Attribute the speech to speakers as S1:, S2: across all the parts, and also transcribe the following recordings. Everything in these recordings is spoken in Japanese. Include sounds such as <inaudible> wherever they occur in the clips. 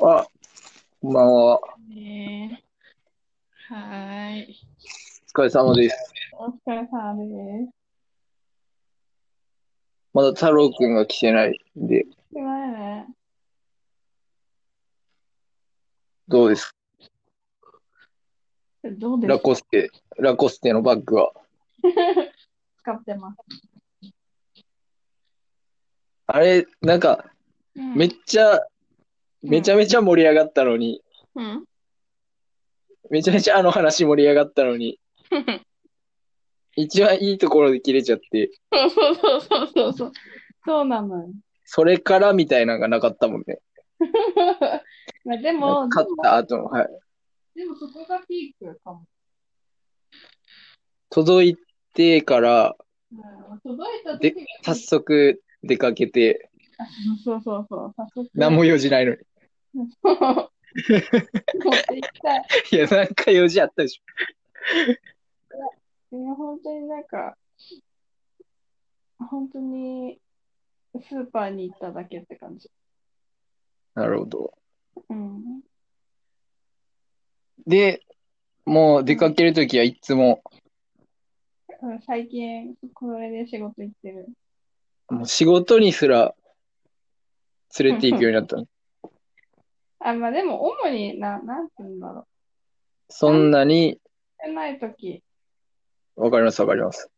S1: あ、こんばんは。
S2: ねえ。はーい。
S1: お疲れ様です。
S2: お疲れ様です。
S1: まだ太郎くんが来てないんで、
S2: すいませんね。
S1: どうです
S2: どうです
S1: ラコステ、ラコステのバッグは。
S2: 使ってます。
S1: あれ、なんか、
S2: うん
S1: めっちゃ、めちゃめちゃ盛り上がったのに、
S2: うん。
S1: めちゃめちゃあの話盛り上がったのに、一番いいところで切れちゃって、
S2: そうそうそうそうそう。そうなのよ。 <laughs>
S1: それからみたいなのがなかったもんね。
S2: まあでも、
S1: 勝った後の、はい。
S2: でも、でもそこがピークかも。
S1: 届いてから、
S2: うん、届いた時が
S1: 早速出かけて、
S2: そうそうそう。早速。
S1: 何も用事ないのに。
S2: 持っていきたい。
S1: いや、なんか用事あったでし
S2: いや、本当になんか、本当にスーパーに行っただけって感じ。
S1: ょ。なるほど。
S2: うん。
S1: で、もう出かけるときはいつも、
S2: うん最近、これで仕事行ってる。
S1: もう仕事にすら連れて行くようになったの。
S2: あ、まあでも、主にな、なんて言うんだろう。
S1: そんなに、
S2: してないとき、
S1: わかりますわかります。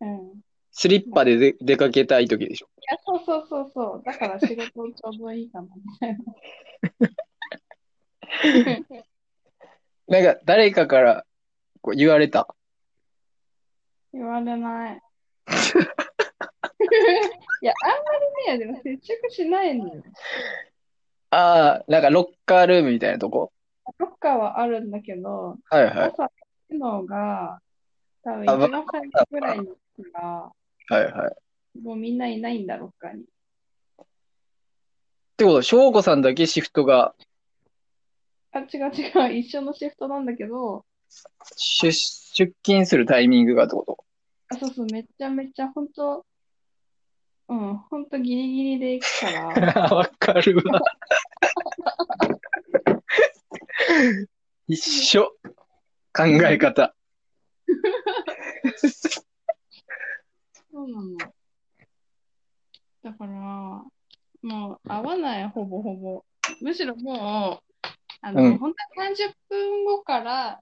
S2: うん。い
S1: スリッパでで出かけたいときでしょ。
S2: や、そうそうそうそう。だから仕事ちょうどいいかな、みたいな。
S1: なんか誰かからこう言われた。
S2: <laughs> 言われない。 <laughs> いや、あんまりね、でも接着しないのよ。
S1: ああ、なんかロッカールームみたいなとこ
S2: ロッカーはあるんだけど、
S1: はいはい。
S2: 朝起きるのが、多分
S1: あ
S2: 1の半ぐらいの時が、
S1: はいはい。っ
S2: もうみんないないんだ、ロッカーに。
S1: てことは、翔子さんだけシフトが、
S2: あ、違う違う、一緒のシフトなんだけど、
S1: 出出勤するタイミングがってこと
S2: あ、そうそう、めちゃめちゃ、本当、うん、本当ギリギリで行くから、
S1: <laughs> わかるわ。一緒。考え方。
S2: そうなの。だから、もう会わない、ほぼほぼ。むしろもう、あの、
S1: うん
S2: 本当は30分後から、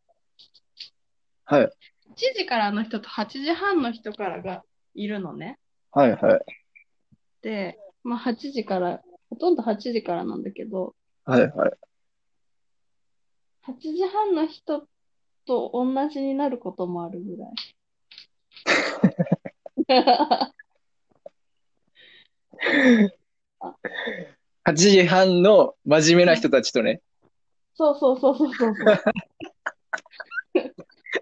S1: はい。
S2: 7時からの人と8時半の人からがいるのね。
S1: はいはい。
S2: で、まあ8時から、ほとんど8時からなんだけど、
S1: はいはい。
S2: 8時半の人と同じになることもあるぐらい。
S1: 8時半の真面目な人たちとね。
S2: そうそうそうそうそうそう。
S1: <laughs>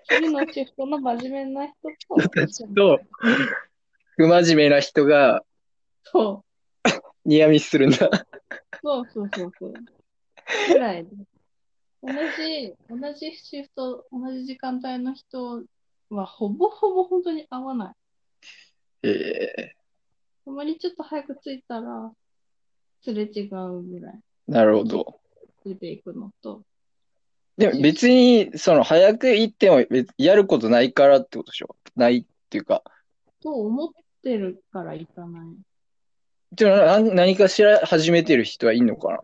S2: 次のシフトの真面目な人
S1: 人
S2: と
S1: た
S2: 一緒
S1: ち
S2: に。
S1: と、不真面目な人が
S2: そう
S1: ニヤミスするんだ。
S2: そうそうそうそう。ぐらいで。同じ、同じシフト、同じ時間帯の人はほぼほぼ本当に合わない。
S1: ええ
S2: たまにちょっと早く着いたら、すれ違うぐらい
S1: なるほど。
S2: 出ていくのと。
S1: でも別に、その、早く行っても別やることないからってことでしょないっていうか。
S2: と思ってるから行かない。
S1: でもな何かしら始めてる人はいんのかな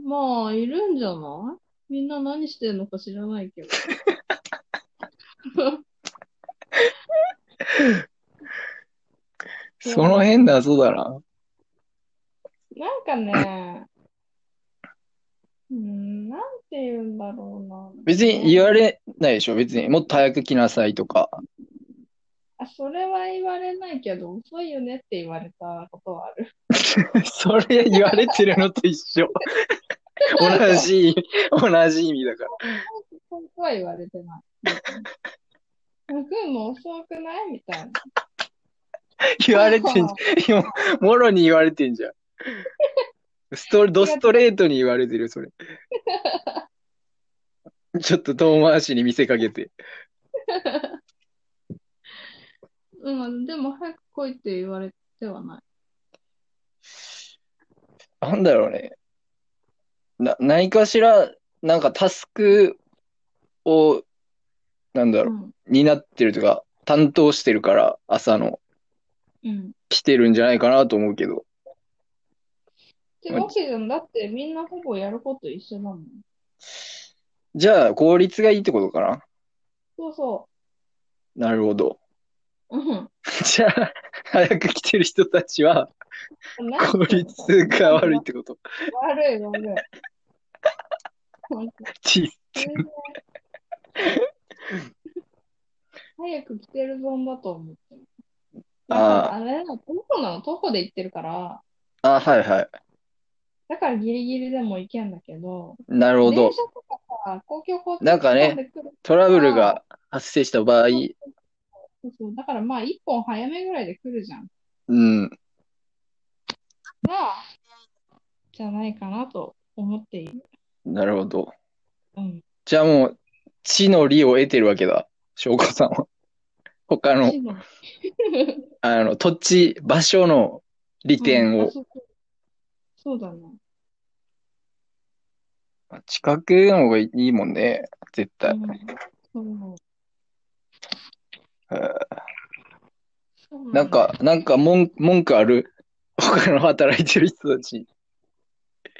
S2: まあ、いるんじゃないみんな何してんのか知らないけど。いや
S1: その辺謎だな。
S2: なんかね、うん、なんて言うんだろうな。
S1: 別に言われないでしょ別に。もっと早く来なさいとか。
S2: あ、それは言われないけど、遅いよねって言われたことはある。
S1: <laughs> それ言われてるのと一緒。同じ、同じ意味だから。
S2: 本当は言われてない。来んの遅くないみたいな。
S1: 言われてんじゃん。い <laughs> やもろに言われてんじゃん。スト、ドストレートに言われてる、 <laughs> それ。ちょっと遠回しに見せかけて。
S2: うん、でも早く来いって言われてはない。
S1: なんだろうね。な、何かしら、なんかタスクを、なんだ
S2: う
S1: ろう、
S2: ん。
S1: 担ってるとか、担当してるから、朝の、
S2: うん。っ
S1: 来てるんじゃないかなと思うけど。
S2: てわけじゃん。だってみんなほぼやること一緒だもん。
S1: じゃあ、効率がいいってことかな
S2: そうそ
S1: なるほど。 <laughs>
S2: う。うん。
S1: じゃあ、早く来てる人たちは、
S2: なん
S1: 効率が悪いってこと。
S2: 悪い悪い。
S1: ち
S2: 全然早く来てるゾーンだと思ってる。
S1: あー
S2: あれなの、徒歩なの、徒歩で行ってるから、
S1: あ、はいはい。
S2: だからギリギリでも行けんだけど、
S1: なるほど
S2: 電。車とかさ、公共交通
S1: なんかね
S2: 機関で来る
S1: トラブルが発生した場合、
S2: そうそうだからまあ、一本早めぐらいで来るじゃん。
S1: うん。
S2: が、じゃないかなと思っている。
S1: なるほど。
S2: うん。
S1: じゃあもう、地の利を得てるわけだ。翔子さんは。他の、
S2: 市の
S1: あの、土地、場所の利点
S2: うん
S1: を
S2: あ。そうそうそうだね。
S1: 近くの方がいいもんね。絶対。
S2: うんそう
S1: えー
S2: そうの
S1: なんか、なんか文、文句ある <laughs> 他の働いてる人たちに。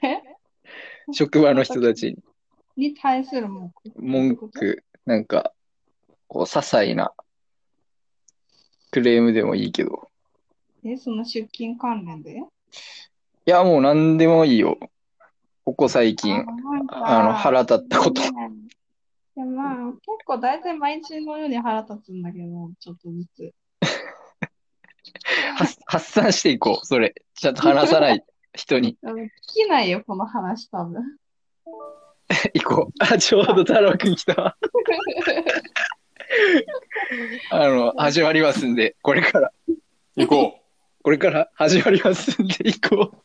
S2: え
S1: 職場の人たちに。
S2: に対する文句。
S1: 文句、なんか、こう、些細なクレームでもいいけど。
S2: え、その出勤関連で
S1: いや、もう何でもいいよ。ここ最近。あ
S2: あ
S1: の、腹立った
S2: <laughs>
S1: こと。
S2: いや、まあ、結構大体毎日のように腹立つんだけど、ちょっとずつ。
S1: 発発散していこう、それ。ちゃんと話さない人に
S2: あの聞きないよ、この話、多分。
S1: 行こう。あ、ちょうど太郎くん来たわ。あの、始まりますんで、これから。行こう。これから始まりますんで、行こう。
S3: 行こ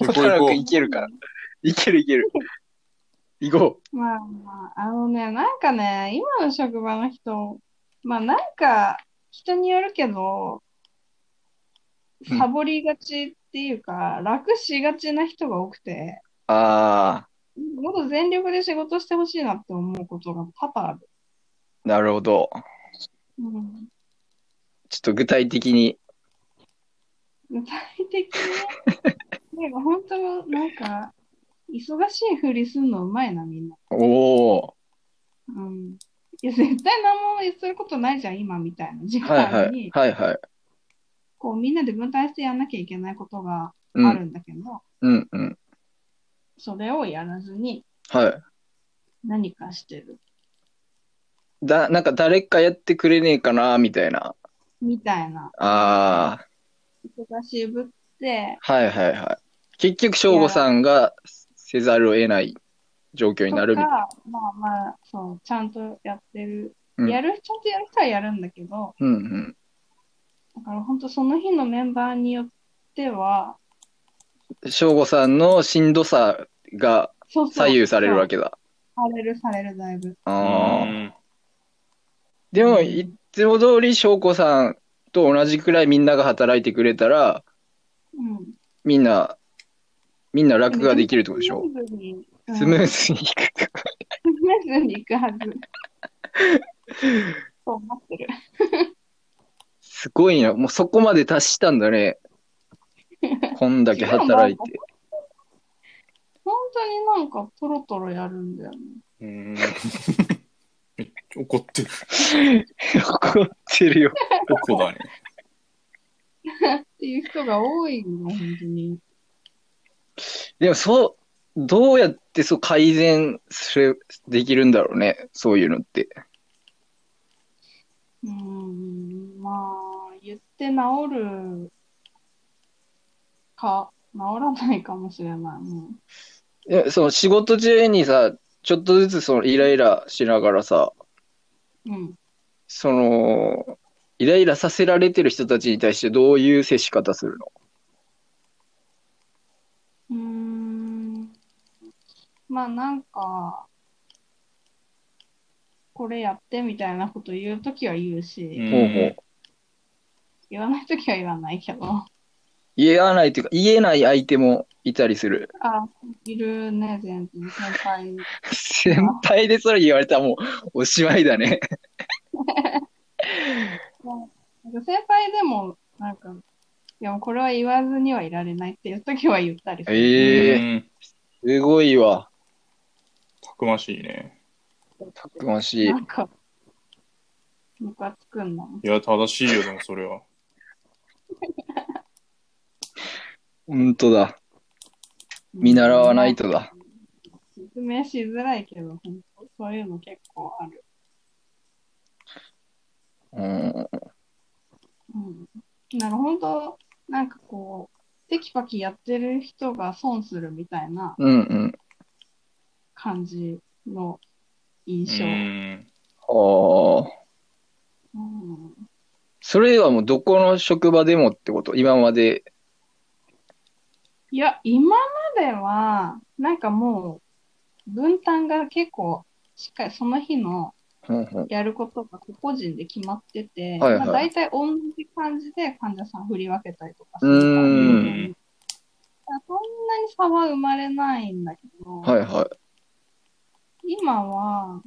S3: う
S1: 太郎くんいけるから。いけるいける。行こ
S2: まあまあ、あのね、なんかね、今の職場の人、まあなんか、人によるけど、
S1: うん
S2: サボりがちっていうか、楽しがちな人が多くて、
S1: う。あ
S2: もっと全力で仕事してほしいなって思うことが多々ある。
S1: ー、なるほど。
S2: うん
S1: ちょっと具体的に。
S2: 具体的にね、なんか本当、なんか、忙しいふりするのうまいな、みんな。
S1: おー。
S2: うん。いや、絶対何もすることないじゃん、今みたいな時
S1: はいは
S2: 間
S1: い
S2: に。。
S1: はいはい。
S2: こう、みんなで分担してやんなきゃいけないことが
S1: う
S2: あ
S1: ん。
S2: るんだけど、
S1: うんうん。
S2: それをやらずに
S1: はい。
S2: 何かしてる。
S1: だ、なんか誰かやってくれねえかな、みたいな。
S2: みたいな。
S1: ああ、
S2: 忙しぶって、
S1: はいはいはい。結局、省吾さんがせざるを得ない状況に
S2: と
S1: なるみたい
S2: か、まあまあ、そう、ちゃんとやってる。
S1: うん
S2: やる、ちゃんとやる人はやるんだけど、
S1: うんうん。
S2: だから本当その日のメンバーによっては、
S1: 省吾さんのしんどさが
S2: そうそう
S1: 左右されるわけだ。
S2: されるされるだいぶ。
S1: あ
S3: う
S1: あ。
S3: ん
S1: でも、いつも通り省吾さんと同じくらいみんなが働いてくれたら、
S2: うん。
S1: みんな、みんな楽ができるってことでしょ
S2: スムーズに、うん
S1: スムーズにいくってこと
S2: スムーズにいく
S1: <laughs>
S2: はず。そう思ってる。
S1: すごいな。もうそこまで達したんだ
S2: <laughs>
S1: ね。こんだけ働いて。
S2: 本当になんかトロトロやるんだよね。
S3: うんめっちゃ怒ってる。
S1: <laughs> 怒ってるよ。
S3: 怒だね。
S2: っていう人が多いの、本当に。
S1: でも、そう、どうやってそう改善すれできるんだろうね。そういうのって。
S2: うーん、まあ、言って治るか、治らないかもしれない。も
S1: えその仕事中にさ、ちょっとずつそのイライラしながらさ、
S2: ううん。
S1: その、イライラさせられてる人たちに対してどういう接し方するの
S2: うーんまあなんか、これやってみたいなこと言うときは言うし、
S3: ん
S1: ほうほう。
S2: 言わないときは言わないけど、
S1: 言えないというか、言えない相手もいたりす <laughs> る。
S2: あ、いるね、全然。先輩。
S1: 先輩でそれ言われたらもうおしまいだね。
S2: なんか先輩でも、なんか、いや、もうこれは言わずにはいられないっていう時は言ったりする。
S1: ええ
S3: うん
S1: すごいわ。
S3: たくましいね。
S1: たくましい
S2: な。んか、ムカつくんだもん。
S3: いや、正しいよ、でもそれは。
S1: ほんとだ。見習わないとだ。
S2: 説明しづらいけど、本当そういうの結構ある。
S1: うん。
S2: うん。なんか本当、なんかこう、テキパキやってる人が損するみたいな
S1: うんうん。
S2: 感じの印象。
S3: うん。
S1: ああ。
S2: うん
S1: それはもうどこの職場でもってこと今まで。
S2: いや、今までは、なんかもう、分担が結構、しっかりその日の
S1: うんうん
S2: やることが個々人で決まってて、
S1: はいはい
S2: まあ、大体同じ感じで患者さん振り分けたりとか
S1: う
S2: から
S1: ー
S3: ん
S2: そんなに差は生まれないんだけど、
S1: はいは
S2: 今は、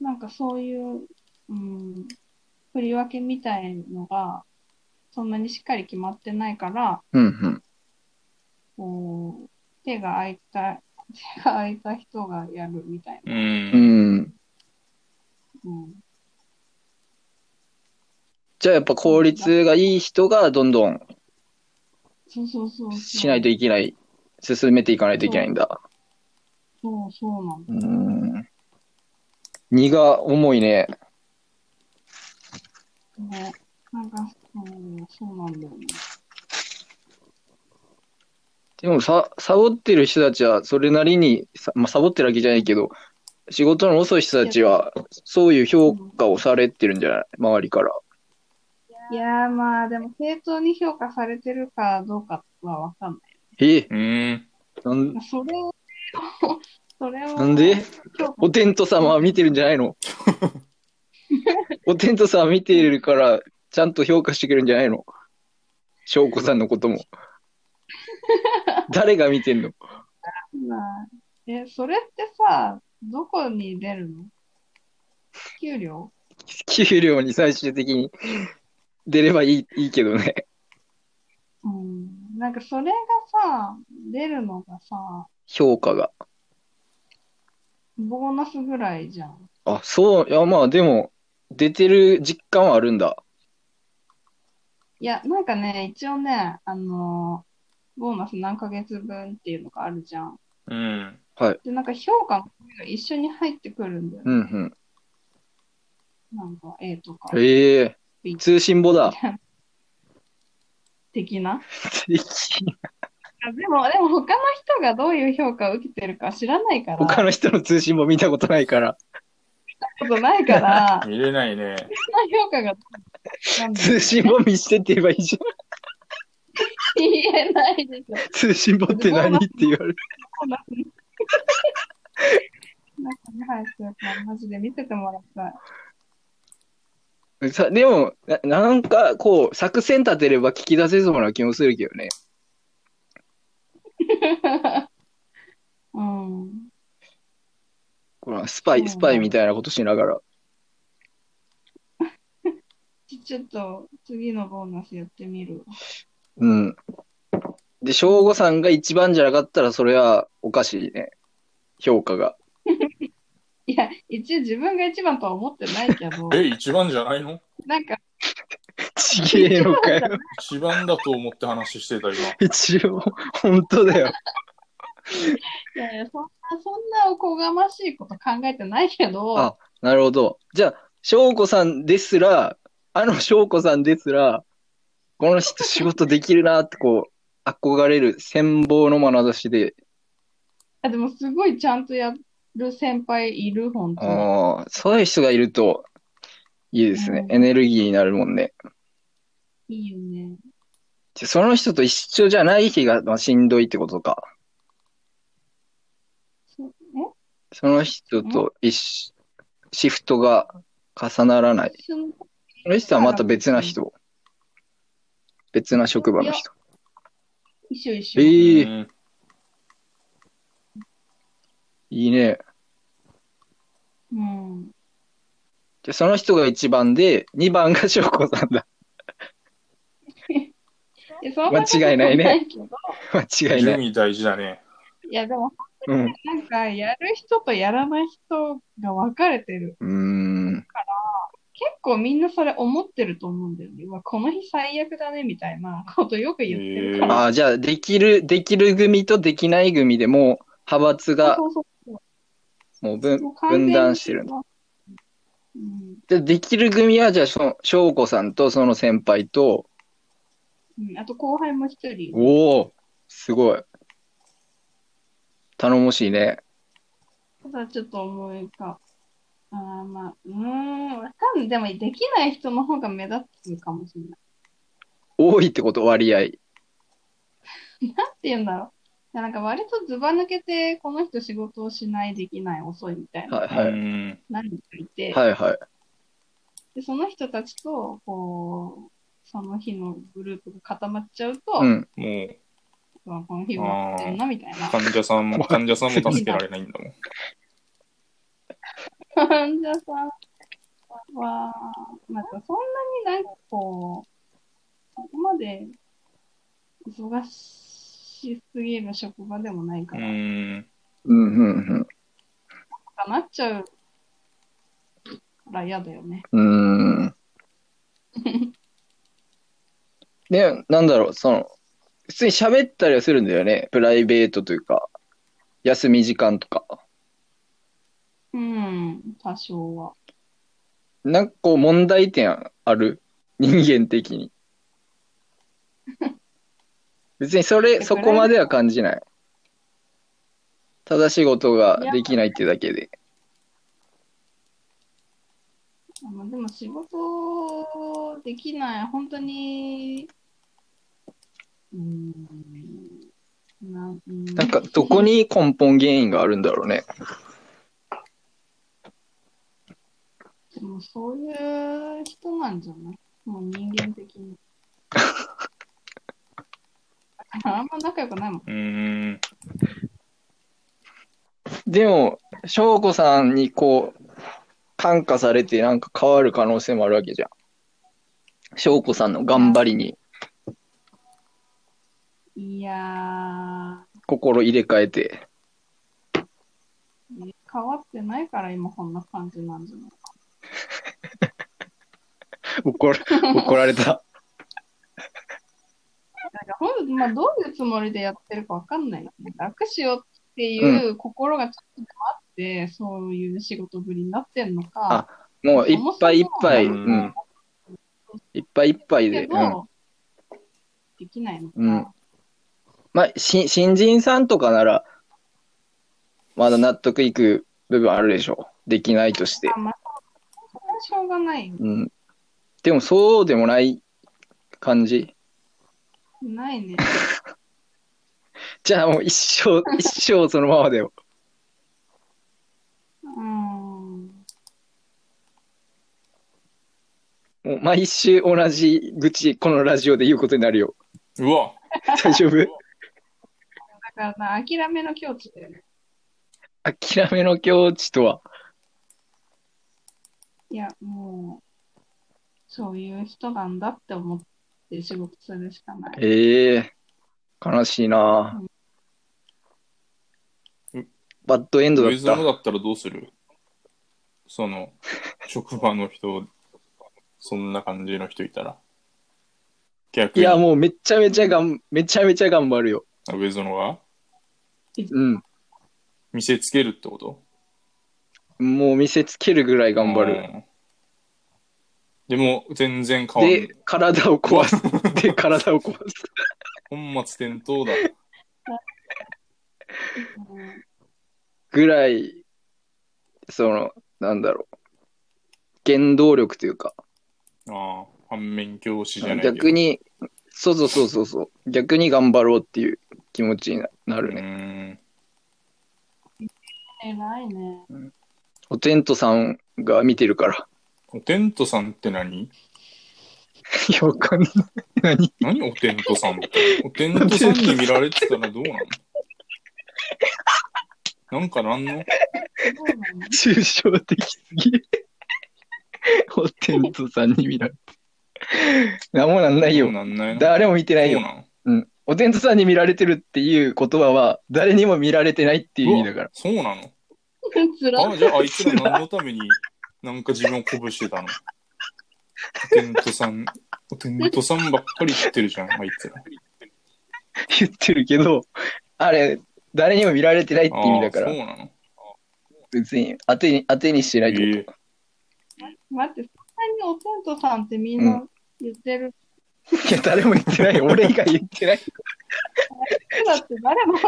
S2: なんかそういう、うん、振り分けみたいのが、そんなにしっかり決まってないから、
S1: い。うんうん。
S2: こう、手が空いた、手が空いた人がやるみたいな。
S3: う。
S1: うんん。
S2: うん、
S1: じゃあやっぱ効率がいい人がどんどん
S2: そうそうそうそう。
S1: しないといけない。進めていかないといけないんだ。
S2: そうそうなんだ。
S1: うん。荷が重いね。
S2: ね、なんか、うん、そうなんだよね。
S1: でもさ、サボってる人たちは、それなりに、さまあ、サボってるわけじゃないけど、仕事の遅い人たちは、そういう評価をされてるんじゃない周りから。
S2: いやーまあ、でも正当に評価されてるかどうかはわかんない。
S1: え
S3: うん。
S1: なん、
S2: それを、 <laughs> それを。
S1: なんで
S2: 評価
S1: お天道様は見てるんじゃないのお天道様は見てるから、ちゃんと評価してくれるんじゃないの翔子さんのことも。誰が見てんの
S2: ないえ、それってさ、どこに出るの給料
S1: 給料に最終的に出ればいいいいけどね。
S2: うん。なんかそれがさ、出るのがさ、
S1: 評価が。
S2: ボーナスぐらいじゃん。
S1: あ、そう、いや、まあでも、出てる実感はあるんだ。
S2: いや、なんかね、一応ね、あのーボーナス何ヶ月分っていうのがあるじゃん。
S3: うん。
S2: で、なんか評価も一緒に入ってくるんだよ
S1: う。んうん。
S2: なんか A とか
S1: ええ
S2: B
S1: 通信簿だ。 <laughs>
S2: 的な。あでも、でも他の人がどういう評価を受けてるか知らないから、
S1: 他の人の通信簿見たことないから、
S2: ことないから、
S3: 見れないね。
S2: そんな評価
S1: <laughs>
S2: がなんだ
S1: 通信簿見してって言えばいいじゃ
S2: 言えないでしょ。
S1: ん。通信簿って何って言われる。
S2: こんなに中に入ってるから、マジで見ててもらいたい。
S1: さでもな、なんかこう、作戦立てれば聞き出せそうな気もするけどね。
S2: うん。
S1: ほら、スパイ、スパイみたいなことしながら。
S2: ちちょっと次のボーナスやってみる。
S1: うん。で、省吾さんが一番じゃなかったら、それはおかしいね。評価が。
S2: いや、一応自分が一番とは思ってないけど、
S3: え、一番じゃないの
S2: なんか、
S1: ちげえのかよ。
S3: 一番だと思って話してた、今。
S1: 一応、本当だよ。
S2: いやいや、そんな、そんなおこがましいこと考えてないけど、
S1: あなるほど。じゃあ、翔子さんですら、あの翔子さんですら、この人仕事できるなって、こう、憧れる、羨望の眼差しで、
S2: あでもすごいちゃんとやる先輩いる、本当に。
S1: ああ、そういう人がいると、いいですね。
S2: うん
S1: エネルギーになるもんね。
S2: いいよね。
S1: じゃあその人と一緒じゃない日が、まあ、しんどいってことか。
S2: そ
S1: その人と一緒シフトが重ならな
S2: え
S1: い。
S2: 一緒の
S1: その人はまた別な人。別な職場の人。
S2: 一緒一緒。
S1: ええ
S3: うん
S1: いいね。
S2: うん。
S1: じゃあその人が1番で、2番が翔子さんだ。 <laughs>
S2: いやそんなこと
S1: 間違いないね
S2: けど
S1: 間違いな
S3: 準
S1: い。
S3: 備大事だね。
S2: いや、でも、
S1: うん。う
S2: なんか、やる人とやらない人が分かれてる。
S1: ーん。
S2: 結構みんなそれ思ってると思うんだよね。うわ、この日最悪だね、みたいな <laughs> ことよく言ってるから。
S1: ああ、じゃあ、できる、できる組とできない組でもう、派閥が
S2: そうそうそう
S1: もう分
S2: もう完全に
S1: 分断してるの。
S2: うん。
S1: で、できる組は、じゃあ、その、翔子さんとその先輩と、
S2: うん、あと後輩も一人。
S1: おおすごい。頼もしいね。
S2: ただちょっと思い浮かぶ。あーまあ、うーん、わかんない。でも、できない人の方が目立つかもしれない。
S1: 多いってこと、割合。
S2: なんて言うんだろう。なんか割とずば抜けて、この人仕事をしない、できない、遅いみたいな、
S1: はいうは
S3: ん。
S2: 何人かい
S1: い。
S2: て、
S1: はいはい。
S2: で、その人たちと、こう、その日のグループが固まっちゃうと、
S1: うん。
S3: もう、
S2: まあこの日はやってんな、みたいな。
S3: 患者さんも、患者さんも助けられないんだもん。
S2: 患者さんは、またそんなになんかこう、そこまで忙しすぎる職場でもないから、
S3: うん。
S1: うんうん
S2: かなっちゃうから嫌だよね。
S1: うん。うーん。で、なんだろう、その、普通に喋ったりはするんだよね。プライベートというか、休み時間とか。
S2: うん、多少は。
S1: なんかこう問題点ある人間的に。別にそれ、そこまでは感じない。ただ仕事ができないってだけで。
S2: まあでも仕事できない、本当に、うん、なうん
S1: なんかどこに根本原因があるんだろうね。
S2: でもそういう人なんじゃないもう人間的に。 <laughs> だからあんま仲良くないもん。
S3: うん。
S1: でも、翔子さんにこう、感化されてなんか変わる可能性もあるわけじゃん。翔子さんの頑張りに
S2: いやー、
S1: 心入れ替えて。
S2: ね変わってないから今こんな感じなんじゃない
S1: 怒ら怒られた。
S2: なんかほんとまあ、どういうつもりでやってるかわかんないよね。楽しようっていう心がちょっとでもあって、そういう仕事ぶりになってんのか。
S1: <laughs> もういっぱいいっぱい、
S2: そも
S1: う
S2: そも
S1: ん。いっぱいいっぱい
S2: け
S1: で。
S2: ど、
S1: うん
S2: できないのか。
S1: うんまあ、し新人さんとかなら、まだ納得いく部分あるでしょう。できないとして
S2: あ。まあ、それはしょうがないよ。
S1: うん。でも、そうでもない感じ。
S2: ないね。
S1: じゃあ、もう一生、一生そのままだよ。
S2: うん。
S1: もう毎週同じ愚痴、このラジオで言うことになるよ。
S3: うわ
S1: 大丈夫
S2: だからな、諦めの境地だよね。
S1: 諦めの境地とは。
S2: いや、もう、そういう人なんだって思って仕事するしかない。
S1: ええ悲しいな
S3: うん
S1: バッドエンド
S3: ウ
S1: だ
S3: ェ
S1: っ
S3: ザ
S1: た
S3: ー。だったらどうするその、職場の人、そんな感じの人いたら。逆
S1: い
S3: に、
S1: や、
S3: あ
S1: もうめちゃめちゃがん、めちゃめちゃ頑張るよ。
S3: ウェゾノが
S1: うん。
S3: 見せつけるってこと
S1: もう見せつけるぐらい頑張る。
S3: うんでも、全然変わんない
S1: で。、体を壊す。で、体を壊す。
S3: 本末転倒だ。
S2: うん
S1: ぐらい、その、なんだろう。原動力というか、
S3: ああ、反面教師じゃないけど
S1: 逆に、そうそうそうそうそう、逆に頑張ろうっていう気持ちにななる
S3: う
S1: ね。
S3: ん。
S2: 偉いね。
S1: おテントさんが見てるから。 <laughs>
S3: おテントさんって何
S1: いや、わかんない。何
S3: 何おテントさんって。おテントさんに見られてたらどうなのなんかなん
S2: ど
S3: の
S2: うなの
S1: 抽象的すぎ。ホテントさんに見られて。なんもなんない
S3: そ
S1: よ。
S3: うなんないの
S1: 誰も見てない
S3: そ
S1: よ。
S3: うなん
S1: うん。おてんとさんに見られてるっていう言葉は、誰にも見られてないっていう意味だから。
S3: そうなの
S2: つら
S3: あ、じゃああいつら何のためになんか自分を鼓舞してたのおてんとさん、おてんとさんばっかり言ってるじゃん、あいつら。
S1: 言ってるけど、あれ、誰にも見られてないって意味だか
S3: あー
S1: ら、
S3: そうなの
S1: 別に当てに、当てにしてないってこと。
S3: え
S2: 待って、そんなにおテントさんってみんな言ってる。
S1: いや、誰も言ってない。俺以外言ってない。
S2: だって誰も、
S1: <laughs>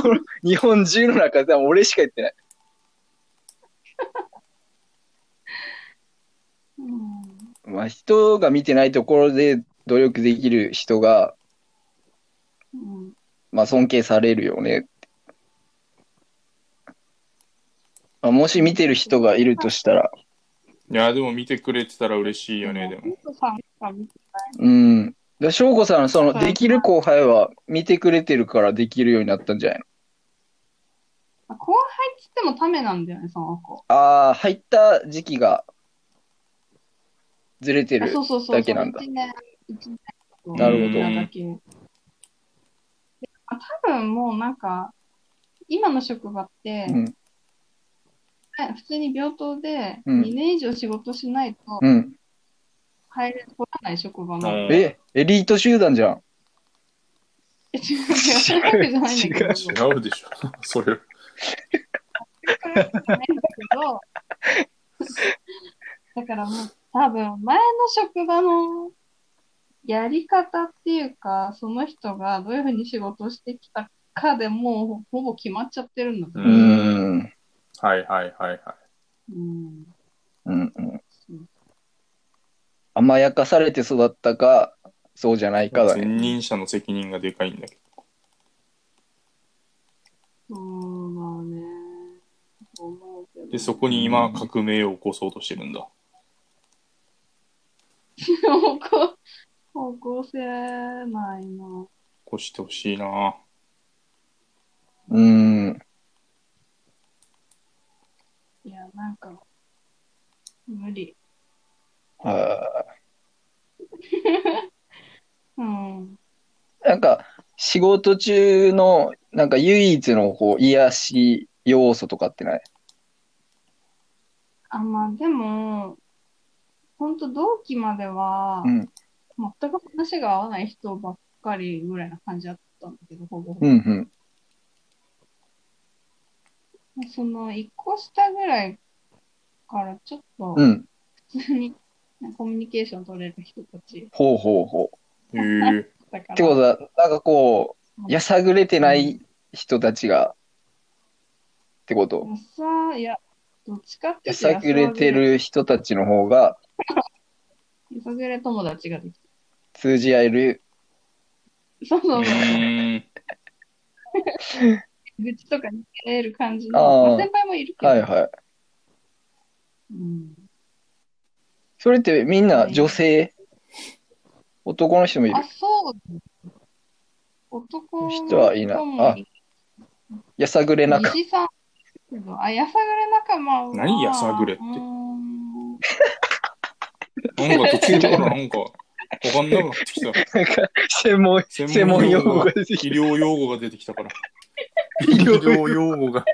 S1: この日本中の中では俺しか言ってない。
S2: うん、
S1: まあ、人が見てないところで努力できる人が、
S2: うん、
S1: まあ、尊敬されるよね。まあ、もし見てる人がいるとしたら、
S3: ーいや、でも見てくれてたら嬉しいよね、で
S2: テン
S3: も。
S2: トさんが見て
S1: うん。だ翔子さん、その、
S2: はい
S1: できる後輩は見てくれてるからできるようになったんじゃないの
S2: あ後輩っつってもためなんだよね、その子。
S1: ああ、入った時期がずれて
S2: あ
S1: る
S2: そ。うそうそうそう。
S1: だけなんだ
S2: 一年、一年と
S1: なるほど
S2: いただけ。であ多分もうなんか、今の職場って、
S1: うん。
S2: ね普通に病棟で
S1: うん
S2: 2年以上仕事しないと
S1: うん。
S2: 入れ、来らない職場な
S3: う
S2: の。
S3: ん
S1: え、エリート集団じゃん。
S2: え違う、違うわけじゃないんだけど。そ
S3: 違うでしょ、 <laughs> それ。
S2: ういうわけじゃないんだけど。だからもう、多分前の職場のやり方っていうか、その人がどういうふうに仕事をしてきたかでもうほぼ決まっちゃってるんだと思う
S1: うーん。
S3: はいはいはいはい。
S2: うん
S1: うんうん。甘やかされて育ったか、そうじゃないかだね。
S3: 前任者の責任がでかいんだけど。
S2: そうだね。そう思うけど
S3: で、そこに今、革命を起こそうとしてるんだ。
S2: <laughs> 方向、方向性ないな。
S3: 起こしてほしいな
S1: うーん。
S2: いや、なんか、無理。
S1: あ
S2: うん。
S1: ーなんか、仕事中の、なんか唯一のこう癒し要素とかってない
S2: あ、まあでも、ほんと同期までは
S1: う、ん。
S2: 全く話が合わない人ばっかりぐらいな感じだったんだけど、ほぼほぼ。
S1: うんうん。
S2: その、一個下ぐらいからちょっと
S1: う、ん。
S2: 普通に、コミュニケーション取れる人たち
S1: ほうほうほう。
S3: へえ。
S2: だから。
S1: ってことは、なんかこう、やさぐれてない人たちが、ってこと
S2: やさ、いや、どっちかって
S1: や
S2: いうと
S1: さぐれて。る人たちの方が
S2: やさぐれ友達ができ
S1: 通じ合える。
S2: て。そう
S3: う
S2: <laughs> そうそう。
S3: ーん。
S2: 愚痴とかに言える感じ
S1: あ
S2: の、
S1: ー
S2: 先輩もいるけど。
S1: はいはい。
S2: うん、
S1: それってみんな女性男の人もいる
S2: あ、。そう。男の
S1: 人はいない
S2: もい
S1: やさぐれ
S2: る
S1: なか。
S2: 西さん。あ、やさぐれ仲間は。
S3: 何やさぐれって
S2: うーん
S3: なんか途中からなんか、わかんなくなってきた。
S1: なんか専門、専門用語が出て
S3: 医
S1: き
S3: 療用語が出てきたから。
S1: 医療用語
S3: 用語が。
S1: た。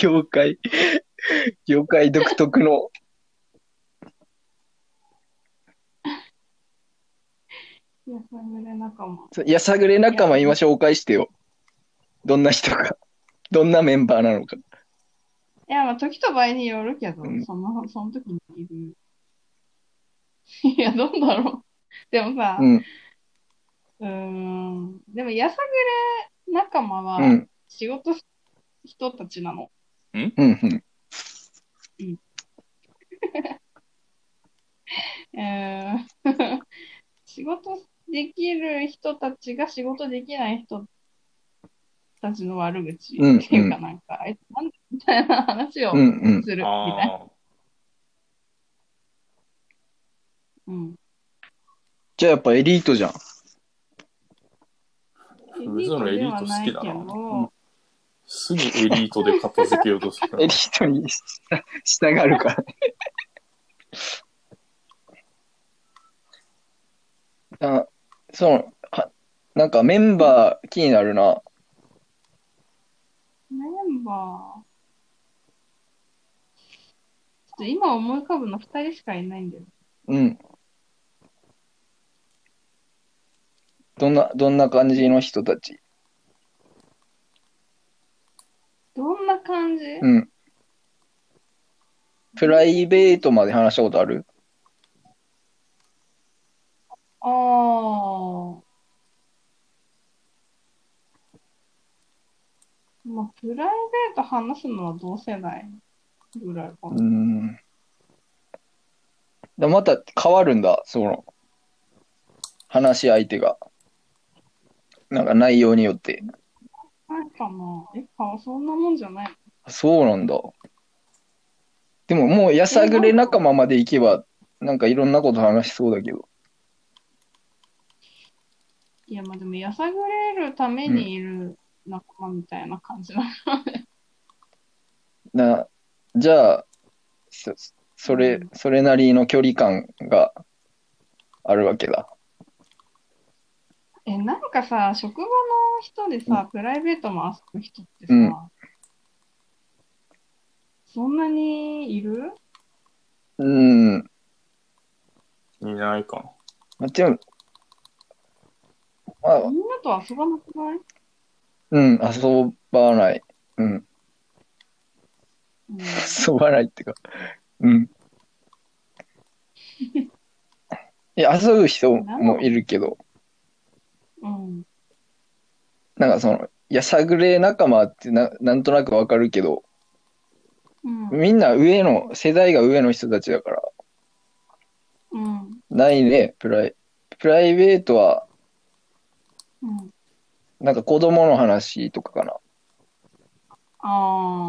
S1: 業界、業界独特の。
S2: やさぐれ仲間。
S1: そうやさぐれ仲間今紹介してよ。どんな人か。どんなメンバーなのか。
S2: いや、まあ、時と場合によるけど、
S1: うん
S2: その、その時にいる。いや、どうだろう。でもさ、
S1: うん。
S2: うーんでも、やさぐれ仲間
S1: うん。う
S2: は
S1: ん。
S2: 仕事す人たちなの。
S1: うん。
S2: えー <laughs> 仕事できる人たちが仕事できない人たちの悪口って
S1: うん
S2: いうかなんか、あいつなんでみたいな話を
S1: うん。うん。
S2: するみたいな。
S3: ああ。
S2: うん
S1: じゃあやっぱエリートじゃん。
S2: エ
S3: 別に
S2: リート
S3: 俺エ
S2: で
S3: リー
S2: は
S3: ト
S2: な
S3: 好
S2: いけ
S3: きだな
S2: ど、
S3: すぐエリートで片付けようとするか
S1: エ
S3: ら
S1: リ。ートに従うからね。 <laughs> あ、そう、はなんかメンバー気になるな。
S2: メンバー。ちょっと今思い浮かぶの2人しかいないんだよ。
S1: うん。どんな、どんな感じの人たち
S2: どんな感じ
S1: うん。プライベートまで話したことある
S2: ああ。まあ、プライベート話すのは同世代ぐらいか
S1: う
S2: な。
S1: ーん。でまた変わるんだ、その、話し相手が。なんか内容によって。
S2: ないかな。え、かそんなもんじゃない。
S1: そうなんだ。でももうやさぐれ仲間まで行けば、なんかいろんなこと話しそうだけど。
S2: いや、まあでも、やさぐれるためにいる仲間みたいな感じだ。
S1: な、じゃあ、そ、それ、それなりの距離感があるわけだ。
S2: <laughs> え、なんかさ、職場の人でさ、プライベートも遊ぶ人ってさ、
S1: うん
S2: そんなにいる
S1: うん。ま
S3: いないかな。
S1: あ、でも、まあ
S2: み、んなと遊ばなくない、
S1: うん、遊ばない。うん、
S2: うん、
S1: 遊ばないってか、うん。いや、遊ぶ人もいるけど、
S2: うん。
S1: なんかその、やさぐれ仲間ってな、なんとなくわかるけど、
S2: うん。
S1: みんな上の、世代が上の人たちだから、
S2: うん。
S1: ないね、プライ、プライベートは、
S2: うん。
S1: なんか子供の話とかかな。
S2: ああ。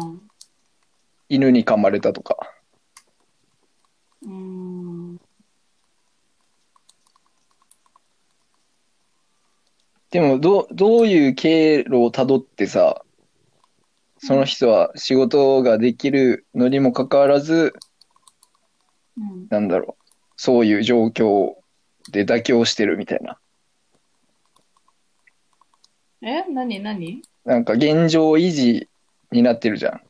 S1: 犬に噛まれたとか。
S2: うーん。
S1: でも、どう、どういう経路をたどってさ、その人は仕事ができるのにもかかわらず、
S2: うん。
S1: なんだろう、そういう状況で妥協してるみたいな。
S2: え何何
S1: なんか現状維持になってるじゃん。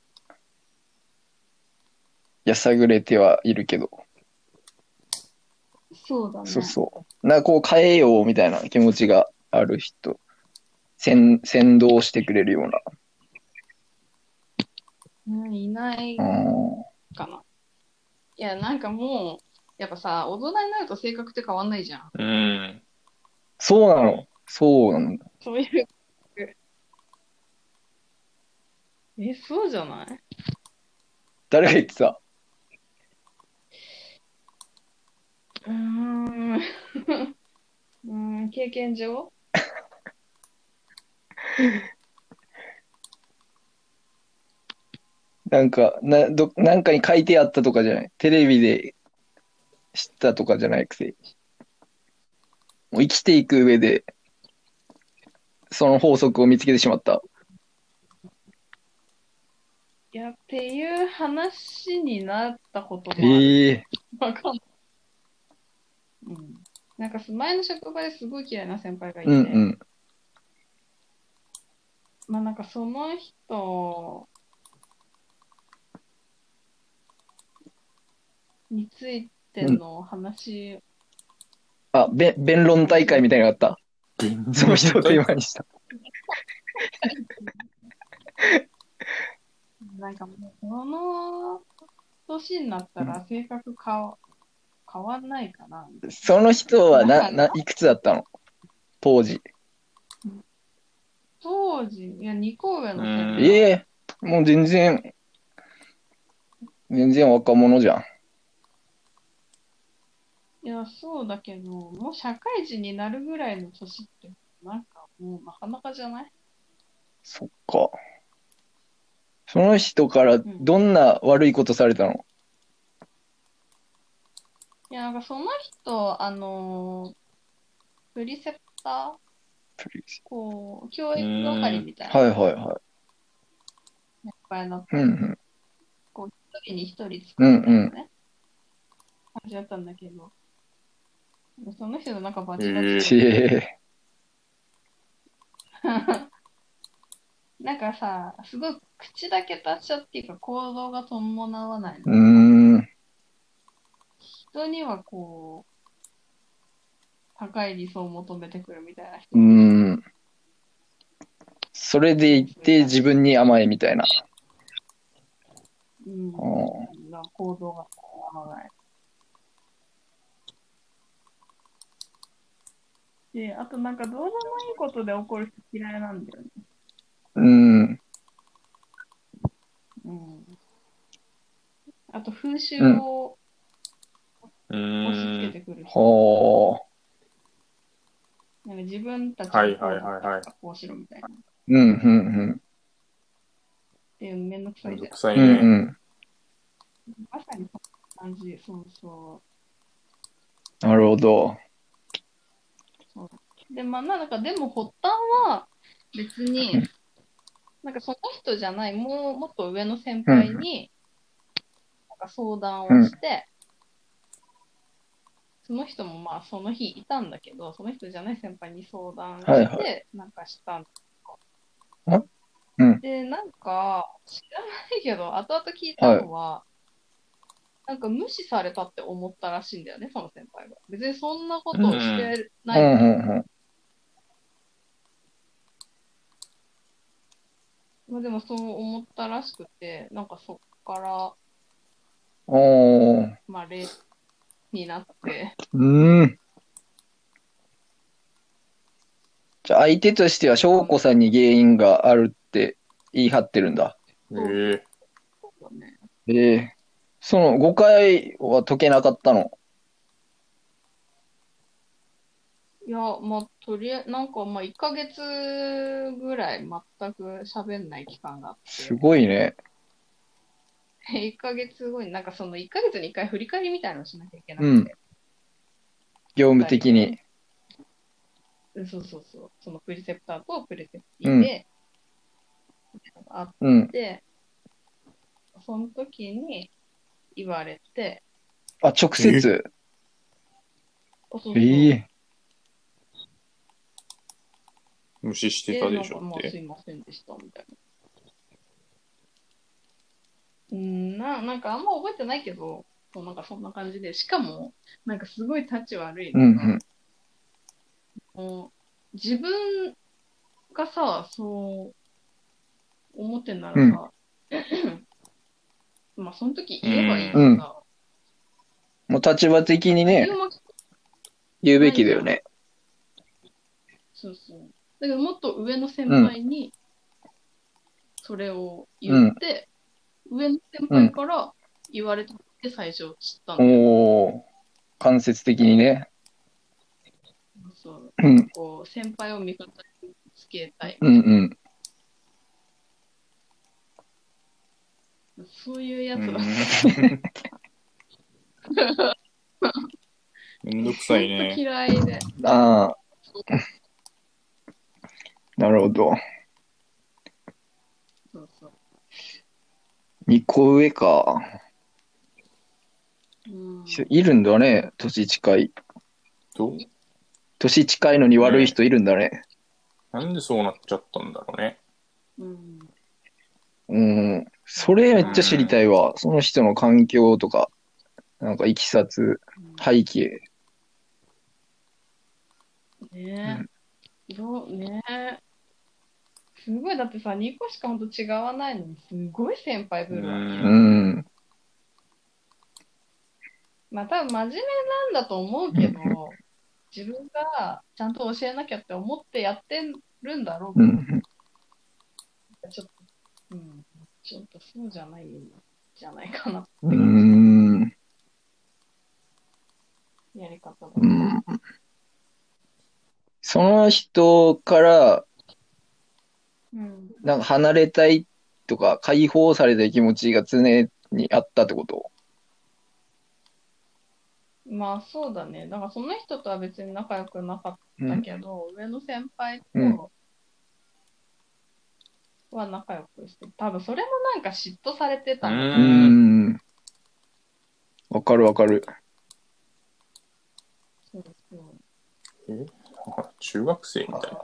S1: やさぐれてはいるけど。
S2: そうだね。
S1: そうそう。なんかこう変えようみたいな気持ちがある人。先、先導してくれるような。
S2: うんいない
S1: うん
S2: かな。いや、なんかもう、やっぱさ、大人になると性格って変わんないじゃん。
S3: うん。
S1: そうなの。そうなの。
S2: そういう。 <laughs> え、そうじゃない
S1: 誰が言ってた
S2: うーん。う <laughs> ーん、経験上
S1: なんか、な、ど、なんかに書いてあったとかじゃない。テレビで知ったとかじゃないくせに。もう生きていく上で、その法則を見つけてしまった。
S2: いや、っていう話になったこともある。
S1: ええ
S2: わかんない。うん。なんかす前の職場ですごい嫌いな先輩がいて、
S1: うんうん。
S2: まあなんかその人についての話、
S1: あ、べ、弁論大会みたいなのがあった。その人をテーマにした。
S2: なんかもうこの年になったら性格変わ,、変わんないかな。
S1: その人はな、な、いくつだったの当時。
S2: 当時、いや、2個上の
S3: うん
S2: 先輩。
S1: ええもう全然、全然若者じゃん。
S2: いや、そうだけど、もう社会人になるぐらいの年って、なんかもうなかなかじゃない
S1: そっか。その人からどんな悪いことされたの、
S2: いや、なんかその人、あのープリセプタ
S1: プリー
S2: こう、教育係みたい
S1: ズ。
S2: な
S1: はいはいは
S2: 役割の
S1: い。うんうん。
S2: 時に一人作るみたいなね、感じだったんだけど、その人のなんかバチバ
S3: へえ
S1: ち
S2: チ、
S1: え
S2: なんかさ、すごい口だけ達者っていうか行動が伴わないの
S1: ー。うーん。
S2: 人にはこう、高い理想を求めてくるみたいな人
S1: うーん。それでいて自分に甘えみたいな。
S2: うん
S1: あ
S2: な行動が伴わない。で、あとなんかどうでもいいことで怒る人嫌いなんだよね。
S1: うん。
S2: うん。あと風習を
S3: う
S2: 押し付
S3: ん
S2: け。てくる人。
S1: はあ。
S2: なんか自分たち
S3: はいはいはいはい
S2: こうしろみたいな。っ
S1: うんうん
S2: ていうめんどくさ
S3: め
S2: い
S3: ん
S2: じ
S3: ど
S2: ゃ
S3: くさ
S1: うん。
S3: い
S1: うんう
S3: ね。
S1: ん。
S2: ん。まさにそんな感じ。そうそう。
S1: なるほど。
S2: で、まあ、なんか、でも発端は、別に、なんかその人じゃない、もう、もっと上の先輩に、なんか相談をして、その人もまあ、その日いたんだけど、その人じゃない先輩に相談して、
S1: はいは
S2: なんかしたん
S1: あうん
S2: で、なんか、知らないけど、後々聞いたのは、なんか無視されたって思ったらしいんだよね、その先輩が。別にそんなことをして
S1: うん
S2: な
S1: う
S2: い
S1: んうん。
S2: まあでもそう思ったらしくて、なんかそっから、
S1: おー。
S2: まあ、例になって、
S1: うん。じゃあ相手としては翔子さんに原因があるって言い張ってるんだ。
S3: へえ。
S2: ね、
S1: ええその誤解は解けなかったの。
S2: いや、まあ、とりあえず、なんかまあ、1ヶ月ぐらい全く喋んない期間があっ
S1: すごいね。
S2: て、1ヶ月後に、なんかその1ヶ月に1回振り返りみたいなのをしなきゃいけなくて、
S1: 業務的に。
S2: うんそうそうそう、そのプリセプターとプリセプティで、あっ
S1: うん。
S2: て、その時に言われて、
S1: あ、直接。
S2: そうそうそう
S1: ええ
S3: 無視して
S2: で
S3: たでし
S2: なん
S3: ょ
S2: か
S3: っ
S2: まあす
S3: て。
S2: いませんでしたみたいな。うんななんかあんま覚えてないけど、そうなんかそんな感じで、しかも、なんかすごい立ち悪いの
S1: うん
S2: が、
S1: うん。
S2: もう自分がさ、そう思ってんならさ、 <clears throat> まあその時言えばいいけどさ、
S1: もう立場的にね
S2: 言う、ま
S1: 言うべきだよね。
S2: そうそう。だけどもっと上の先輩に、それを言って、上の先輩から言われて最初知ったの。
S1: おお。間接的にね。
S2: そう
S1: うん。
S2: こう先輩を味方につけたい。
S1: うんうん。
S2: そういうや
S3: う
S2: つだ。
S3: んめんどくさい
S2: ほんと
S3: ね。
S2: 嫌いで。
S1: ああ。なるほど。
S2: そうそう。
S1: 2個上か。
S2: うん、
S1: いるんだね。年近い。
S3: どう
S1: 年近いのに悪い人いるんだね。
S3: なんでそうなっちゃったんだろうね。
S2: うん。
S1: うん。それめっちゃ知りたいわ。その人の環境とか、なんかいきさつ、背景。
S2: ねえ。どうねえ。すごい、だってさ、2個しかほんと違わないのに、すごい先輩
S3: う。
S2: ぶるわけ。
S1: うんん。
S2: まあ多分真面目なんだと思うけど、自分がちゃんと教えなきゃって思ってやってるんだろう
S1: う
S2: けど、
S1: ん。
S2: ちょっと、うん、ちょっとそうじゃないんじゃないかな、
S1: うん。
S2: やり方が。
S1: うん。その人から、
S2: うん、
S1: なんか離れたいとか、解放されたい気持ちが常にあったってこと
S2: まあそうだね。だからその人とは別に仲良くなかったけど、上の先輩
S1: うん
S2: とは仲良くして、多分それもなんか嫉妬されてたの。
S1: うー
S3: うん
S1: ん。わかるわかる。
S2: そうそう
S3: なんか中学生みたいな。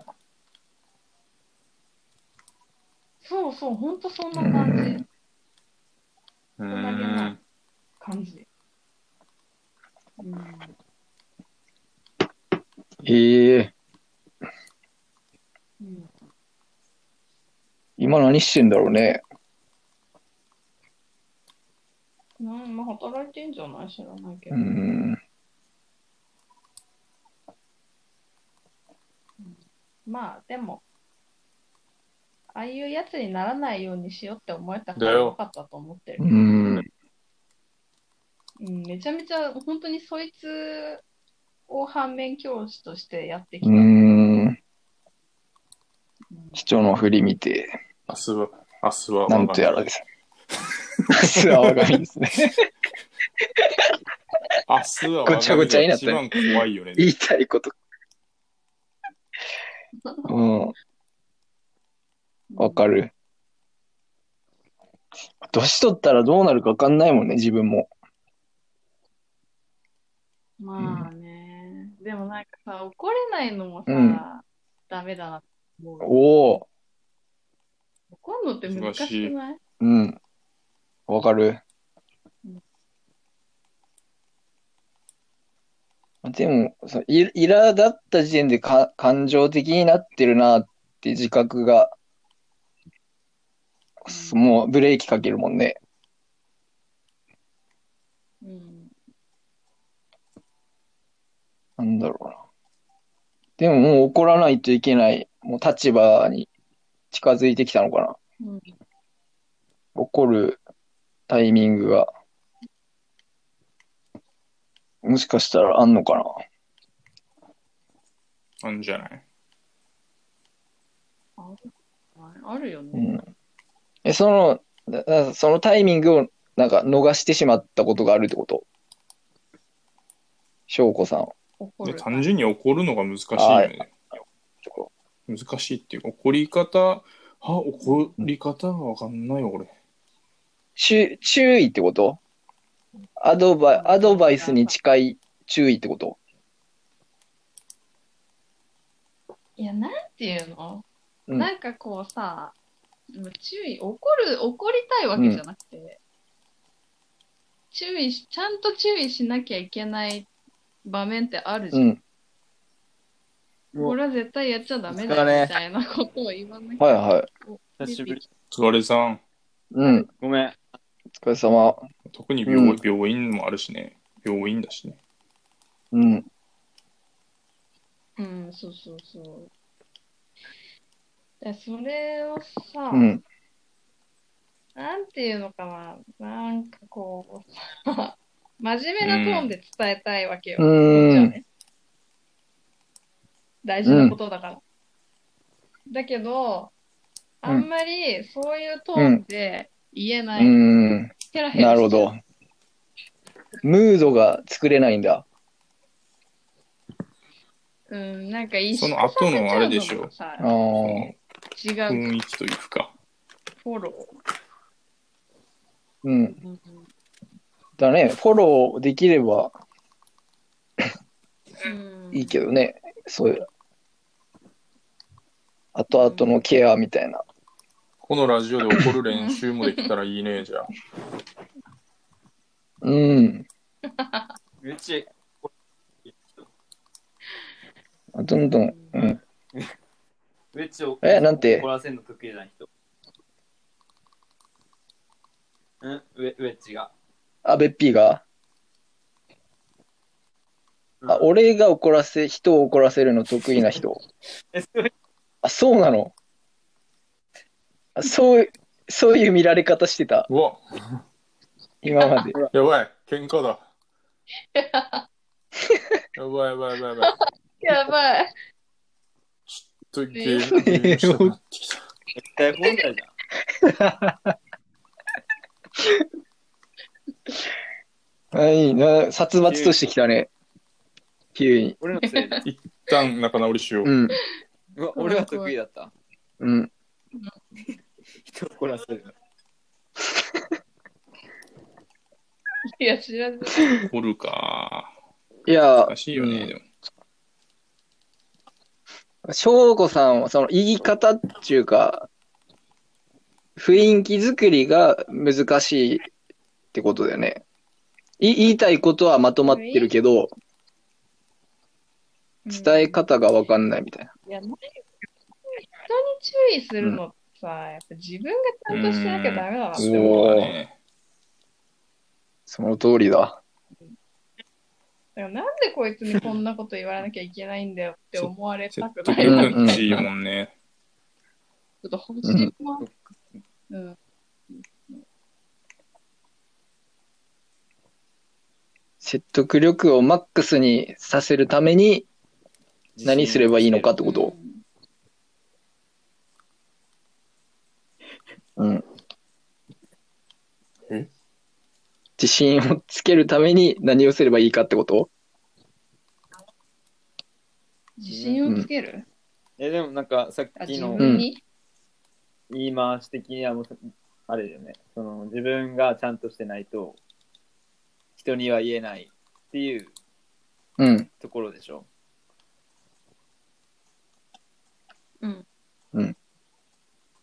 S2: そうそう、ほんとそんな感じ。
S3: う
S2: 大人げない
S3: ん。
S2: 感じ。うん
S1: ええ
S2: うん
S1: 今何してんだろうね。
S2: なんまあ、働いてんじゃない知らないけ
S1: う
S2: ど。
S1: ん。
S2: まあ、でも、ああいうやつにならないようにしようって思えたか
S3: だ
S2: ら
S3: よ
S2: よかったと思ってる
S1: う。ん。
S2: うん、めちゃめちゃ、本当にそいつを反面教師としてやってきた。
S1: う
S2: うん
S1: ん。市長の振り見て、
S3: 明日は、明日は我が
S1: なんとやらです。素は我が身ですね。
S3: 明日は
S1: ごちゃごちゃになった
S3: 我が身が一番怖いよね。
S1: 言いたいこと。うん。わかる。年取ったらどうなるかわかんないもんね、自分も。
S2: まあね。でもなんかさ、怒れないのもさ、
S1: うん
S2: ダメだなって思う。
S1: おお。
S2: 怒るのって難しくない
S1: うん。わかる
S2: うん。
S1: でも、そうい苛だった時点でか感情的になってるなって自覚が、もうブレーキかけるもんね。
S2: うん。
S1: なんだろうな。でももう怒らないといけない、もう立場に近づいてきたのかな。
S2: うん
S1: 怒るタイミングが、もしかしたらあんのかな。
S3: あんじゃない
S2: ああるよね。
S1: うん。え、その、だだそのタイミングをなんか逃してしまったことがあるってこと翔子さん。
S2: 怒
S3: で
S2: る。
S3: 単純に怒るのが難しいよね。難しいっていうか、怒り方、は、怒り方がわかんないよ、俺。
S1: 注注意ってことアドバイアドバイスに近い注意ってこと
S2: いや、なんていうの、
S1: うん
S2: なんかこうさ、注意、怒る、怒りたいわけじゃなくて、注意し、ちゃんと注意しなきゃいけない場面ってあるじゃ。
S1: うんん。
S2: これは絶対やっちゃダメだ
S4: お疲れ
S2: よみたいなことを言わなきゃ。
S1: はいはい。
S4: 久しぶり。
S3: 疲れさん、
S1: うん。
S4: ごめん。
S1: お疲れ様。
S3: 特に病,、
S1: うん
S3: 病院もあるしね。病院だしね。
S1: うん。
S2: うん、そうそうそう。でそれをさ、
S1: うん。
S2: なんていうのかな、なんかこう、 <laughs> 真面目なトーンで伝えたいわけよ。
S1: う
S2: じゃあ
S1: ーん。
S2: ね大事なことだから。だけど、あんまりそういうトーンで言え
S1: う
S2: ない。
S1: ーん。
S2: ヘラヘラ
S1: なるほ
S2: しちゃう
S1: ど。。ムードが作れないんだ。
S2: うん、なんか意識
S3: その後のあれでしょ
S2: さ
S1: あー
S2: 違う
S3: 雰囲気というか。
S2: フォロ
S1: うん。
S2: ー。
S1: だね。フォローできれば
S2: うん
S1: いいけどね。そういう。後々のケアみたいな。
S3: このラジオで怒る練習もできたらいいね、じゃあ。
S1: うん。
S4: うち、
S1: どんどん。うん。
S4: うちを
S1: えなんて
S4: 怒らせるの得意な人。うん、ウェウェッジが。
S1: あ、べっぴーが
S4: うん
S1: あ、俺が怒らせ、人を怒らせるの得意な人。
S4: え、そういう
S1: あ、そうなのあそう、そういう見られ方してた。
S3: うわ、
S1: 今まで。
S3: やばい、喧嘩だ。やばいやばいやばいやばい。
S2: やばい。
S3: ちょっとゲームゲームしたくなってきた。
S4: 絶対問題じゃ
S1: はい、な殺伐としてきたね。急に。
S4: 俺のせいで。
S3: 一旦仲直りしよう。
S1: うん、
S4: うわ俺は得意だった。
S1: うん。
S4: 人を怒らせる。
S2: いや、知らず。
S3: 怒るか。
S1: いや
S3: 難、しいよね、
S1: うん
S3: でも。
S1: 翔子さんはその言い方っていうか、雰囲気作りが難しいってことだよね。い言いたいことはまとまってるけど、伝え方がわかんないみたいな。
S2: いや、なんか人に注意するのさ、やっぱ自分がちゃんとしてなきゃダメだなって思う。
S3: そうだね。
S1: その通りだ。
S2: だからなんでこいつにこんなこと言わなきゃいけないんだよって思われ
S3: 説
S2: たく
S3: 得
S2: ないな。ち
S3: 力欲しいもんね。
S2: ょっと欲しいもんうん。
S1: 説得力をマックスにさせるために <laughs> 何すればいいのかってこと。うん。
S3: え
S1: 自信をつけるために何をすればいいかってこと
S2: 自信をつける、
S4: え、でもなんかさっ
S2: あ
S4: き
S2: 自
S4: の
S2: 分に、
S4: 言い回し的にはもう、あれだよね。その自分がちゃんとしてないと、人には言えないっていう
S1: うん。
S4: ところでしょ。
S2: うん
S1: うん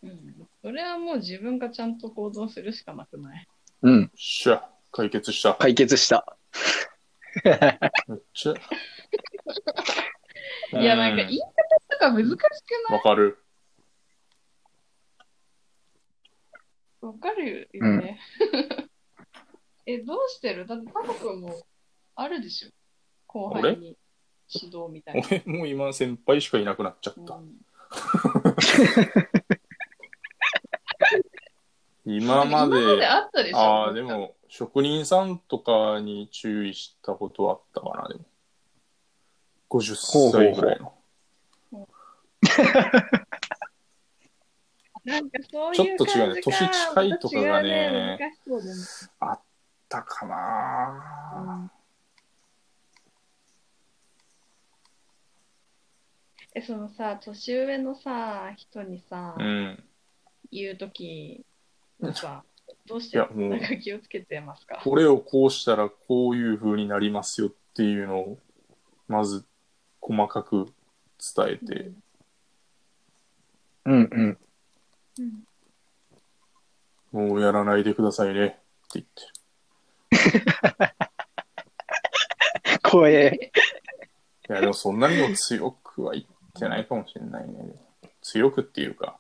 S2: うんそれはもう自分がちゃんと行動するしかなくない。
S1: うん。
S3: しゃ、解決した。
S1: 解決した。
S3: めっちゃ。
S2: <laughs> いや、なんか言い方とか難しく
S3: うんわかる。 <laughs>
S2: ないわかるよね。 <laughs> え、どうしてるだって家族もあるでしょ後輩に指導みたいな。
S3: 俺もう今先輩しかいなくなっちゃった。
S2: うん
S3: 今ま
S2: 今まで
S3: で、
S2: あったでしょ
S3: ああ、で。も、職人さんとかに注意したことはあったかな、でも。50歳ぐらいの。
S2: なんかそう
S3: ちょ
S2: い
S3: っ
S2: う
S3: と
S2: 感
S3: 違うね
S2: じか
S3: 年近いとかが
S2: ま
S3: ね
S2: た違う難しそうだね
S3: あったかな。
S2: え、そのさ、年上のさ、人にさ、
S3: うん。
S2: 言うときさ、どうし
S3: い
S2: て
S3: や、も
S2: な、
S3: うん
S2: か気をつけてますか
S3: これをこうしたらこういう風になりますよっていうのを、まず細かく伝えて、
S1: うんうん。
S2: うん
S3: もうやらないでくださいねって言ってる。
S1: 怖え。
S3: い
S1: <laughs>
S3: や、でもそんなにも強くは言ってないかもしれないね。強くっていう
S1: <laughs>
S3: か。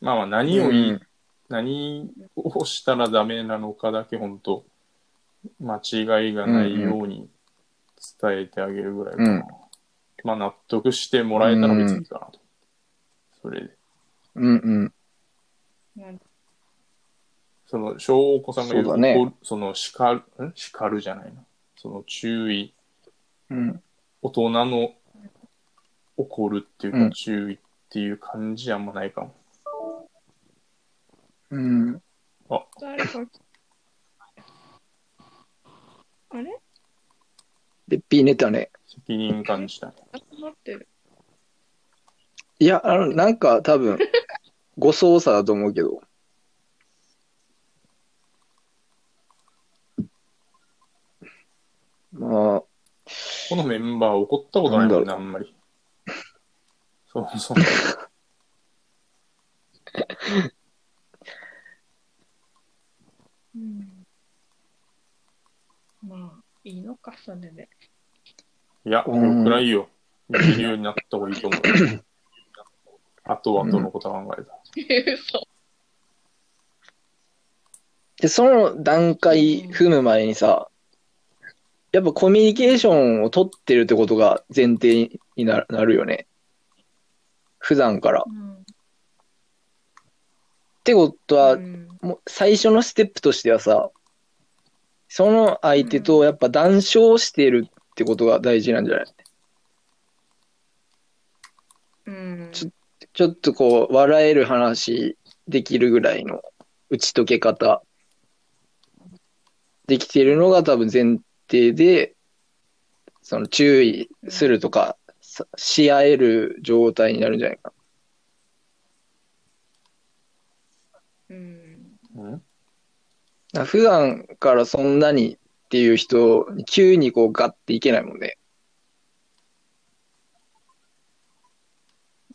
S3: まあまあ何をいい、
S1: うん
S3: 何をしたらダメなのかだけ本当間違いがないように伝えてあげるぐらいかな。
S1: うん
S3: まあ納得してもらえたら別にいいかなと。それで。
S1: うんうん。
S2: なんか
S3: その、小子さんが言う
S1: そうだね
S3: 怒るその叱る、ん叱るじゃないな。その注意、
S1: うん。
S3: 大人の怒るっていう
S1: う
S3: か
S1: ん
S3: 注意っていう感じあんまないかも。
S1: うん。
S2: あれかあれ
S1: べっぴー寝たね。
S3: 責任感じたね。
S2: 集まってる。
S1: いや、あの、なんか多 <laughs> 分、誤操作だと思うけど。まあ、
S3: このメンバー怒ったことないもんね、
S1: な
S3: あんまり。そうそう。
S2: うんまあ、いいのか、それで。
S3: いや、
S1: うん
S3: よくないよ。できるようになった方がいいと思う。あとはどのこと考えた。
S2: 嘘
S1: で、その段階踏む前にさ、やっぱコミュニケーションを取ってるってことが前提にななるよね。普段から。っ
S2: うん
S1: てことは、
S2: うん
S1: もう最初のステップとしてはさ、その相手とやっぱ談笑してるってことが大事なんじゃない
S2: うん
S1: ちょちょっとこう、笑える話できるぐらいの打ち解け方。できてるのが多分前提で、その注意するとか、さし合える状態になるんじゃないか
S2: うん。
S3: うん
S1: な。だから普段からそんなにっていう人、急にこうガッていけないもんね。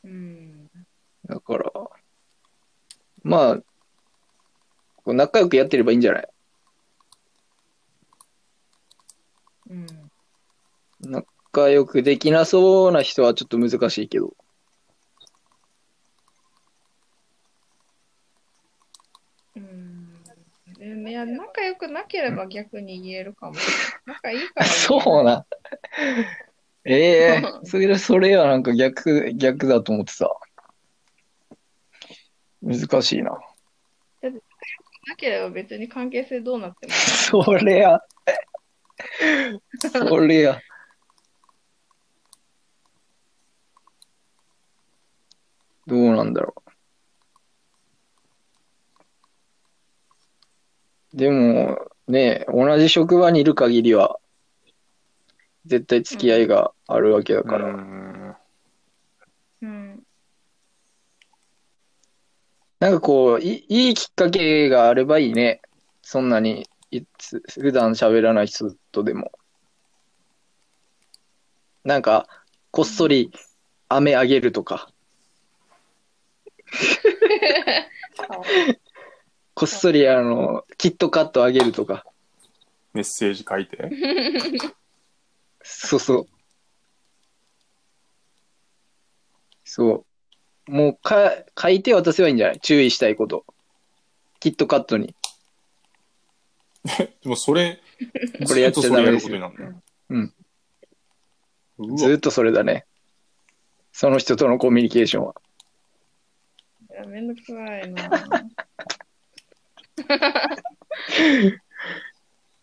S2: うん。
S1: だから、まあ、こう仲良くやってればいいんじゃない
S2: うん。
S1: 仲良くできなそうな人はちょっと難しいけど。
S2: うん。いや、仲良くなければ逆に言えるかも。仲いい <laughs> から、
S1: そうな。ええそれ、それはなんか逆、逆だと思ってた。難しいな。 <laughs>
S2: なければ別に関係性どうなっても。
S1: それや。それや。どうなんだろう。でも、ね、同じ職場にいる限りは、絶対付き合いがあるわけだから。
S3: うん
S2: うん。
S1: なんかこう、いいいきっかけがあればいいね。そんなに、いつ、普段喋らない人とでも。なんか、こっそり、飴あげるとか、こっそり、あの、キットカットあげるとか。
S3: メッセージ書いて。
S1: そうそう。そう。もう、か、書いて渡せばいいんじゃない注意したいこと。キットカットに。
S3: でもそれ、
S1: これやっちゃ
S3: ずとそ
S1: ダメ
S3: や
S1: で
S3: る
S1: す
S3: ことになるね。
S1: うん。
S3: う
S1: ず
S3: わ
S1: っとそれだね。その人とのコミュニケーションは。
S2: いやめんどくさいな。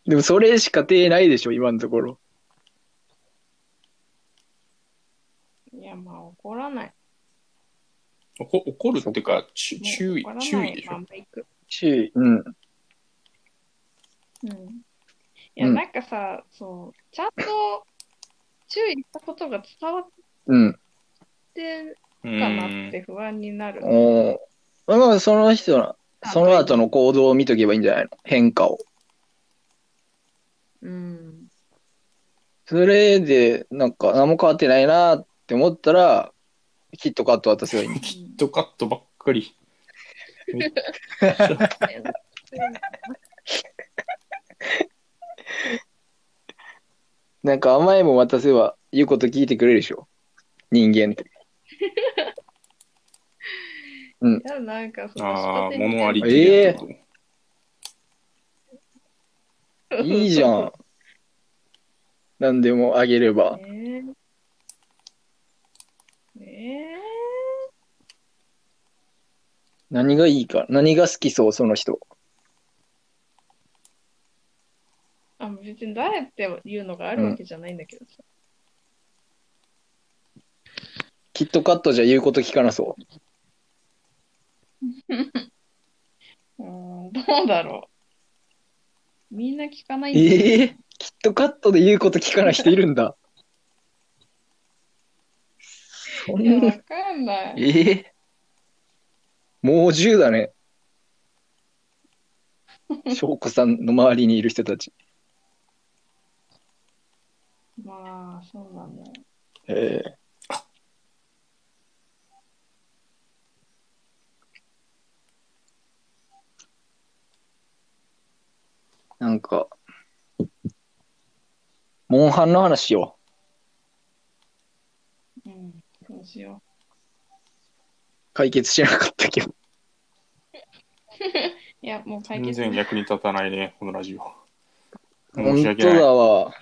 S1: でもそれしか手ないでしょ、今のところ。
S2: いや、まあ怒らない。
S3: 怒怒るってか、ち注意
S2: もう、怒ら
S3: 注
S2: な
S3: 意
S2: い
S3: でし
S2: ま
S3: ょ。
S2: ま行く。
S1: 注意。うん。
S2: うん。いや、
S1: うん
S2: なんかさ、そう、ちゃんと注意したことが伝わっ
S1: うん。
S2: てる
S3: う
S2: かなっ
S3: ん。
S2: て不安になる。
S1: おーまあ、その人の、その後の行動を見とけばいいんじゃないの変化を。
S2: うん。
S1: それで、なんか、何も変わってないなって思ったら、キットカット渡せばいい <laughs> の。
S3: キットカットばっかり。
S2: めんどくさいな
S1: なんか甘えも渡せば、言うこと聞いてくれるでしょ人間って。
S2: いや、なんかその
S3: あ
S2: 下
S3: あ、
S2: 手に
S3: 物ありき
S1: ええ
S3: でやってる
S1: いいじゃ <laughs> ん。何でもあげれば。
S2: ねえ。ねえ。
S1: 何がいいか。何が好きそう、その人。
S2: あ、別に誰っていうのがあるわけじゃないんだけどさ。
S1: キットカットじゃ言うこと聞かなそう。
S2: うん、どうだろう。みんな聞かないんだよ
S1: ええキットカットで言うこと聞かない人いるんだ。そん
S2: いや、わ
S1: な、
S2: かんない。
S1: ええもう10だね。翔子さんの周りにいる人たち。
S2: まあ、そうなんだよ。
S1: ええなんか、モンハンの話を。
S2: うん、どうしよ
S1: 解決しなかったけど。
S2: う。いや、もう解
S3: 全
S2: 決
S3: 然役に立たないね、このラジオ。申
S1: 本
S3: し訳
S1: 当
S3: ない。
S1: だわ。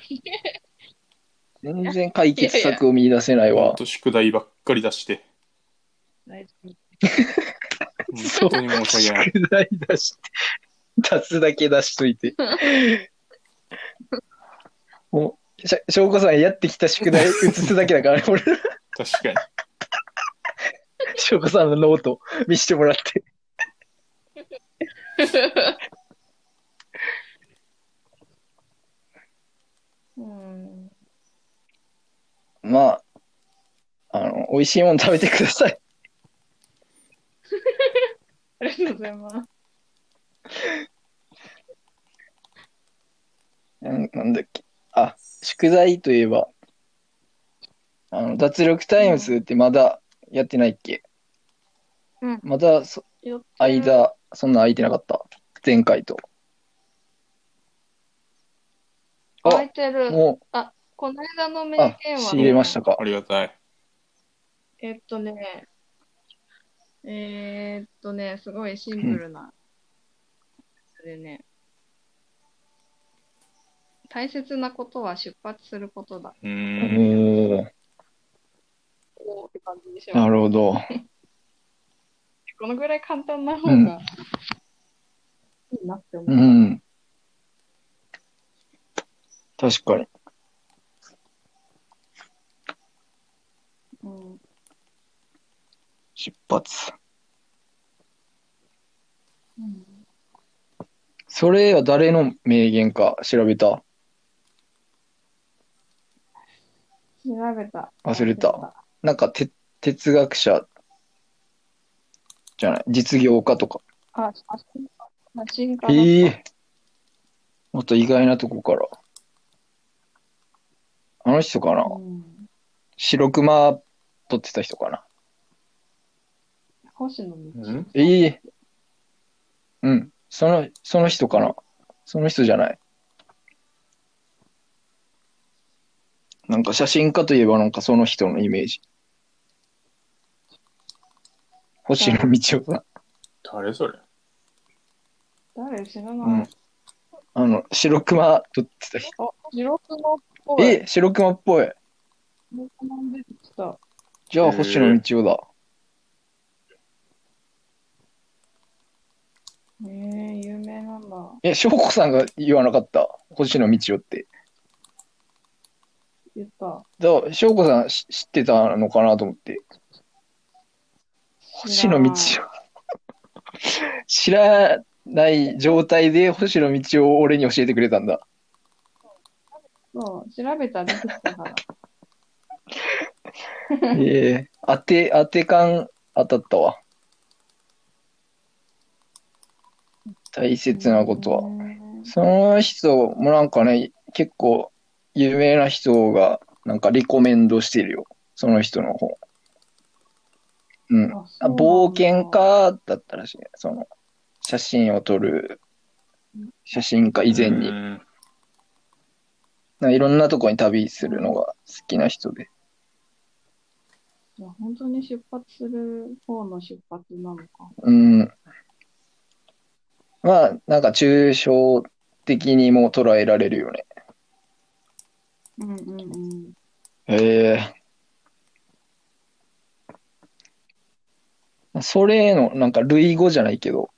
S1: 全然解決策を見出せない
S3: ほん
S1: わ。
S3: と宿題ばっかり出して。
S2: 大丈夫。
S3: 本当に申し訳ない。
S1: 宿題出して、出すだけ出しとい <laughs> て。もう、しゃ翔子さんやってきた宿題移すだけだから、 <laughs> 俺、
S3: 確かに。
S1: 翔子さんのノート見してもらって。
S2: うん。
S1: まあ、あの、美味しいもの食べてください。
S2: ありがとうございます。
S1: なんなんだっけ。あ、宿題といえば、あの、脱力タイムズってまだやってないっけ
S2: うん
S1: まだそ、
S2: よっ
S1: 間、そんな空いてなかった。前回と。
S2: 空
S1: あ
S2: い、てる。
S1: も
S2: この間の
S1: う、
S2: 名
S1: あ、
S2: 言は、
S1: 仕入れましたか
S3: あ。りがたい。
S2: えっとね、えーっとね、すごいシンプルな。でね、大切なことは出発することだ。
S3: う
S1: お
S3: ーん。
S1: ー、
S2: おーって感じにしま
S1: な
S2: す。
S1: るほど。
S2: このぐらい簡単な方がいいなって思う。
S1: うん。確かに。
S2: うん
S1: 出発。
S2: うん
S1: それは誰の名言か調べた
S2: 調べた。
S1: 忘れた。なんかて哲学者じゃない実業家とか。
S2: あ、写真家。写真家だった
S1: ええもっと意外なとこから。あの人かな
S2: うん
S1: 白熊撮ってた人かな
S2: 星野美
S3: う
S2: 樹。
S3: ん
S1: ええうん。その、その人かなその人じゃない。なんか写真家といえばなんかその人のイメージ。星野道夫さん。
S3: 誰それ
S2: 誰知ら
S1: う
S2: なんい。
S1: あの、白熊撮ってた人。
S2: あ、白熊っぽい。
S1: え、白熊っぽい。
S2: 白熊出てきた。
S1: じゃあ、星野道夫だ。
S2: ええ、有名なんだ。
S1: え、翔子さんが言わなかった。星野道夫って。
S2: 言った。
S1: だから、翔子さんし知ってたのかなと思って。星野道夫。 <laughs> 知らない状態で星野道夫を俺に教えてくれたんだ。
S2: そう、調べたら出てきたから。
S1: ええ当て、当て感当たったわ。大切なことは。その人もなんかね、結構有名な人がなんかリコメンドしてるよ。その人の本。うん。
S2: あ。
S1: あ冒険家だったらしいね。その、写真を撮る、写真家以前に。
S3: に。
S1: なんかいろんなとこに旅するのが好きな人で。
S2: いや本当に出発する方の出発なのか。
S1: うん。まあ、なんか抽象的にも捉えられるよね。
S2: うんうんうん。
S1: へえ。それの、なんか類語じゃないけど、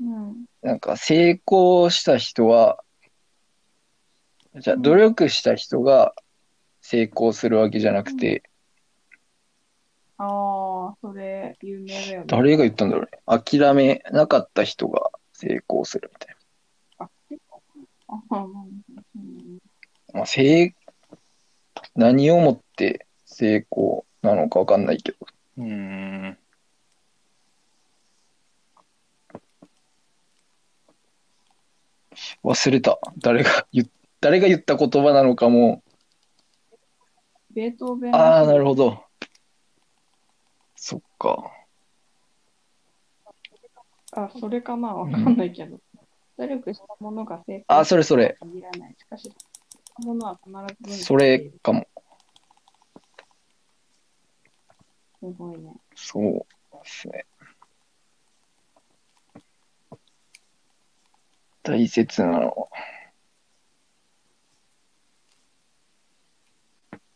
S2: うん、
S1: なんか成功した人は、じゃあ努力した人が成功するわけじゃなくて、
S2: ああ、それ、有名だよね。
S1: 誰が言ったんだろうね。諦めなかった人が成功するみたい
S2: あまあまあうん
S1: な。まあ、成、何をもって成功なのかわかんないけど。
S3: うーん。
S1: 忘れた。誰が言っ、誰が言った言葉なのかも。
S2: ベートーベン
S1: ああ、な
S2: ほ
S1: るほど。そっか。
S2: ど。あ、それかなわかんないけど。努力したものが成功
S1: あ、それそれ。
S2: 限らない。しかし、したものは必ず。
S1: それ。かも。
S2: すごいね。
S1: そうですね。大切なのは。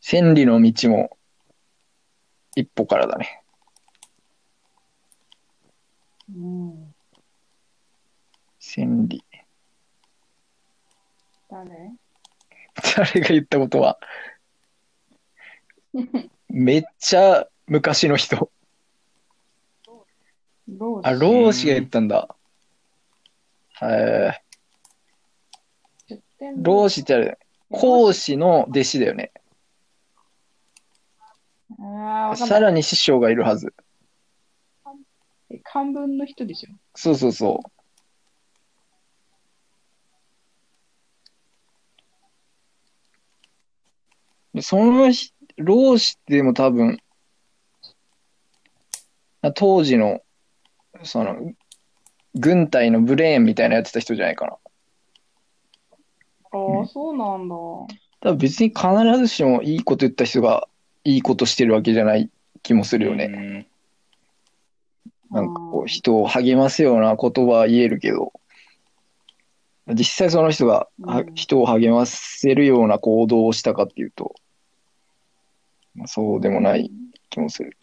S1: 千里の道も一歩からだね。
S2: うん。
S1: 千里。
S2: 誰
S1: 誰が言ったことは、めっちゃ昔の人。
S2: ロー
S1: あ、
S2: ー
S1: 老子が言ったんだ。はい。
S2: ちょっ
S5: 天
S1: 老子ってある。講師の弟子だよね。
S2: ああ、わかんな
S1: さ
S2: い。
S1: らに師匠がいるはず。
S2: 漢文の人でしょ。
S1: そうそうそう。でそのひ老子っても多分、あ当時の、その、軍隊のブレーンみたいなやってた人じゃないかな。
S2: ああ、
S1: うん
S2: そうなんだ。
S1: 多分別に必ずしもいいこと言った人がいいことしてるわけじゃない気もするよね。
S3: ね。
S1: なんかこ
S2: あー
S1: う、人を励ますような言葉は言えるけど、実際その人が、は
S2: うん
S1: 人を励ませるような行動をしたかっていうと、まあそうでもない気もする。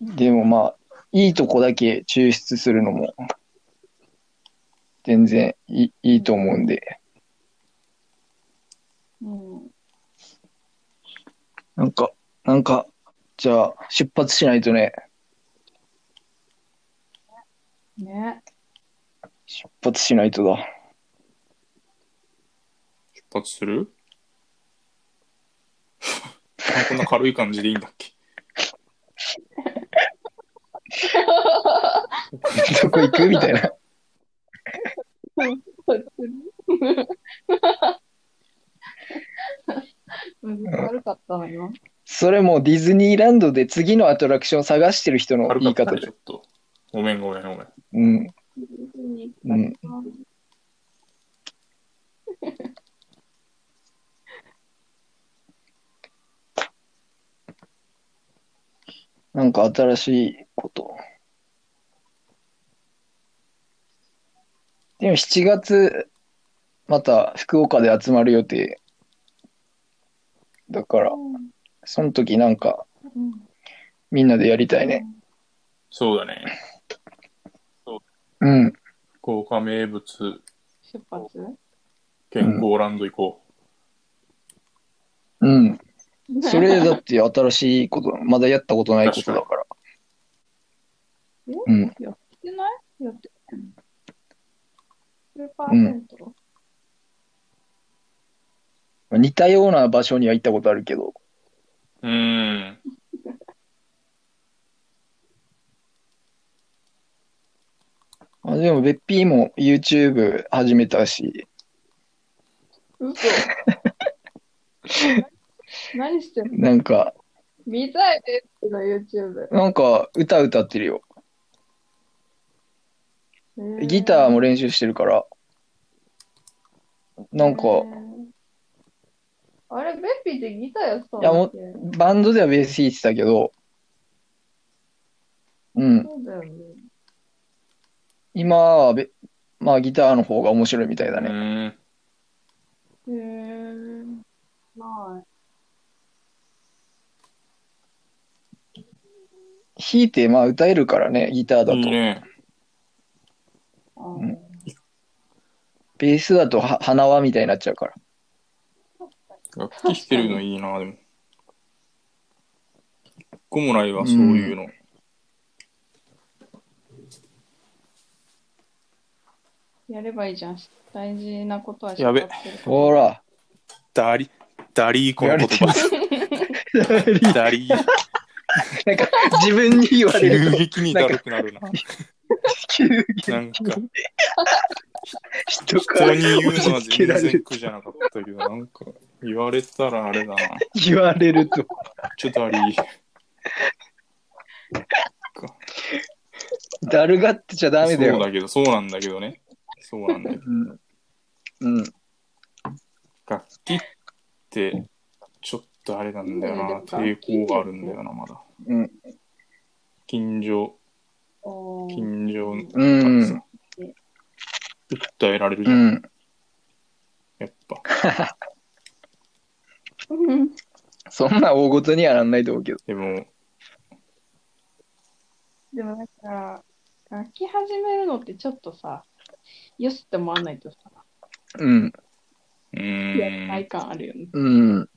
S1: でもまあ、いいとこだけ抽出するのも、全然いいいいと思うんで、
S2: うん。うん。
S1: なんか、なんか、じゃあ、出発しないとね、
S2: ね。 <laughs>
S1: 出発しないとだ。 <laughs>
S3: 出発するこんな軽い感じでいいんだっけ
S1: どこ行くみたいな。
S2: 悪かったのよ。
S1: それもうディズニーランドで次のアトラクションを探してる人の
S3: 軽
S1: 言
S3: か
S1: い
S3: った
S1: 方
S3: ね
S1: で
S3: ちょ。っと。ごめんごめんごめん。
S1: うん。うんなんか新しいこと。でも7月、また福岡で集まる予定。だから、その時なんかみんなでやりたいね。
S3: そうだね。
S1: うん。
S3: 福岡名物、
S2: 出発
S3: 健康ランド行こ
S1: うん。それだって新しいこと、まだやったことないことだから。うん。
S2: やってないやって
S5: 数パーセント、
S1: 似たような場所には行ったことあるけど、
S3: う。うーん。
S1: あでも、べっぴーも YouTube 始めたし、
S2: 嘘 <laughs> 何してんの
S1: なんか、
S2: 見たいですの YouTube。
S1: なんか歌歌ってるよ。ギターも練習してるから、なんか、
S5: あれ、ベッピーってギターやってたん
S1: いやも
S5: だっけ
S1: バンドではベース弾いてたけど、うん、
S5: そうだよね。
S1: 今はべ、まあギターの方が面白いみたいだ
S3: う
S1: ね。
S3: ーん。
S5: へー
S2: な
S1: 弾いて、まあ歌えるからね、ギターだと。
S3: いいね。
S2: い。あ
S1: んベースだとは鼻輪みたいになっちゃうから。
S3: 楽器弾けるのいいな、でも。一個もないわ、そういうの。
S2: やればいいじゃん。大事なことは
S3: やべ
S2: しゃべってる
S1: ほら、
S3: ダリ、ダリーコの言葉。ダリー。
S1: なんか自分に言われ
S3: 急
S1: ると、
S3: 激にだるくなるな。
S1: 急に
S3: なんか、
S1: 人か
S3: 人
S1: ら
S3: に言うのは
S1: 押し付けら
S3: 全
S1: れ
S3: 然
S1: る、
S3: 苦じゃなかったけど、なんか、言われたらあれだな。
S1: 言われると。
S3: ちょっとダリー。
S1: だるがってちゃダメだよ。
S3: そうだけど、そうなんだけどね。そうなんだよ。
S1: うん。うん。
S3: 楽器って、ちょっとあれなんだよな。抵抗があるんだよな、まだ。
S1: うん。
S3: 近所、
S2: おー
S3: 近所の
S1: うん
S3: さ、訴えられるじ
S1: う
S3: ゃん。
S1: ん。
S3: やっぱ。
S1: そんな大ごとにはなんないと思うけど。
S3: でも、
S2: でもなんか、楽器始めるのってちょっとさ、よしって思わないとさ、
S1: うん。
S3: う
S2: やらな
S3: ー
S2: い
S3: ん。
S2: 感あるよね。
S1: うん。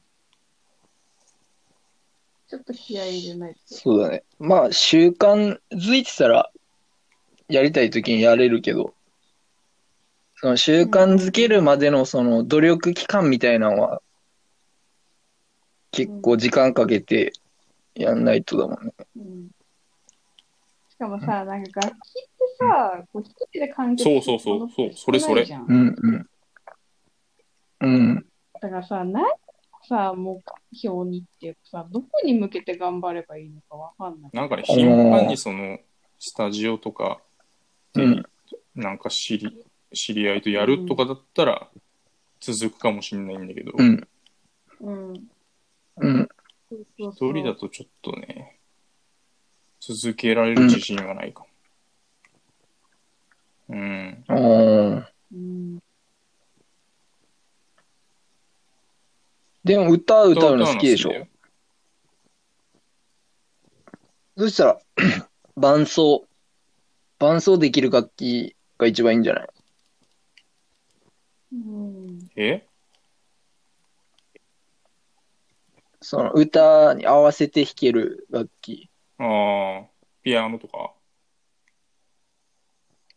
S2: ちょっと気合い入れないと。
S1: そうだね。まあ、習慣づいてたら、やりたいときにやれるけど、その習慣づけるまでのその努力期間みたいなのは、結構時間かけてやんないとだもんね。
S2: うんしかもさ、なんか楽器ってさ、こう一人で完結
S3: そうそうそうそうそれそ
S2: 少
S3: れ
S2: ないじゃん
S1: うんうん。うん。
S2: だからさ、何をさ、目標にっていうかさ、どこに向けて頑張ればいいのかわかんない。
S3: なんかね、頻繁にその、スタジオとか、
S1: うん。
S3: なんか知り、知り合いとやるとかだったら、続くかもしれないんだけど、
S1: う
S3: 一
S1: ん。
S2: うん。
S1: うん。
S2: そうそうそう
S3: 人だとちょっとね、続けられる自信はないかも。うん。
S1: あー
S2: うん。
S1: でも歌歌うの好きでしょそしたら、 <clears throat> 伴奏、伴奏できる楽器が一番いいんじゃない
S2: うん。
S3: え
S1: その歌に合わせて弾ける楽器。
S3: ああ、ピアノとか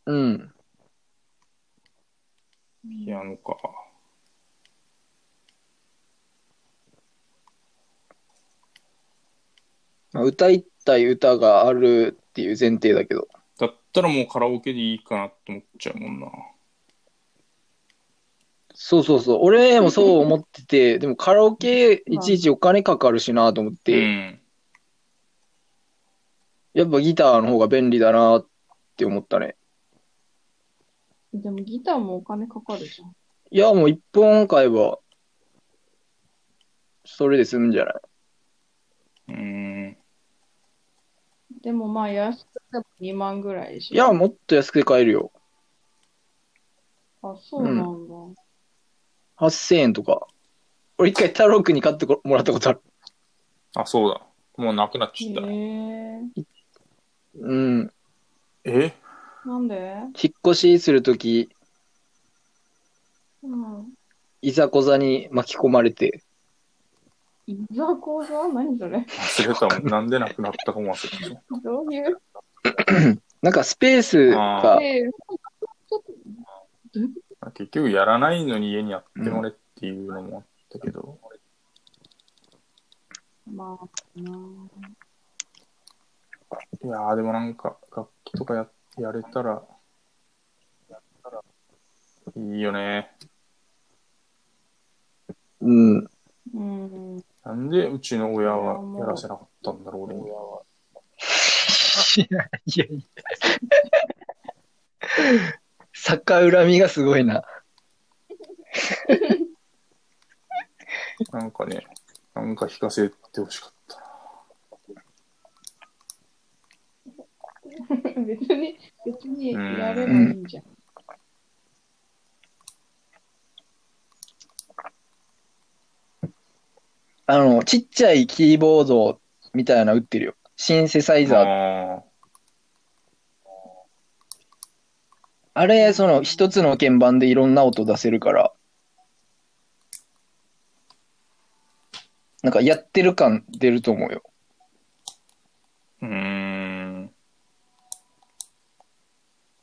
S1: うん。
S3: ピアノか。
S1: まあ、歌いたい歌があるっていう前提だけど。
S3: だったらもうカラオケでいいかなって思っちゃうもんな。
S1: そうそうそう。俺もそう思ってて、 <laughs> でもカラオケいちいちお金かかるしなと思っ
S3: う
S1: て、
S3: ん。
S1: やっぱギターの方が便利だなって思ったね。
S2: でもギターもお金かかるじゃん。
S1: いや、もう一本買えば、それで済むんじゃない
S3: うん。
S2: でもまあ安くても2万ぐらいでしょ。
S1: いや、もっと安く買えるよ。
S2: あ、そうなんだ。
S1: 8000円とか。俺一回太郎くんに買ってこもらったことある。
S3: あ、そうだ。もうなくなっちゃった。
S2: へえ。
S1: うん。
S3: え
S2: なんで
S1: 引っ越しするとき、
S2: うん。
S1: いざこざに巻き込まれて、
S2: いざこざ何それ <laughs>
S3: 忘れたもん。なんでなくなったかも忘れた。
S2: どういう。
S1: なんかスペースが、
S2: ええちょっと
S3: 結局やらないのに家にやってもらえっていうのもあったけど、
S2: まあ、なあ
S3: いやーでもなんか楽器とかややれたらいいよね
S1: <laughs> うん、
S2: うん。 <laughs>
S3: なんでうちの親はやらせなかったんだろうね
S1: いやいやいや。逆恨みがすごいな。
S3: なんかねなんか弾かせてほしかったな
S2: 別に、別にやればいいんじゃん。
S1: あの、ちっちゃいキーボードみたいなの売ってるよ。シンセサイザー。
S3: あ
S1: あれ、その、一つの鍵盤でいろんな音出せるから、なんかやってる感出ると思うよ。
S3: ーうーん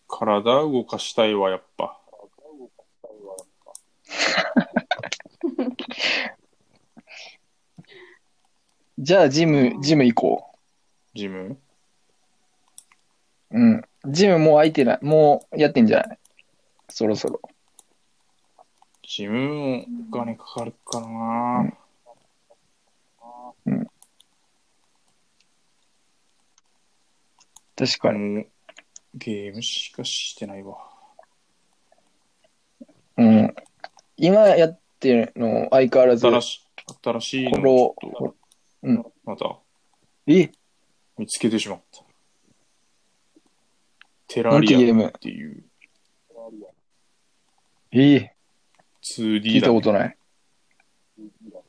S3: 体動かしたいわやっぱ
S1: じゃあ、ジム、ジム行こう。
S3: ジム
S1: うん。ジムもう空いてない。もうやってんじゃないそろそろ。
S3: ジムもお金かかるからな、
S1: 確かに。
S3: もうゲームしかしてないわ
S1: うん。今やってるの相変わらず、
S3: 新し新しい
S1: こ
S3: の
S1: の
S3: をちょっ、
S1: うん。
S3: とまた
S1: え、
S3: 見つけてしまった。テ
S1: な
S3: ラ
S1: んてゲ
S3: リ
S1: ー
S3: ア
S1: ム
S3: っていう
S1: え、聞
S3: 2D
S1: いた
S3: だ、
S1: こ
S3: ね。
S1: とない。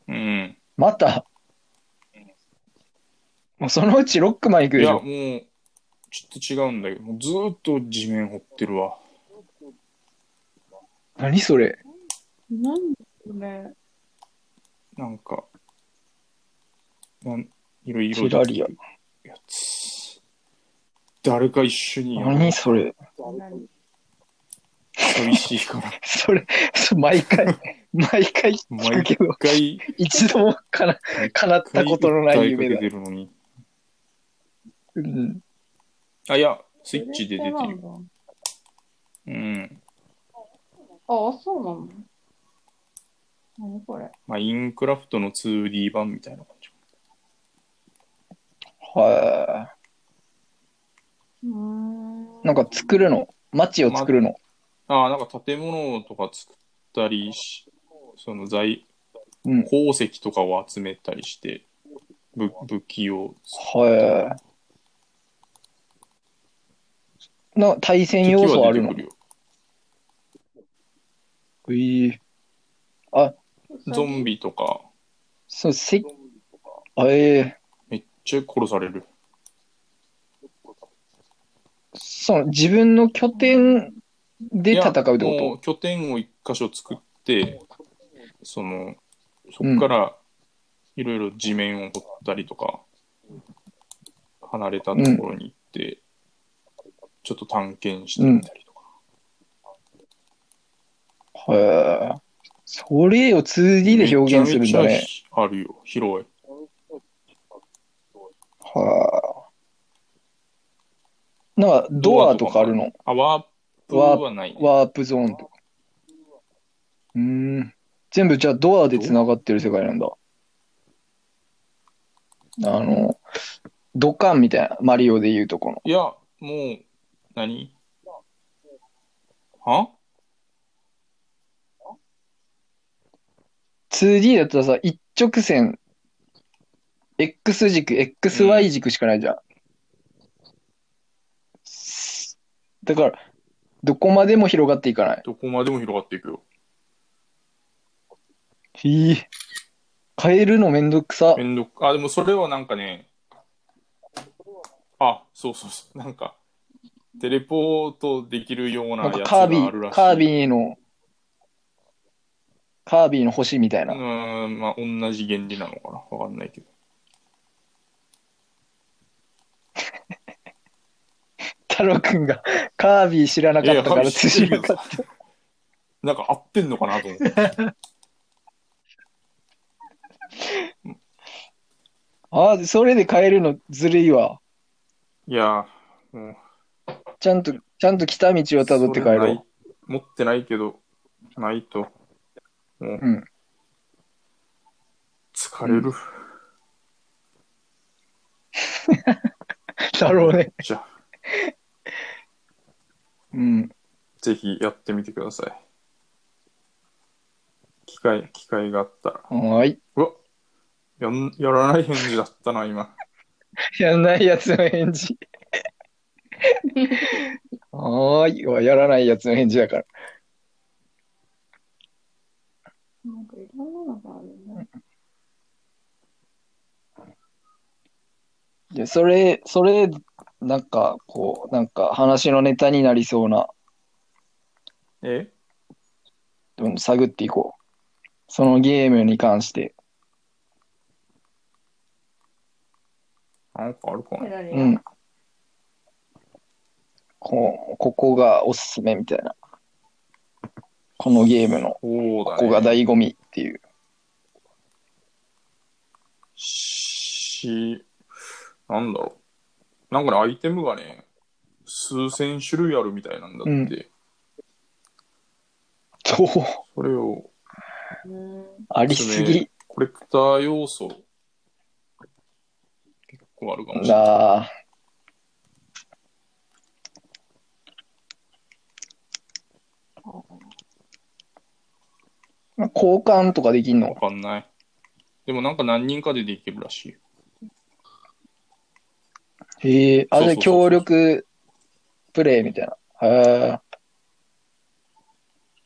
S3: うん。
S1: またもうそのうちロックマン行く
S3: い
S1: でし
S3: や、
S1: ょ
S3: もう、ちょっと違うんだけど、もうずーっと地面掘ってるわ。
S1: 何それ
S2: なんでそれ
S3: なんか、なんいろいろ
S1: テラリア。
S3: や <laughs> つ。誰か一緒にやろう
S1: 何それ
S2: 何
S3: 寂しいから。
S1: それ、それ毎
S3: <laughs>
S1: 回、毎回聞くけど、
S3: 一回、
S1: 一度もかな、叶ったことのない夢
S3: 一回
S1: だ
S3: か。けてるのに。
S1: うん。
S3: あ、いや、スイッチで出てる。
S2: あ
S3: うん。
S2: あ、そうなの何これ。
S3: まあ、インクラフトの 2D 版みたいな感じ。
S1: は
S2: うーん。
S1: い。なんか作るの。街を作るの。
S3: ああ、なんか建物とか作ったりし、その財、
S1: うん
S3: 鉱石とかを集めたりして、武武器を
S1: はい。な、対戦要素あるの
S3: 敵は出てくるよ
S1: ええ
S3: ゾンビとか、
S1: そう、せあええ
S3: めっちゃ殺される。
S1: その自分の拠点で戦うって
S3: いやも
S1: こ
S3: 拠点を一箇所作って、その、そこからいろいろ地面を掘ったりとか、離れたところに行って、ちょっと探検してみたりとか。
S1: とへえそれを 2D で表現するんだ
S3: めちゃめ
S1: ね。
S3: ちゃあるよ、広い。
S1: はい。なんかドアとかあるの
S3: あ、ワープはない、ね。
S1: ワープゾーンとか。うーん。全部じゃあドアで繋がってる世界なんだ。あの、ドカンみたいな、マリオで言うとこの。
S3: いや、もう、何は
S1: 2D だったらさ、一直線、X 軸、XY 軸しかないじゃん。だから、どこまでも広がっていかない。
S3: どこまでも広がっていくよ。
S1: へえ。変えるのめんどくさ
S3: め。んどく、あ、でもそれはなんかね、あ、そうそうそう、なんか、テレポートできるような
S1: な
S3: や
S1: ん
S3: つ
S1: か
S3: が
S1: カ
S3: あ
S1: ービ
S3: るら
S1: ィ、
S3: しい。
S1: カービィの、カービィの星みたいな。
S3: うーん、まあ、同じ原理なのかなわかんないけど。
S1: 太郎くんがカービィ知らなかったか
S3: い
S1: ら
S3: や
S1: 通じなかっ
S3: 知ってるけど <laughs> なんか合ってんのかなと思って。
S1: た。ああ、それで変えるのずるいわ。
S3: いやー、もう、
S1: ちゃんと、ちゃんと来た道をたどって帰
S3: それ
S1: ろ
S3: な
S1: う
S3: い。持ってないけど、ないと、もう、
S1: うん
S3: 疲れる。
S1: だろうね。
S3: じゃあ、
S1: うん。
S3: ぜひやってみてください。機会、機会があったら。
S1: はーい。
S3: うわやん、やらない返事だったな、今。
S1: やんないやつの返事。はーいは。やらないやつの返事だから。
S2: なんかいろんなのがあるね。
S1: で、それ、それ、なんか、こう、なんか話のネタになりそうな、
S3: え
S1: うん探っていこう。そのゲームに関して。
S3: なんかあるか
S2: ペ
S3: な
S2: ラリ
S1: う
S2: ア。
S1: ん。こう、ここがおすすめみたいな。このゲームの、
S3: そうだ
S1: ここ
S3: ね。
S1: が醍醐味っていう。
S3: し、なんだろう。なんかね、アイテムがね、数千種類あるみたいなんだって。
S1: うんそう、
S3: それを、
S2: うん
S1: ありすぎ
S3: コレクター要素、結構あるかもしれない。
S1: なあ。交換とかできん
S3: わ
S1: の
S3: かんない。でもなんか何人かでできるらしいよ。
S1: へえ、あ、
S3: そう
S1: じ
S3: そ
S1: ゃ
S3: う
S1: あ協
S3: そう
S1: 力プレイみたいな。へえ、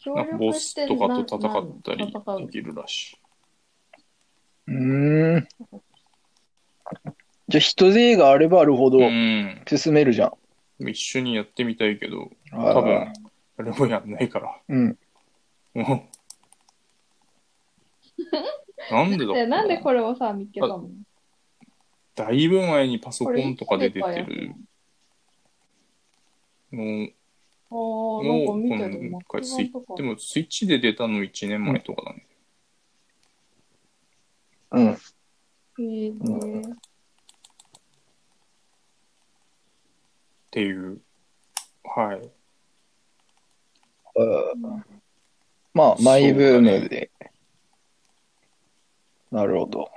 S2: 協
S3: なんかボ
S2: 力
S3: ス
S2: して
S3: とかと
S2: な
S3: 戦ったり
S2: なん戦う
S3: できるらしい。
S1: うーん。じゃあ人勢があればあるほど
S3: うん。
S1: 進めるじゃん。
S3: 一緒にやってみたいけど、
S1: 多
S3: 多分、誰もやんないから。
S1: うん。
S3: もうなんでだ
S2: で、なんでこ
S3: れ
S2: れをさ、見つけたの
S3: だいぶ前にパソコンとかで出てる。もう、
S2: おー、なんか
S3: もう、
S2: 見
S3: こ
S2: て
S3: の
S2: る。
S3: もう一回
S2: 末
S3: スイ
S2: 端と
S3: ッ
S2: か
S3: でもスイッチで出たの1年前とかだね。
S1: うん。
S2: えー
S3: っていう。はい。
S1: まあ、マイブームで。なるほど。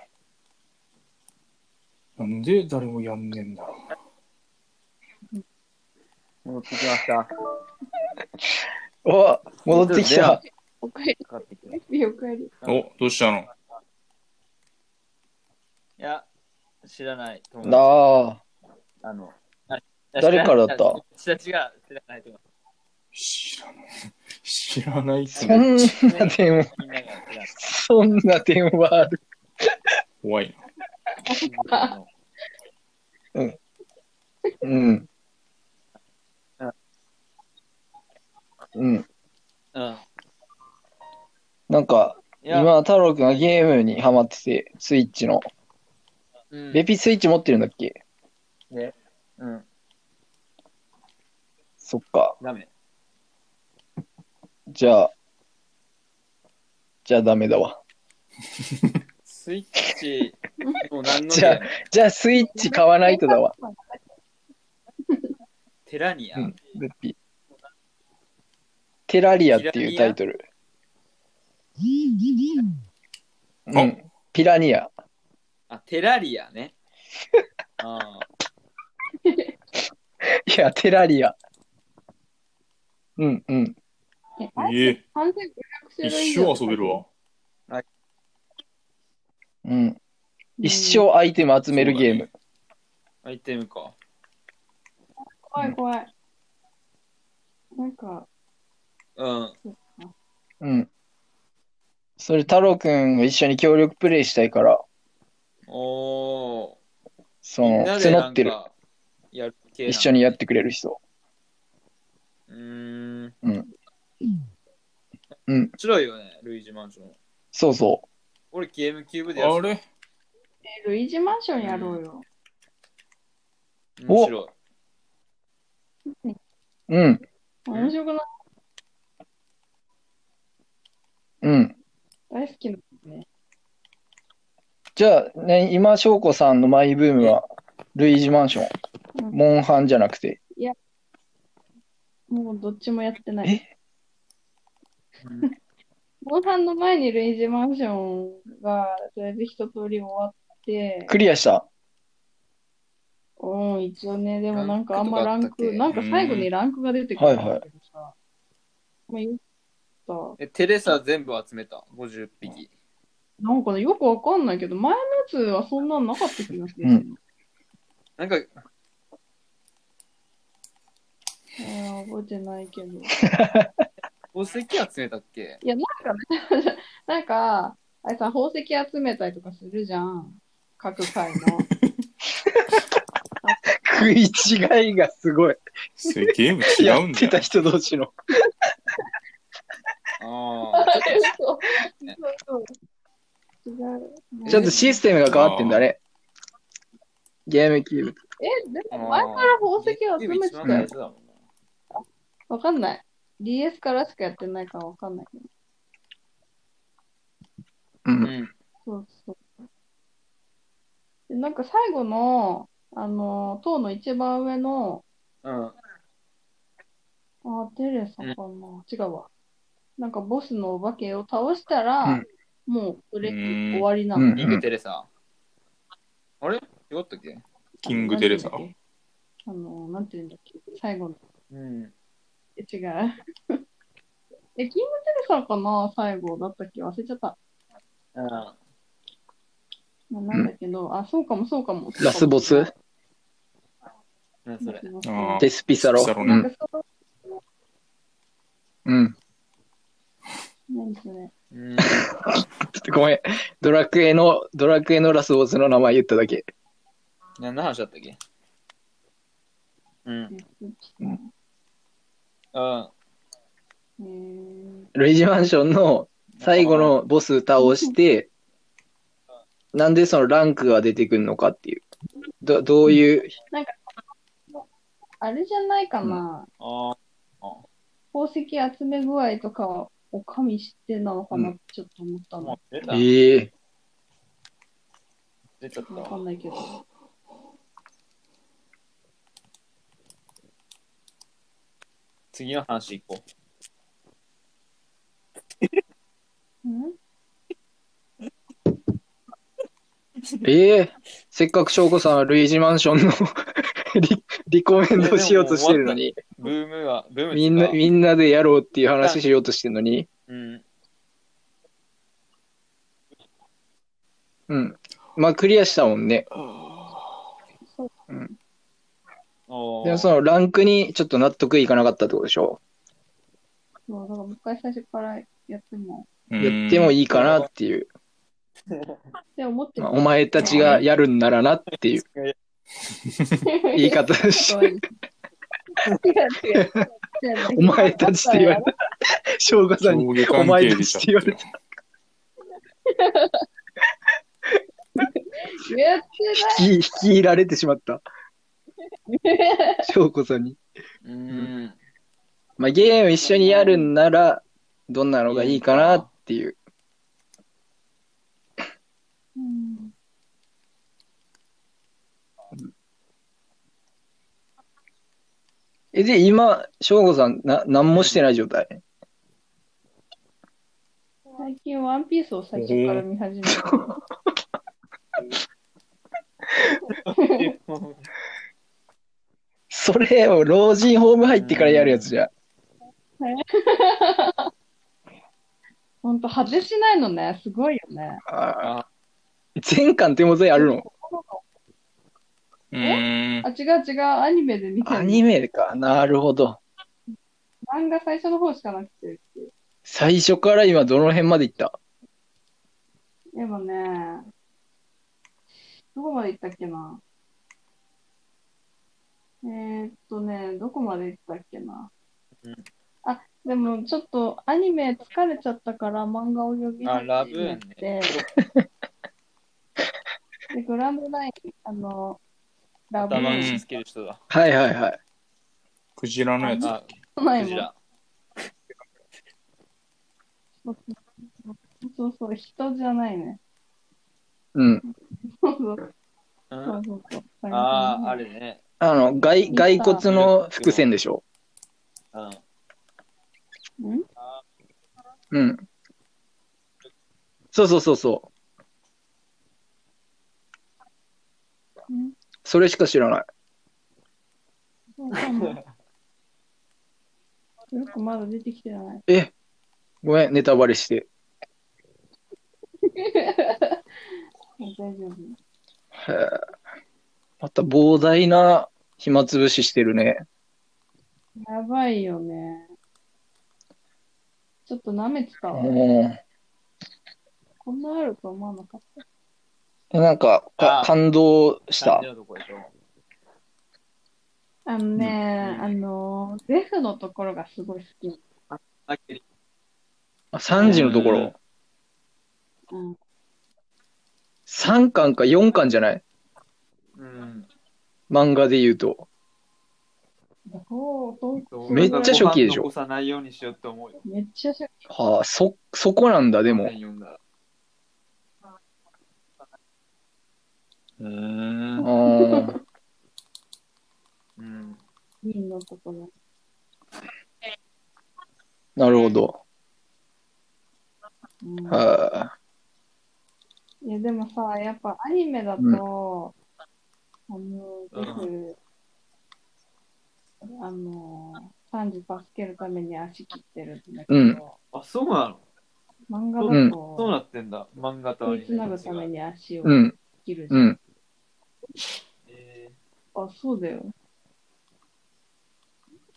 S3: なんで誰もやんねえんだろう。
S4: 戻ってきました。
S1: うわ、戻ってき
S4: で
S1: た
S4: は。
S2: おかえ
S4: かかってきたい
S2: り、おかえり。
S3: お、どうしたの
S4: や、知らない友達。
S1: ああ、
S4: あの、あ
S1: 誰からだった
S4: 知ら知ら知らない
S1: <laughs>
S4: と思
S3: 知らない。知らないっす
S1: そん
S3: ね。
S1: な電話、
S4: う。みんなが知らない
S1: そんな電話ある。
S3: 怖いな。
S4: あの
S1: うん
S4: うん。
S1: うん。
S4: うん。
S1: なんか、
S4: いや、
S1: 今、太郎くんがゲームにハマってて、スイッチの。
S4: うん、
S1: ベピスイッチ持ってるんだっけ
S4: うん、
S1: そっか。
S4: ダメ。
S1: じゃあ、じゃあダメだわ。
S4: スイッチ、もう何の
S1: じゃあ、じゃあスイッチ買わないとだわ。
S4: テラニア、
S1: うんベピ。テラリアっていうタイトル。うん。ピラニア。
S4: あ、テラリアね。 <laughs> あ
S1: いや、テラリア。うんうん。
S2: え、あれ
S3: いえ、
S2: 3500種
S3: 一
S2: 類以上
S3: 生遊べるわ。。
S1: うん。一生アイテム集めるゲーム。
S4: あ、アイテムか。
S2: 怖い怖い。なんか、
S4: うん。
S1: うん。それ、太郎くんが一緒に協力プレイしたいから、
S4: お
S1: そ
S4: ー。みん
S1: の、
S4: なで
S1: 募
S4: なん
S1: ってる。
S4: か、やる系な
S1: 一緒にやってくれる人。
S4: うーん。
S1: うん。うん
S4: 面白いよね、ルイージマンション。
S1: そうそ
S4: 俺、ゲームキューブでや
S3: あ
S4: る。
S3: れ
S2: えルイージマンションやろうよ。
S4: 面白い。
S1: う。うん。
S4: ん
S2: 面白くない
S1: うん。
S2: 大好きなのね。
S1: じゃあ、ね、今、翔子さんのマイブームは、ルイージマンション。
S2: うん
S1: モンハンじゃなくて。
S2: もうどっちもやってない。
S1: え
S2: モンハンの前にルイージマンションが、とりあえず一通り終わって、
S1: クリアした。
S2: うん、一応ね、でもなんかあんまランク、
S4: ラ
S2: な
S4: ン
S2: ん
S3: クとかあったっけ
S2: か最後にランクが出てくるんだけど
S1: はい
S2: さ、まあ言っ
S4: え、テレサ全部集めた。50匹。
S2: た。なんかね、よくわかんないけど、前のやつはそんなんなかった気がする。
S1: うん
S4: なんか、
S2: えー覚えてないけど。い
S4: 宝石集めたっけ
S2: や、なんかね、 <laughs> なんか、あれさ、宝石集めたりとかするじゃん。各回の。
S1: 食い違いがすごい。
S3: それゲーム
S1: <laughs> や
S3: 違う
S1: っ
S3: んだ
S1: て
S3: よ
S1: た。人同士の。
S4: あ
S2: あ
S4: あ。
S2: れそうそうそう。違う。
S1: <laughs> ちょっとシステムが変わってんだね。ゲームキューブ。
S2: え、でも前から宝石集めてた
S4: ゲーム一番大
S2: よ
S4: 事。だもんな
S2: わかんない。DS からしかやってないからわかんないけど。
S1: う。
S4: うんん。
S2: そうそう。でなんか最後の、あの、塔の一番上の、
S4: うん。
S2: あ、テレサかな、違うわ。なんかボスのお化けを倒したら、
S1: うん
S2: もうそれ
S3: うん
S2: 終わりな
S1: う
S2: の。
S1: ん
S4: キングテレサ。あれよかったっけ
S3: キングテレサ。
S2: あの、なんていうんだっけ最後の。
S4: うん。
S2: え、違う。 <laughs> え、キングテレサかな最後だったっけ忘れちゃった。
S4: あ
S2: まあなんだけど、あ、そうかもそうかも。
S1: ラスボス
S4: あ、そ
S2: ラ
S4: れ。
S2: スボス
S3: あー
S1: デスピサロ。
S3: デスピサロ
S1: う
S2: なん
S1: ん
S2: か。その
S1: うん。
S2: 何それ。
S4: うん。
S1: ごめん。ドラクエの、ドラクエのラスボスの名前言っただけ。
S4: 何の話だったっけうん。うん。
S2: えー、
S1: ルイージマンションの最後のボス倒して、なんでそのランクが出てくるのかっていう。ど、どういう、
S2: あれじゃないかな。
S4: ああ。
S2: 宝石集め具合とかは、おかみしてなのかなってちょっと思ったの。
S4: もう出た。
S1: ええ
S4: 出ちゃった
S2: わか
S4: わ。
S2: んないけど。
S4: 次の話行こう。
S2: うん
S1: ええせっかく翔子さんはルイージマンションの <laughs> リリコメンドしようとしてるのに、
S4: ブームは、ブーム
S1: みんな、
S4: ん
S1: みんなでやろうっていう話しようとしてるのに、
S4: うん。
S1: うん。まあ、クリアしたもんね。
S4: お
S1: でも
S4: ー
S1: そのランクにちょっと納得いかなかったってことでしょ。
S2: そう、だからもう一回最初からやっても。
S1: やっても
S3: い。
S1: いいかなっていう。
S2: って思って
S1: まあお
S2: <laughs>
S1: 前たちがやるんならなっていう言い方でし <laughs>
S2: そ
S1: て、
S2: うです違う違う違う
S1: お前たちって言われ
S3: <laughs>
S1: た。翔子さんに、
S3: 上下
S1: お
S3: 関
S1: 前
S3: 係
S1: た
S3: 出
S1: ちって
S3: ち
S1: 言
S3: ゃ
S1: わ
S3: っ
S1: れた。
S2: やって
S1: 引き引き入られてしまった。翔子さんに。
S4: <laughs> うん。
S1: まあ、ゲーム一緒にやるんなら、どんなのがいいかなっていう。
S2: うん
S1: え、で、今、翔子さん、な、何もしてない状態。
S2: 最近ワンピースを最初から見始めた。
S1: それを老人ホーム入ってからやるやつじゃ。
S2: ほんと果てしないのね。すごいよね。
S1: ああ。全巻手元にあるの
S3: うーん
S2: あ、。違う違う。アニメで見た
S1: ア
S2: の
S1: ニメか。なるほど。
S2: 漫画最初の方しかなくて。
S1: 最初から今、どの辺まで行った
S2: でもね、どこまで行ったっけな。えー、っとね、どこまで行ったっけな
S4: うん。
S2: あ、でもちょっとアニメ疲れちゃったから漫画を読み
S4: あ、ラブ
S2: 始
S4: ー
S2: め
S4: ン
S2: て、
S4: ね。
S2: で、グランドライン、あの、ラブ
S4: 頭
S2: ー
S4: に
S2: ン
S4: しつける人だ。
S1: はいはいはい。
S3: クジラのやつ。
S4: あ、
S2: 都内
S4: クジ
S2: も
S4: ラ。
S2: そうそうそう、人じゃないね。
S1: うん。
S2: そうそう
S4: う
S2: そ
S4: ん
S2: う。そうそう。
S4: ああ、あれね。
S1: あの、外、骸骨の伏線でしょ。
S4: うん。
S2: ん
S1: うん。そうそうそうそう。
S2: うん
S1: それしか知らない。
S2: そうかも。 <laughs> よくまだ出てきてない。
S1: え、ごめん、ネタバレして。
S2: 大丈夫。
S1: へえまた膨大な暇つぶししてるね。
S2: やばいよね。ちょっと舐めてたわ。
S1: も
S2: こんなあると思わなかっ
S1: う、なんか、か
S4: あ
S1: 感動した
S4: 感じ。のとこでしょ
S2: た。あのね、
S4: うん
S2: あの、ゼフのところがすごい好き。
S4: あけり
S1: あ3時のとこ
S4: うん
S1: ろ。
S2: うん。
S1: 3巻か4巻じゃない
S4: うん。
S1: 漫画で言うと。
S2: そう
S4: そう
S1: めっちゃ初期でしょ
S4: 残さないようにしようって思うよ。
S2: めっちゃショッキ
S1: はあ、そ、そこなんだ、でも。
S4: 読んだら。うん。
S1: ああ。
S4: うん。
S2: ーのところ。
S1: なるほど。
S2: うん
S1: はい
S2: や、でもさ、やっぱアニメだと、あの、ぜひ、あの、サンジ助けるために足切ってるんだけ
S1: う
S2: ど、
S1: ん
S4: あ、そうなの
S2: 漫画
S1: うん
S2: だ
S4: そうな
S2: と、
S4: ってんだ。漫画とア
S2: 食
S4: ニ
S2: い
S4: メ
S2: つなぐために足を
S1: い。うん、
S2: 切るじゃ。
S1: うんん。
S4: え
S2: あ、そうだよ。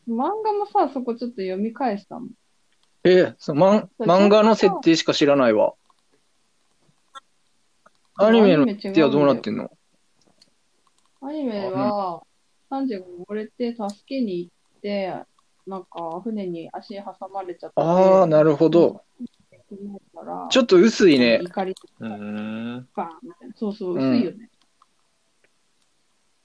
S2: 漫画もさ、そこちょっと読み返したもん。
S1: え、その漫漫画の設定しか知らないわ。アニメの設定はどうなってんの
S2: アニメは、サンジが溺れて助けに行って、なんか船に足挟まれちゃって、
S1: ああ、なるほど。
S2: から
S1: ちょっと薄いね。
S2: 怒り
S4: ー、うん。
S2: バーンみたいな。そうそう、
S1: うん
S2: 薄いよね。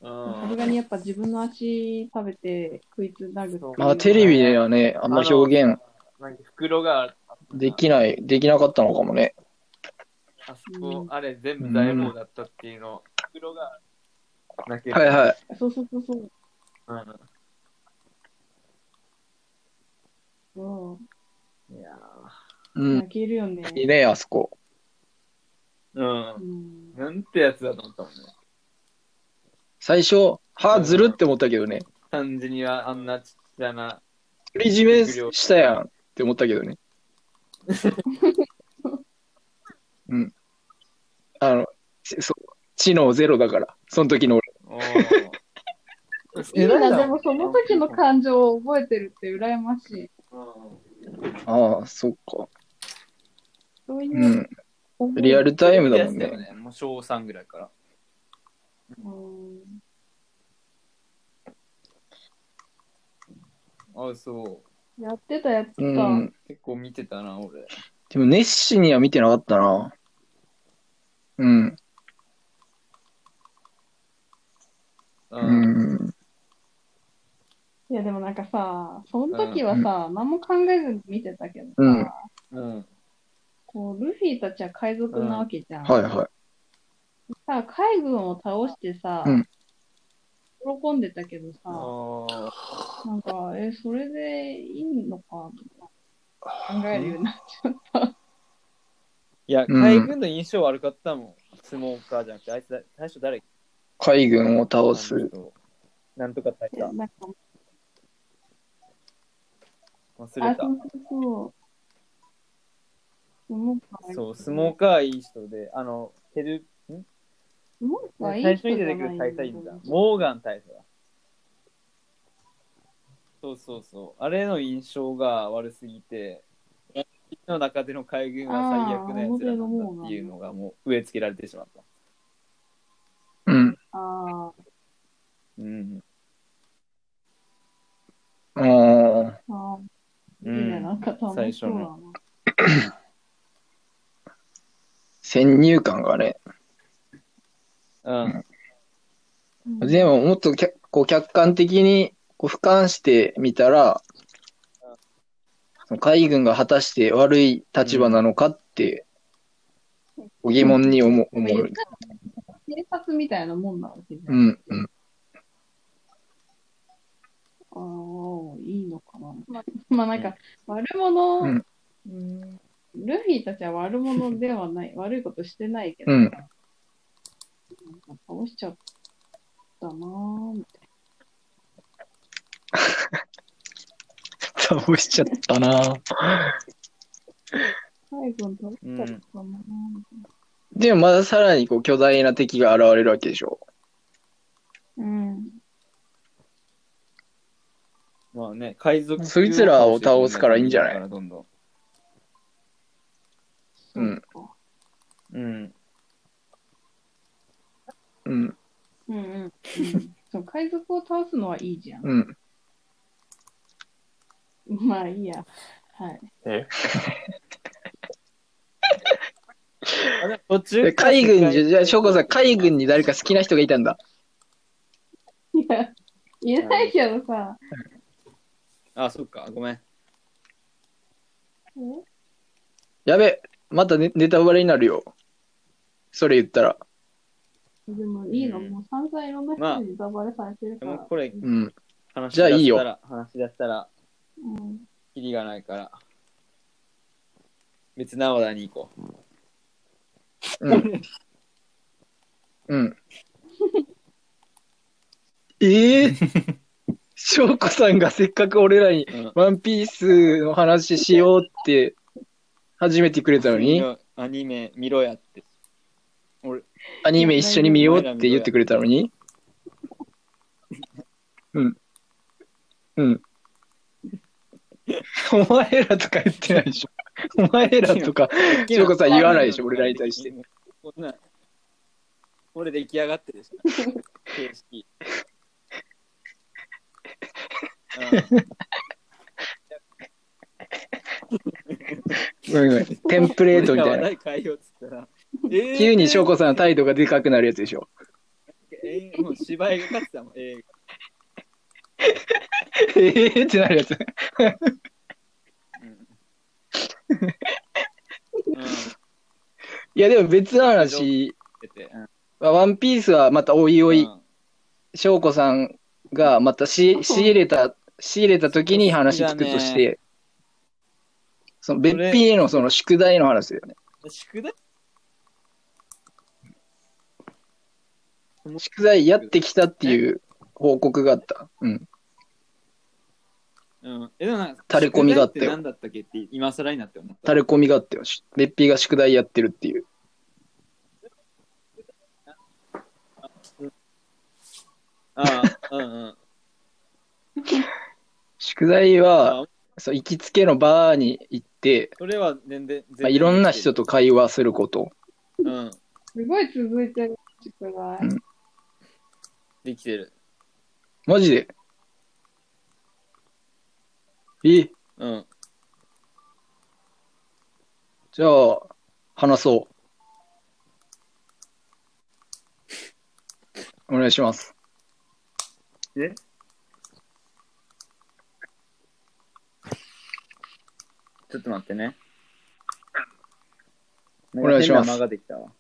S2: さすがにやっぱ自分の足食べて食いつなぐ
S4: そう
S1: まあ、テレビではね、あんま表現
S4: なんか袋が
S1: できない、できなかったのかもね。
S4: あそこ、あれ全部財宝だったっていうの、袋がなければ
S1: はいはい。
S2: そうそうそうそう。そ
S4: うん、いや
S1: う。
S2: うん泣けるよね。
S1: いいね、あそこ。
S4: ー
S2: う
S4: うん
S2: ん。
S4: なんてやつだと思ったもんね。
S1: 最初、歯ずるって思ったけどね。
S4: 感じにはあんなちっちゃな。
S1: 独り占めしたやんって思ったけど <laughs> ね。うん。あの、ちそう、知能ゼロだから、その時の俺。
S2: <laughs>
S4: おー
S2: いい
S4: なんだ
S2: な、でもその時の感情を覚えてるって羨ましい。
S4: う
S1: ああ、そっか。
S2: そう
S1: う。
S2: いうん
S1: リアルタイム
S4: ん
S1: だもん
S4: やつ
S1: ね。
S4: よもう小3ぐらいから。
S2: うん。
S4: あ、そ
S2: やってたやつか。
S1: うん。
S4: う。結構見てたな、俺。
S1: でも、熱心には見てなかったな。うん。
S4: う
S1: う。ん。
S2: いやでもなんかさ、その時はさ、何も考えずに見てたけどさ、
S1: うん
S4: うん。
S2: こうルフィたちは海賊なわけじゃん。
S1: はいは
S2: さ、海軍を倒してさ、
S1: うん
S2: 喜んでたけど
S4: あ
S2: さ、
S4: ー
S2: なんか、え、それでいいのかみたいな考えるようになっちゃう。
S4: いや、
S1: うん
S4: 海軍の印象悪かったもん。スモーカーじゃなくて、あいつだ、最初誰
S1: い。海軍を倒す。。
S4: なんとか大
S2: い
S4: 佐
S2: や。なんか
S4: 忘れ
S2: あ、
S4: た
S2: そ。うそうそう。スモーカー
S4: そう、スモーカーいい人で、あの、ヘル、ん
S2: スモーカーいい
S4: 最初
S2: 人
S4: に
S2: じ
S4: 出
S2: ゃ
S4: てく
S2: な
S4: る
S2: い
S4: 大佐いるんだ。モーガン大佐だ。そうそうそう。あれの印象が悪すぎて、の中での海軍は最悪なやつらなんだっていうのがもう植え付けられてしまった。
S1: うん。
S2: あ
S4: うん。
S1: ああ。
S2: ーあー、い
S4: う
S2: いね、なん
S4: ん、
S2: か楽しそうだな。
S1: 先入観がね。
S4: うん。
S2: うん
S1: でも、もっと客こう客観的にこう俯瞰してみたら、その海軍が果たして悪い立場なのかって、ご疑問に思う。
S2: でも
S1: 思
S2: 言
S1: う
S2: ったら警察みたいなもんなわけじゃ。
S1: うんん、うん。
S2: ああ、いいのかな。まあ、 <laughs> まあ、なんか、悪者、
S1: うん
S5: うん
S2: ルフィたちは悪者では <laughs> ない、悪いことしてないけど、
S1: うん
S2: なんか倒しちゃったなぁ、みたい
S1: 倒しちゃったな
S2: な。最後に倒しちゃったなぁ、みたいな。
S1: でも、まださらにこう巨大な敵が現れるわけでしょ。
S2: うん。
S4: まあね、海賊。
S1: そいつらを倒すからいいんじゃない
S4: どんど
S1: うん
S2: そうか。
S4: ん。うん。
S1: うん、
S2: うんうん。 <laughs> うんそう、海賊を倒すのはいいじゃん。
S1: うん。
S2: まあいいや。はい。
S3: え
S4: あでも途中
S1: で海軍に、じゃあ、翔子さん、海軍に誰か好きな人がいたんだ。
S2: いや、言えないけどさ、
S4: あ、そっか、ごめん。
S2: え
S1: やべ、またネネタバレになるよ。それ言ったら。
S2: でもいいの、
S4: うん
S2: もう散々いろんな人にネタバレされてるか
S4: で
S2: ら。
S4: もこれ、
S1: うん。
S4: 話し
S1: じゃあ
S4: 出
S1: いい
S4: し
S1: よ
S4: たら、話し出したら、
S2: うん
S4: キリがないから。別な話題に行こう。
S1: うん。うん。 <laughs> ええー、翔子さんがせっかく俺らに
S4: うん
S1: ワンピースの話しようって始めてくれたの
S4: 見
S1: に、
S4: ろアニメ見ろやって。俺、
S1: アニメ一緒に見ようって言ってくれたのに。うん。うん。お前らとか言ってないでしょ。お前らとか、翔子さん言わないでしょ、俺らに対して。。
S4: こんな俺出来上がってるでしょ。形
S1: <laughs>
S4: 式。うん
S1: ごめんごめん。テンプレートみたい
S4: 俺ら
S1: な。
S4: 話題変えようっつったら。えー
S1: 急に翔子さんの態度がでかくなるやつでしょ。
S4: えーもうの芝居が勝ってたもん、映
S1: ええってなるやつ。
S4: 画。うん。うん、
S1: いや、でも別の話、
S4: 出て。うん
S1: まあワンピースはまたおいお
S4: う
S1: い、
S4: ん
S1: 翔子さんがまたし仕入れた、仕入れた時に話つくとし
S4: そうだ
S1: て、その別品へのその宿題の話だよね。
S4: 宿題
S1: 宿題やってきたっていう報告があった。うん。
S4: うん。え、でもなんか、
S1: 垂れ込みがあったよ
S4: 宿題て何だったっけって、今更になって思った。
S1: 垂れ込みがあったよ。し別品が宿題やってるっていう。
S4: ああ、うんうん。
S1: 宿題は、
S4: あ
S1: そう行きつけのバーに行って、
S4: それは全然、全
S1: まあ、
S4: 然
S1: いろんな人と会話すること。
S4: うん。
S2: すごい続いてる宿題。
S4: できてる。
S1: マジでえ、
S4: うん。
S1: じゃあ、話そう。お願いします。
S4: えちょっと待ってね。
S1: お願いします
S4: なんか変な間ができたわ。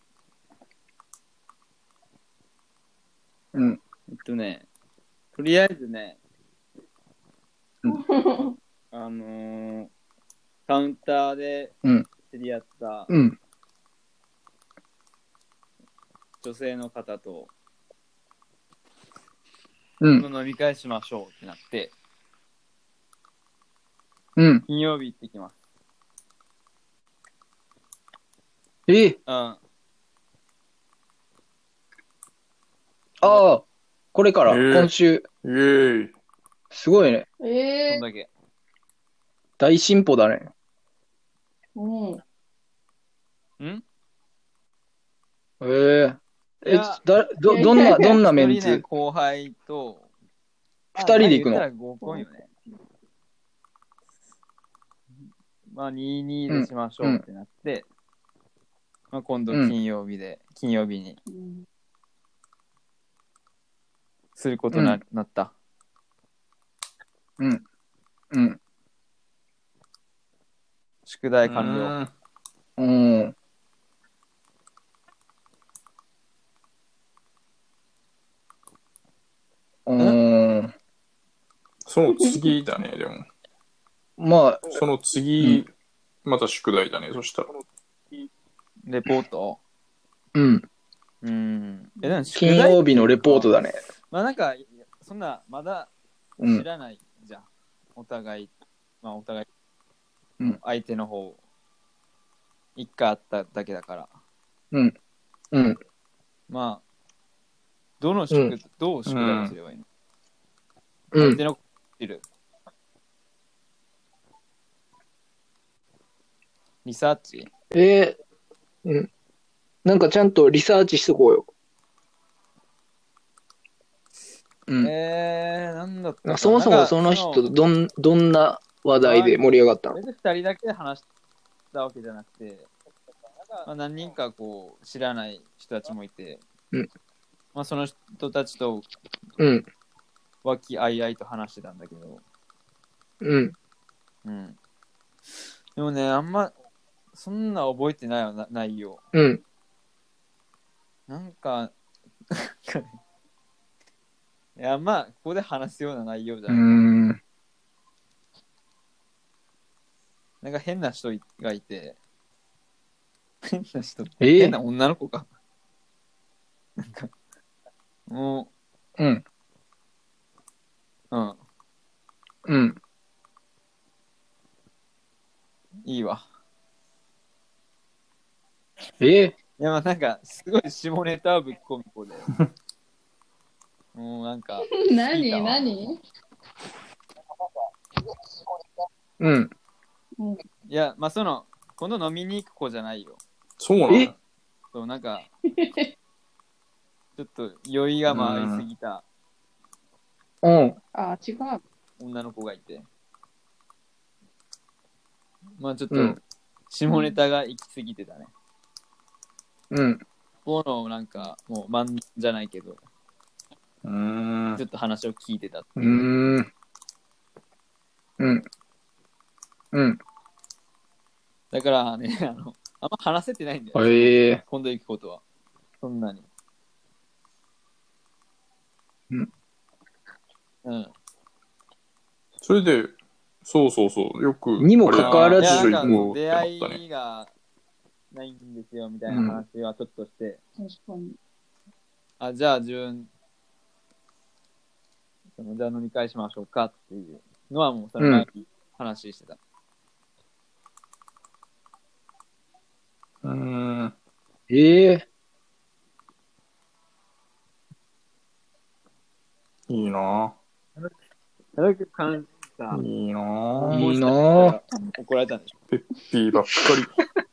S1: うん。
S4: えっとね、とりあえずね、あのー、カウンターで
S1: うん
S4: 知り合った
S1: うん。
S4: 女性の方と、
S1: うん。
S4: 今度飲み会しましょうってなって、
S1: うん。
S4: 金曜日行ってきます。
S1: え、
S4: うん。あ
S1: ああ、これから、
S3: えー
S1: 今週。
S3: イェーイ。
S1: すごいね。
S2: え
S4: そ
S2: え
S4: んだけ。
S1: 大進歩だね。
S2: うん。
S4: ん
S1: えー、え
S4: いや、
S1: だど、どんな、どんなメン
S4: 一人ね
S1: ツ
S4: 後輩と、
S1: 二人で行くの
S4: まあ言ったら合コンよね。まあ、22でしましょうってなって、まあ、今度金曜日で、金曜日に
S2: うん
S4: することにな,、なった。
S1: うん。うん。
S4: 宿題完了。
S1: うん。うん。
S3: その次だね、でも。
S1: まあ、
S3: その次、また宿題だね、そしたら。
S4: レポート
S1: うん。
S4: うん。え、でも宿
S1: 金
S4: 題
S1: 曜日のレポートだね。
S4: まあなんか、そんな、まだ
S1: う
S4: 知
S1: ん。
S4: らないじゃん。お互い、まあお互い、
S1: うん
S4: 相手の方、一回あっただけだから。
S1: うん。
S4: まあ、どの宿、
S1: うん
S4: どう宿題をすればいいの、
S1: う
S4: 相
S1: ん。
S4: 手の知る。リサーチ
S1: えー、うん。なんかちゃんとリサーチしとこうよ。うん。
S4: えー、なんだったかな
S1: そもそ
S4: な
S1: も
S4: んか
S1: その人、どん、どんな話題で盛り上がったの
S4: 別に2人だけで話したわけじゃなくて、まあ、何人かこう知らない人たちもいて、
S1: うん
S4: まあ、その人たちと
S1: うん。
S4: 和気あいあいと話してたんだけど、
S1: うん。
S4: うん、でもねあんまそんな覚えてないよな内容
S1: うん。
S4: なんか <laughs> なんかねいやまあここで話すような内容じゃ
S1: う
S4: ない、
S1: ん。
S4: なんか変な人がいて変な人って
S1: え
S4: 変
S1: ー
S4: な女の子か。なんか、も
S1: うん。
S4: う、うん、
S1: うん。
S4: いいわ。
S1: えー
S4: いや、まあなんか、すごい下ネタはぶっ込み子 <laughs> で。もうなんか、
S5: 何
S4: いいな
S5: 何
S1: うん。
S4: いや、まあその、今度飲みに行く子じゃないよ。
S3: そうなの
S1: え
S4: そう、なん <laughs> か、ちょっと酔いが回りすぎた
S1: うん。
S2: あ、違う。
S4: 女の子がいて。まあちょっと
S1: うん、
S4: 下ネタが行き過ぎてたね。
S1: うん。
S4: ここのなんか、もう漫じゃないけど、
S3: うーん
S4: ちょ。っと話を聞いてたって
S1: う
S4: い
S1: ー
S4: う。
S1: ん。うん。うん。
S4: だからね、 <laughs> あの、あんま話せてないんだよ、ね。
S1: ええ
S4: 今度行くことは。そんなに。
S1: うん。
S4: うん。
S3: それで、そうそうそう、よく。
S1: にもかかわら
S4: い
S1: ず
S4: や、
S1: 一緒
S4: な
S1: に
S4: ん
S3: も
S4: か出会いがないんですよ、みたいな話はちょっとして。
S2: 確かに。
S4: あ、じゃあ自分、そのじゃあ飲み会しましょうかっていうのはもうその前に話してた。
S3: うーん。
S1: ええ
S3: いいな
S4: 軽く感じた
S3: ぁ。いいな
S1: うん
S3: ぁ。
S1: いいなぁ
S4: 怒られたんでしょ
S3: ペッピーばっかり。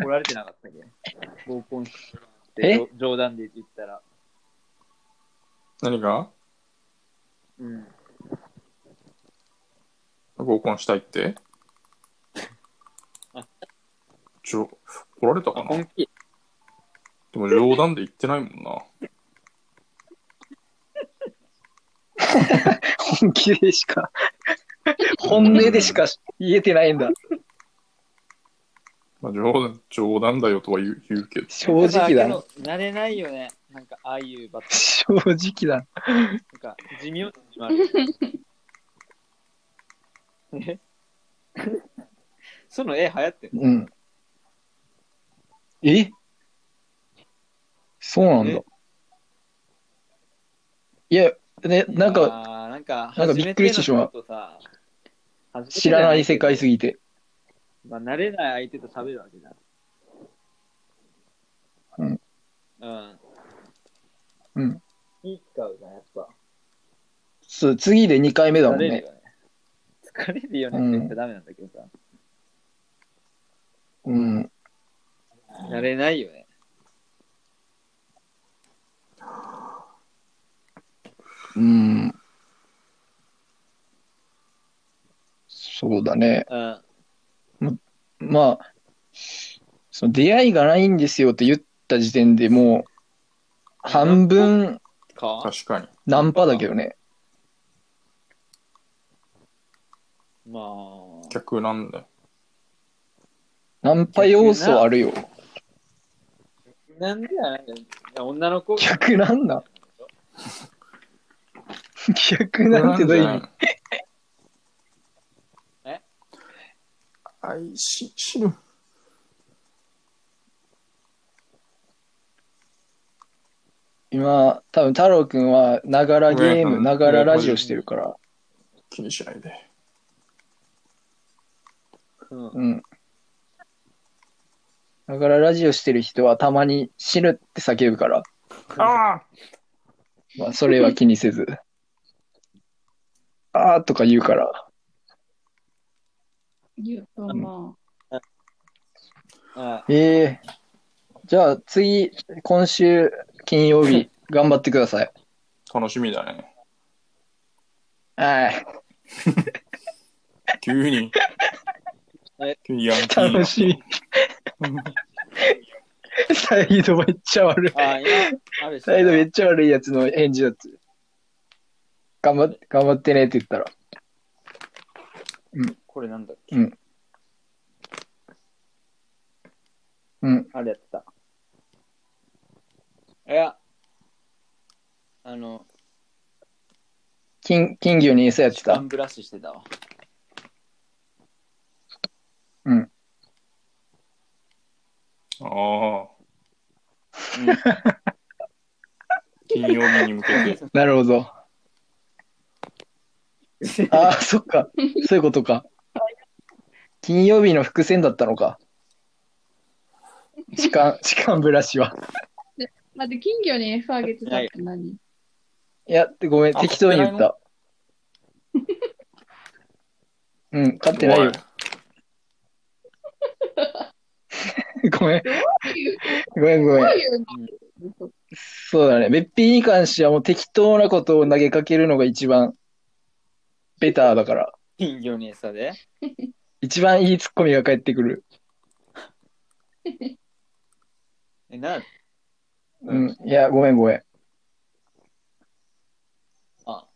S4: 怒られてなかったっけ合コンして
S1: え
S4: 冗冗談で言ったら。
S3: 何が
S4: うん。
S3: 合コンしたい <laughs> って
S4: あ
S3: ちょ、怒られたか
S4: あ、
S3: な
S4: 本気
S3: でも冗談で言ってないもんな。
S1: 本気でしか、本音でしか言えてないんだ。
S3: まあ、冗談冗談だよとは言う言うけど。
S1: 正直だな。。
S4: 慣れないよね。なんか、ああいう場って、
S1: 正直だ
S4: なんか、寿命に決まる。
S1: <laughs>
S4: え <laughs> その絵流行ってんの
S1: な。うん。えそうなんだ
S4: え。
S1: いや、ね、なんか
S4: あーなんか、
S1: なんかびっくりしてしまう
S4: 初めての人とさ。
S1: 知らない世界す
S4: ぎ。
S1: ぎて。
S4: まあ、慣れない相手と喋るわけじゃん。
S1: うん。
S4: うん。
S1: うん。
S4: 気使うじゃん、やっぱ。
S1: そう次で2回目だもん
S4: 疲れる
S1: ね。
S4: よね。疲れるよねって言っちゃダメなんだけどさ。
S1: うん。
S4: 慣れないよね。
S1: うん。そうだね。
S4: うん。
S1: まあ、その出会いがないんですよって言った時点でもう、半分
S4: か
S3: 確かに。
S1: ナンパだけどね。
S4: まあ。
S3: 逆なんだよ。
S1: ナンパ要素あるよ。
S4: なんでやないんだよ女の子が
S1: 逆なんだ。 <laughs> 逆なんてどういう意味
S4: え
S3: 愛し、知る。
S1: 今、多分太郎くんは、ながらゲー
S3: う
S1: ム、
S3: ん
S1: ながらラジオしてるから。
S3: 気にしないで。
S4: うん
S1: うん。ながらラジオしてる人は、たまに死ぬって叫ぶから。
S3: ああ
S1: まあ、それは気にせず。 <laughs> あーとか言うから。
S2: 言うとま
S4: あ
S1: ええじゃあ次、今週金曜日、頑張ってください。
S3: 楽しみだね。
S1: はい。
S3: 急に
S4: え。
S3: 急にヤンキー
S1: 楽しみ。サイドめっちゃ悪い。
S4: あ、今、あるし。
S1: サイドめっちゃ悪いやつの返事だった。頑張って、頑張ってねって言ったら。
S4: これなんだっけ
S1: うん。うん。
S4: あれやってた。いや、あの、
S1: 金、金魚に餌やって
S4: ガ
S1: た
S4: ン。ブラッシュし
S1: <laughs>
S4: てたわ。
S1: うん。
S3: ああ。
S4: うん
S3: 金曜日に向けて。
S1: なるほど。ああ、そっか。そういうことか。金曜日の伏線だったのか。痴漢、 <laughs> 痴漢ブラシは。
S2: あ、待って、金魚に餌あげてたって何
S1: いや、ごめん、適当に言った。うん、勝ってないよ。ごめん、
S2: どういう
S1: ごめん、ごめ。
S2: どうんいうの
S1: そうだね。べっぴんに関してはもう適当なことを投げかけるのが一番ベターだから。
S4: 金魚に餌で。
S1: 一番いいツッコミが返ってくる。
S4: え、なん
S1: うん。いや、ごめんごめん。
S4: あ、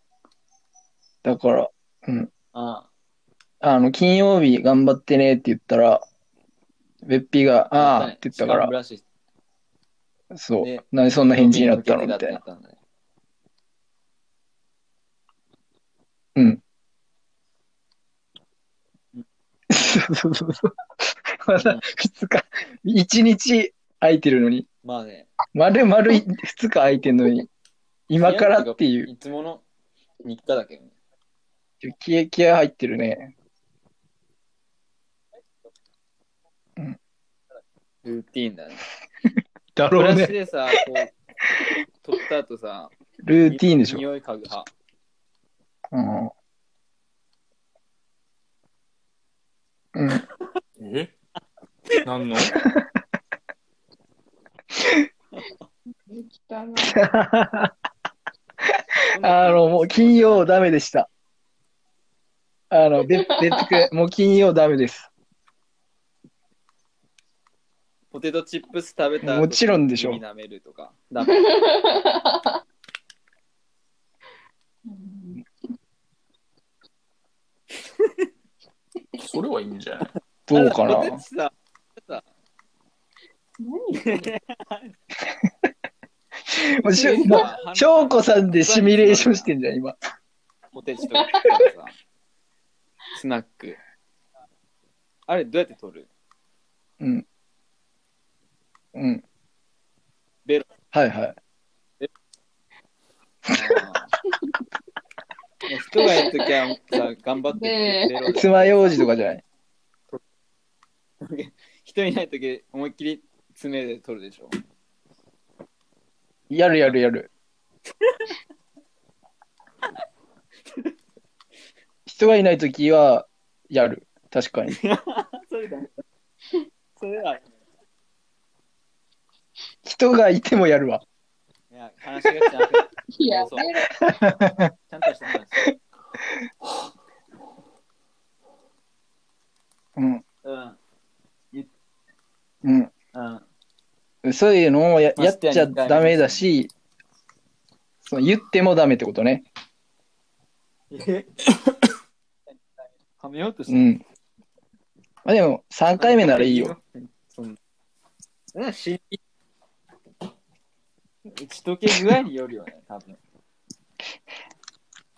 S1: だから、うん。
S4: あ、
S1: あの、金曜日頑張ってねって言ったら、べっぴが、ああって言ったか
S4: 歯間ブ
S1: ら、
S4: ラシ
S1: そう
S4: ね。
S1: なんでそんな返事になったのみたいな。
S4: たいな。
S1: うん。そうそうそうそう。まだ2日、1日空いてるのに、
S4: まあね。
S1: 丸々2日空いてるのに、今からっていう。
S4: いつもの日課だけどね。
S1: 気合気合入ってるね。
S4: ルーティーンだね。
S1: だ
S4: ブラシ。でさ、こう、取った後さ、
S1: ルーティーンでしょ。
S4: 匂い嗅ぐ派。
S1: うん。うん、
S3: え何の
S2: 汚い。
S1: あの、もう金曜ダメでした。あの、べ、べっく
S4: <laughs>
S1: ん、もう金曜ダメです。
S4: ポテトチップス食べた後
S1: もちろんでしょ
S4: 指舐めるとか。ダメ。
S3: それはいいんじゃない
S1: どうか
S4: あポテ
S1: な
S4: チ。さ
S2: 何
S1: もうしょ、も
S4: さ
S1: <laughs> う、しょうこさんでシミュレーションしてんじゃん、今。
S4: ポテチとかさ、スナック。あれ、どうやって取る
S1: うん。うん。
S4: ベロ。
S1: はいはい。
S4: あーもう人がいるときはさ、頑張って
S5: ねえ
S4: ベロで
S1: 爪楊枝とかじゃない。
S4: 人いないとき思いっきり爪で取るでしょ。
S1: やるやるやる。人がいないときは、やる。確かに。
S4: それだ。それは、い
S1: 人がいてもやるわ。
S4: や、話がちゃんと、
S2: いや、
S4: そうちゃんとした話。
S1: うん。
S4: うん。
S1: うん。
S4: <laughs> うん。
S1: そういうのをや
S4: まあ
S1: やっちゃダメだし、そう言ってもダメってことね。
S4: えはめようとして
S1: う
S4: る
S1: ん。まあでも、3回目ならいいよ。。
S4: そんな。うん、し、打ち解け具合によるよね、多分。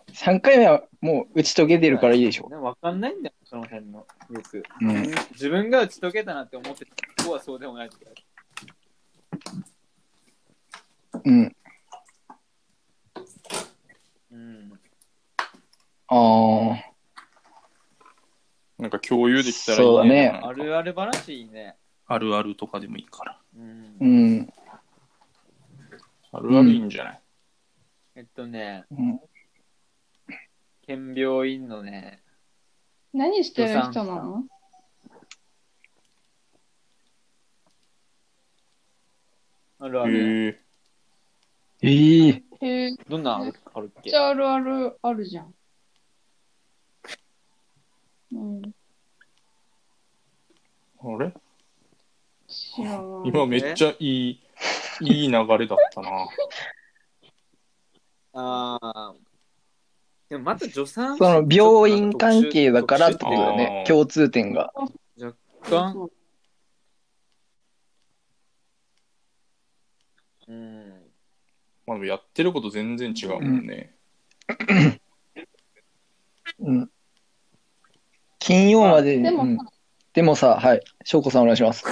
S1: 3回目はもう打ち解けてるからいいでしょ。
S4: ね、わかんないんだよ、その辺の。よく。
S1: うん。
S4: 自分が打ち解けたなって思ってた方はそうでもない時ある。
S1: うん。
S4: うん。
S1: あ
S3: なんか共有できたらいい
S1: そうだね
S4: あるある話いいね。
S3: あるあるとかでもいいから。
S4: う。
S1: ー。うんん。
S3: あるあるいいんじゃない、
S4: えっとね、
S1: うん
S4: 県病院のね、
S5: 何してる人なの
S4: あるあ
S3: へ
S4: る。
S3: え。
S1: ええ。
S5: へえ、めっ
S4: どんなのあるっけ
S5: ちゃあるあるあるじゃん。うん、
S3: あれ
S5: 知らない。
S3: 今めっちゃいい、いい流れだった <laughs> な。
S4: ああ。でもまた助産師
S1: その病院関係だからってことだよ
S3: 特殊
S1: ね
S3: あ。ー
S1: 共通点が。
S4: 若干、
S2: そう
S4: うん、
S3: まあでもやってること全然違うもんね。
S1: うん。金曜までに。
S5: でも
S1: うんでもさ、はい。翔子さんお願いします。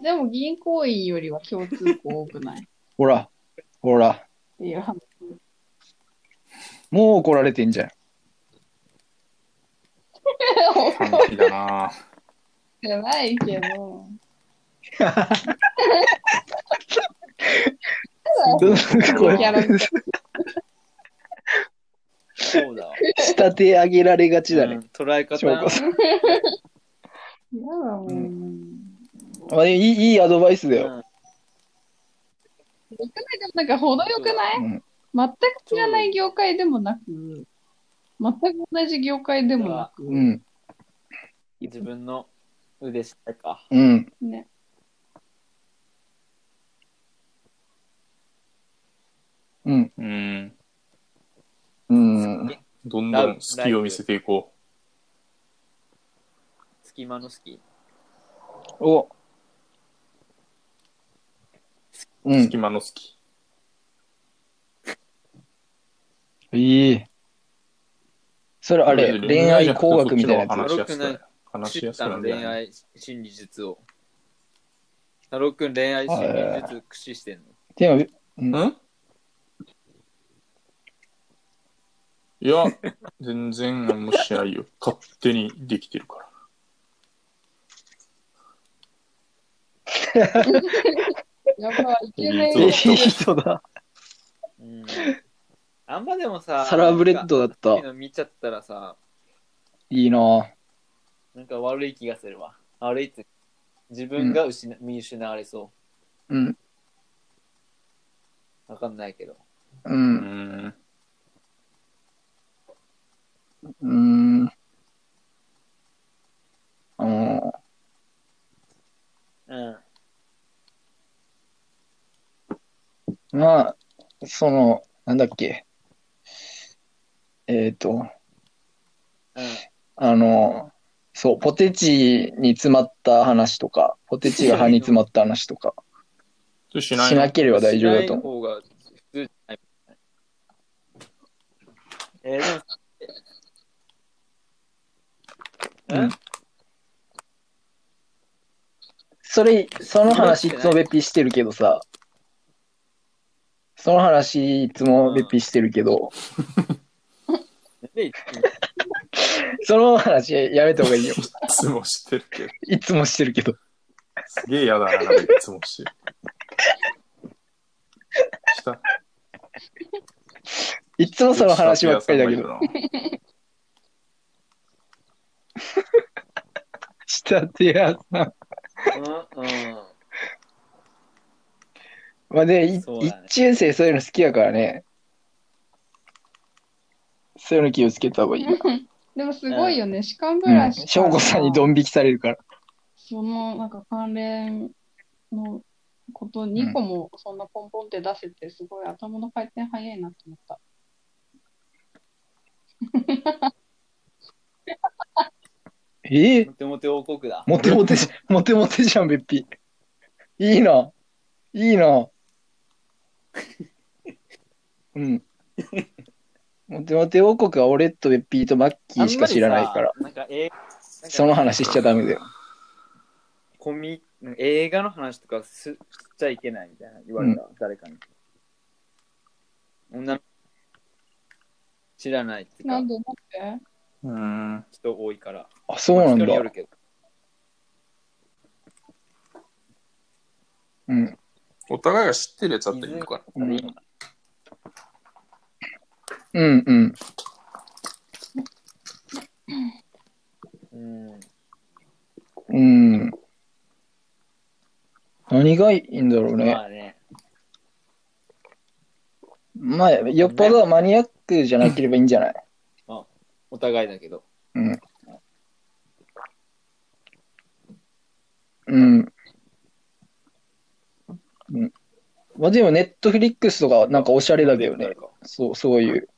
S2: でも銀行員よりは共通項多くないっ
S1: ほら、ほら、
S2: ていう話。
S1: もう怒られてんじゃん。
S3: 短期だな。
S5: じゃないけど。
S1: これ
S5: キャラみたい
S4: そうだわ。
S1: 仕立て上げられがちだ
S4: う
S1: ね
S4: ん。捉え
S1: 翔
S4: 方
S1: 子、さん。
S2: 嫌だも。
S1: うんまあ、いいいいアドバイスだよ。
S4: うん
S5: よくないでもなんか程よくない
S1: うん。
S2: 全く知らない業界でもなく、全く同じ業界でもなく、
S1: うん。
S4: 自分の腕下か。
S1: うん。
S5: ね。
S1: うん。
S3: うん。
S1: うん。
S3: どんどん隙を見せていこ
S4: 隙間の隙
S1: おう
S3: う。
S1: ん
S3: 隙。間の隙。
S1: いい。それあれ、恋愛工学みたいなやつ。
S3: 話しやすくなる話しやすくなるんじゃ
S4: 恋
S3: ない。
S4: 愛心理術を。太郎くん恋愛心理術駆使してんの。
S1: でも、うん
S3: んいや、全然何もしないよ。勝手にできてるから。
S5: やばい、イケメン
S1: い
S3: え
S1: い
S5: や。
S1: 人だ。
S4: うん。あんまでもさ、
S1: <laughs> サラブレッドだっ
S4: なんかそういう
S1: た。
S4: の見ちゃったらさ、
S1: いいなぁ。
S4: なんか悪い気がするわ。悪いって。自分が失、見失われそ
S1: うん。
S4: う。わかんないけど。
S1: う。
S3: うんん。
S1: うん。あの
S4: うん。
S1: ー、まあ、その、なんだっけ。えっ、ー、と、あの、そう、ポテチに詰まった話とか、ポテチが歯に詰まった話とか、
S3: それし
S1: し
S3: ないの
S1: なければ大丈夫だと思う。
S4: 思う。が普通じゃないえー、でも、
S1: うんそれ、その話いつもべっぴしてるけどさ、その話いつもべっぴしてるけど、
S4: で、
S1: その話やめた方がいいよ。
S3: <laughs> いつもしてるけど。
S1: いつもしてるけど。
S3: すげえ嫌だな、なんかいつもしてる。した
S1: いつもその話ばっかりだ
S3: <laughs>
S1: けど。
S3: ど。
S1: 下手屋さん。
S4: うん、うん。
S1: まあで、い
S4: そうだね
S1: 一中生そういうの好きやからね。そういうの気をつけた方がいいな。
S2: <laughs> でもすごいよね、歯間ブ
S1: う
S2: ラ
S1: ん。
S2: シ。
S1: 翔子さんにドン引きされるから。
S2: そのなんか関連のこと2個もそんなポンポンって出せて、すごい頭の回転早いなと思った。
S1: ええ
S4: モテモテ王国だ。
S1: モテモテじ、モテモテじゃん、べっぴ。いいな。いいな。 <laughs> うん。モテモテ王国は俺とべっぴーとマッキーしか知らないから、
S4: あんまりさ。なんか映画なんか
S1: その話しちゃダメだよ。
S4: コミ映画の話とかすしちゃいけないみたいな言われた、誰かに。女の知らないっていうか
S2: なん、でなんで
S3: うん。
S4: 人多いから。
S1: あ、そうなん
S4: 人に
S1: だ
S4: よ。るけど。
S1: うん。
S3: お互いが知ってるやつあったらいいのか。
S1: うん、うん、うん。
S4: うん。
S1: うん。何がいいんだろうね。
S4: まあね。
S1: まあ、よっぽどマニアックじゃなければいいんじゃない
S4: お互いだけど。
S1: うん。うん。うん。まあでも、ネットフリックスとか、なんかおしゃれだけどね。そう、そういう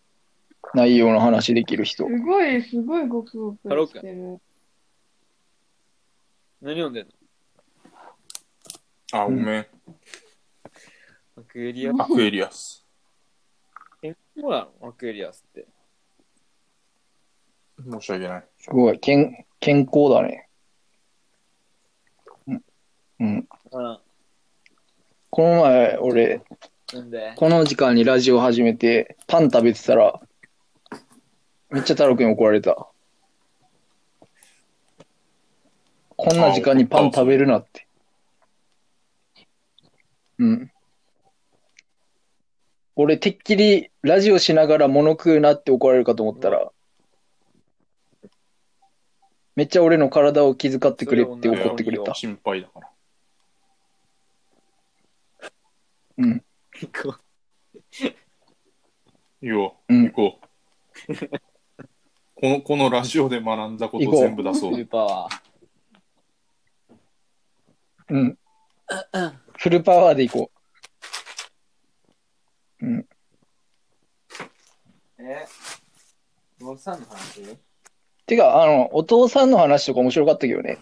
S1: 内容の話できる人。
S2: すごい、すごいごくごくしてる。
S4: 何読んでんの
S3: あ、ごめん。
S4: アクエリアス。
S3: アクエリアス。
S4: え、そうなのアクエリアスって。
S3: 申し訳ない。
S1: すごい、健、健康だね。うんうん。
S4: うん。
S1: この前、俺、
S4: なんで
S1: この時間にラジオ始めて、パン食べてたら、めっちゃ太郎くんに怒られた。こんな時間にパン食べるなって。うん。俺、てっきりラジオしながら物食うなって怒られるかと思ったら、めっちゃ俺の体を気遣ってくれって怒ってくれた。
S3: 心配だから。
S1: うん。
S3: 行こう。
S1: うん
S3: 行こう。この、このラジオで学んだこと
S1: 行こう
S3: 全部出そ
S4: ス
S3: う
S4: ー。パーは。
S1: うん。フルパワーでいこう。うん。
S4: 父さんの話
S1: てか、あの、お父さんの話とか面白かったけどね。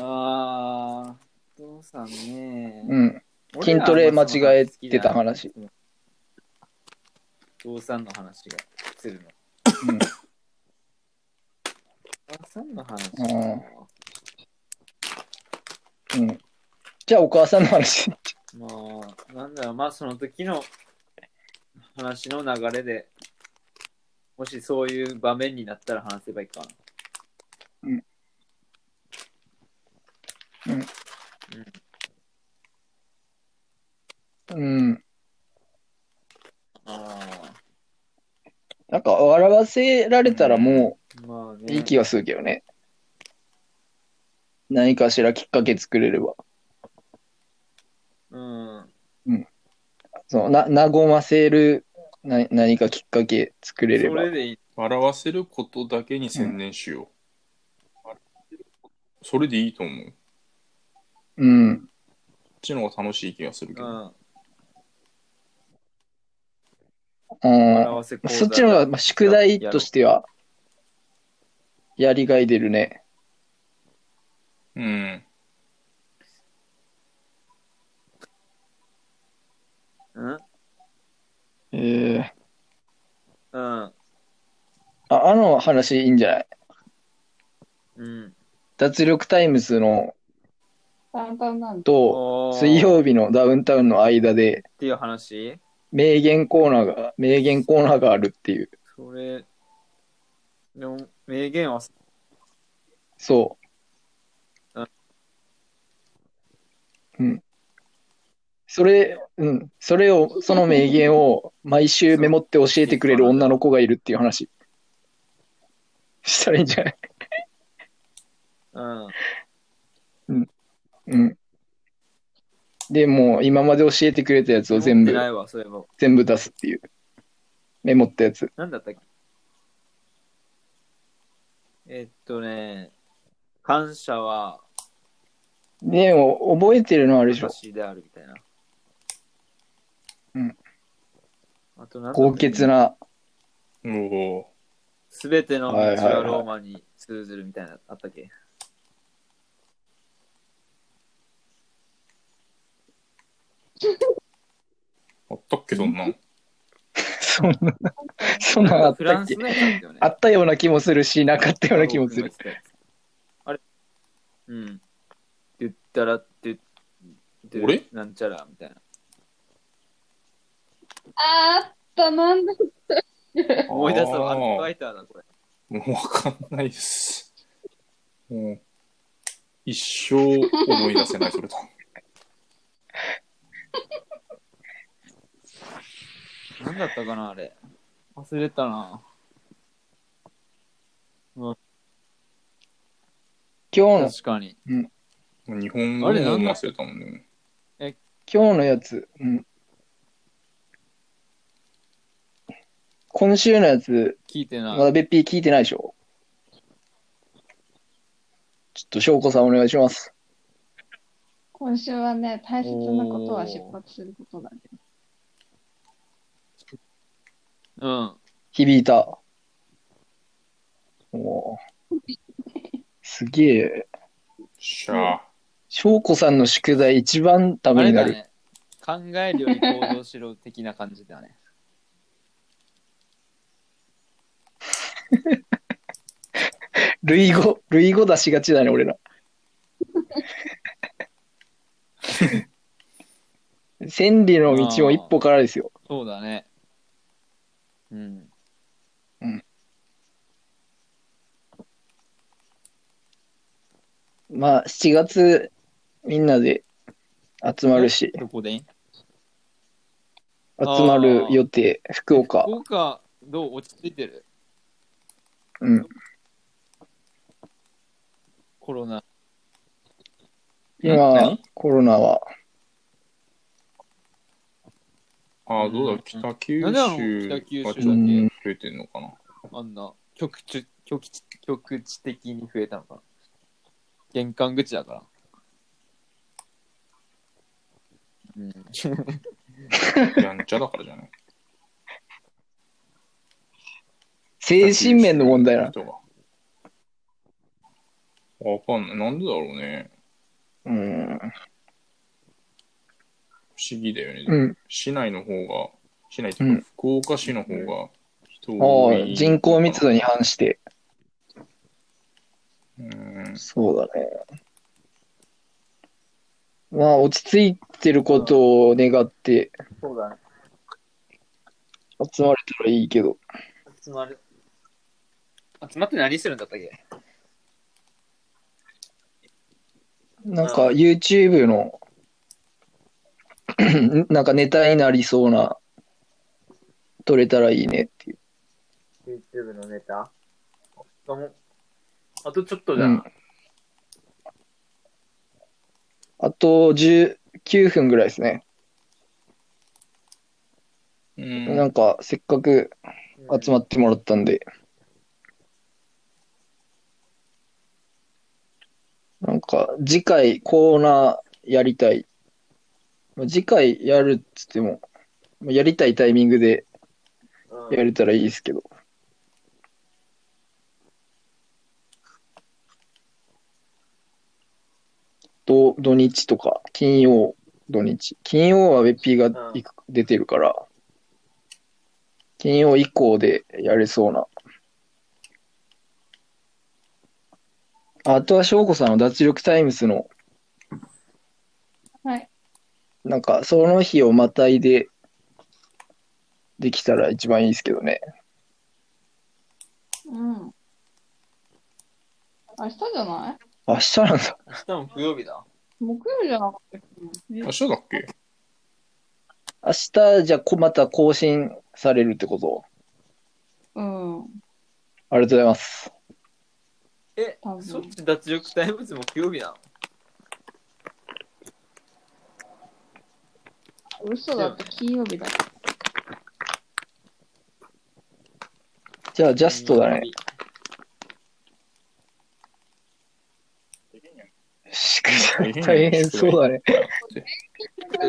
S4: ああ、お父さんね。
S1: うん。
S4: 俺
S1: 筋
S4: らは
S1: トレ間違えてた
S4: まあ
S1: 話。
S4: そのお父さんの話がするの。
S1: うん
S4: お母さんの話
S1: う。うん。じゃあ、お母さんの話。 <laughs>
S4: まあ、なんだろう、まあその時の話の流れで、もしそういう場面になったら話せばいいかな。
S1: うん。うん
S4: うん。
S1: うん。
S4: あ
S1: なんか、笑わせられたらも
S4: あ、まあ
S1: う
S4: ね。
S1: いい気がするけどね。何かしらきっかけ作れれば。
S4: うん。
S1: そのな、和ませるな何かきっかけ作れれ
S4: そ
S1: ば
S4: れ。でいい。
S3: 笑わせることだけに専念しよう。それでいいと思う。こ
S1: うん。
S3: っちの方が楽しい気がするけ
S4: う
S3: ど。
S4: ん。
S1: うん。
S4: 表せ講座
S1: そっちの方が、まあ、宿題としては、やりがい出るね。
S3: うん。
S4: うん。
S1: ええ
S4: うん。
S1: あ、あの話いいんじゃない
S4: うん。
S1: 脱力タイムズの
S2: だんだんなんだ。
S1: と、
S4: おー
S1: 水曜日のダウンタウンの間で、
S4: っていう話
S1: 名言コーナーが、名言コーナーがあるっていう。
S4: それ、でも、名言は、
S1: そ
S4: うん
S1: う。うん。それ、うん。それを、その名言を毎週メモって教えてくれる女の子がいるっていう話。したらいいんじゃない
S4: うん。
S1: うん。で、もう今まで教えてくれたやつを全
S4: 持ってな
S1: 部、
S4: いわ、そういえば。
S1: 全部出すっていう。メモったやつ。
S4: なんだったっけえっとね、感謝は
S1: でも、覚えてるのあるでしょ。
S4: 私であるみたいな。
S1: うん。
S4: あとなんだったっ
S1: 高
S4: け
S1: 潔。な。
S3: おお
S4: すべての道はローマに通ずるみたいな、あったっけ
S3: ー。あったっけ、どんな。
S1: そんな、そんなのあっ
S4: フ
S1: た
S4: ラ
S1: っ
S4: ン
S1: け
S4: スのやつだったよね。
S1: あったような気もするし、なかったような気もする。
S4: あれうん。言ったらって、言
S3: 俺
S4: なんちゃらみたいな。
S2: あーった、なんだ。
S3: <laughs>
S4: 思い出すわ、
S3: あー
S4: アルバイターだ、これ。
S3: もうわかんないです。もう、一生思い出せない、それと。
S4: なんだったかな、あれ。忘れたな。
S1: 今日の、
S4: 確かに。
S3: もう日本語も思い出せたもんね。
S1: 今日のやつ、うん。今週のやつ、
S4: 聞いて
S1: ま
S4: ない。
S1: だべっぴー聞いてないでしょちょっと、翔子さんお願いします。
S2: 今週はね、大切なことは出発することだね。
S4: うん。
S1: 響いた。おーすげえ。
S3: しゃあ。
S1: 翔子さんの宿題一番た
S4: あ
S1: め
S4: れ
S1: にな
S4: だ
S1: る。
S4: ね。考えるより行動しろ的な感じだね。
S1: 類語、類語出しがちだね、俺 <laughs> ら。千里の道も一歩からですよ。
S4: そうだね。うん。
S1: まあ、7月、みんなで集まるし、
S4: どこでいい
S1: 集まる予定、福岡。
S4: 福岡、どう落ち着いてる
S1: うん。
S4: コロナ。
S1: 今
S3: 何、
S1: コロナは。
S3: ああ、どう
S4: う
S3: だ
S4: ん、
S3: 北九
S4: なんであの
S3: 州が
S4: 北
S3: ちょ
S4: 九州だ
S3: っ
S4: け
S3: と増えてんのかな。
S4: あんな、局地、局地、局地的に増えたのかな。玄関口だから。うん。
S3: やんちゃだからじゃない。
S1: 精神面の問題な。
S3: 人がわかんない。なんでだろうね。
S1: うん。
S3: 不思議だよね。
S1: うん。
S3: 市内の方が、市内っていうか
S1: うん
S3: 福岡市の方が人
S1: あ
S3: 多い、
S1: あ、人口密度に反して。
S3: うん。
S1: そうだね。まあ、落ち着いてることを願って
S4: そうだね。
S1: 集まれたらいいけど。
S4: 集まる。
S6: 集まって何するんだったっけ
S1: なんか YouTube の、 <clears throat> なんかネタになりそうな、撮れたらいいねっていう。
S4: YouTube のネタ。あもうあとちょっとじ
S1: う
S4: ゃん。
S1: ん。あと19分ぐらいですね。
S3: うん
S1: なんかせっかく集まってもらったんで。なんか次回コーナーやりたい。まあ次回やるっつっても、まあやりたいタイミングで
S4: うん
S1: やれたらいいですけど。土土日とか、金曜、土日。金曜はべっぴーがいく出てるから、金曜以降でやれそうな。あとは翔子さんの脱力タイムスの、
S2: はい。
S1: なんかその日をまたいでできたら一番いいですけどね。
S2: うん。明日じゃない
S1: 明日なんだ。
S4: 明日も木曜日だ。
S2: 木曜日じゃなかったっけ
S3: 明日だっけ
S1: 明日、じゃあこ、また更新されるってこと
S2: うん。
S1: ありがとうございます。
S4: え
S2: 多、分
S4: そっち脱力タイムズ木曜日なの
S2: 嘘だって金曜日だ。
S1: じゃあ、ジャストだね。。宿題大変そうだね。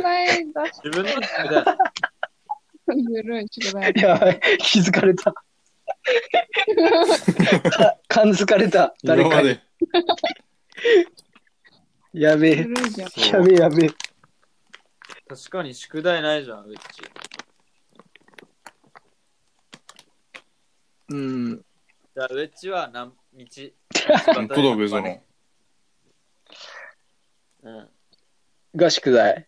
S5: 前出し
S4: 自分の宿題。
S2: とゆるい宿題。
S1: やばい、気づかれ <laughs> た。か感づかれた。誰
S3: 今
S1: か
S3: ま
S1: に。
S3: で。
S1: やべ
S2: ゆ
S1: え。
S2: るいじゃ
S1: や
S2: ん。
S1: べえ、やべえ。
S4: 確かに宿題ないじゃん、うっち。
S1: うん。
S4: じゃあ、ウェッジは何道
S3: 本当だ、ベゾの。
S4: うん。
S1: が宿題。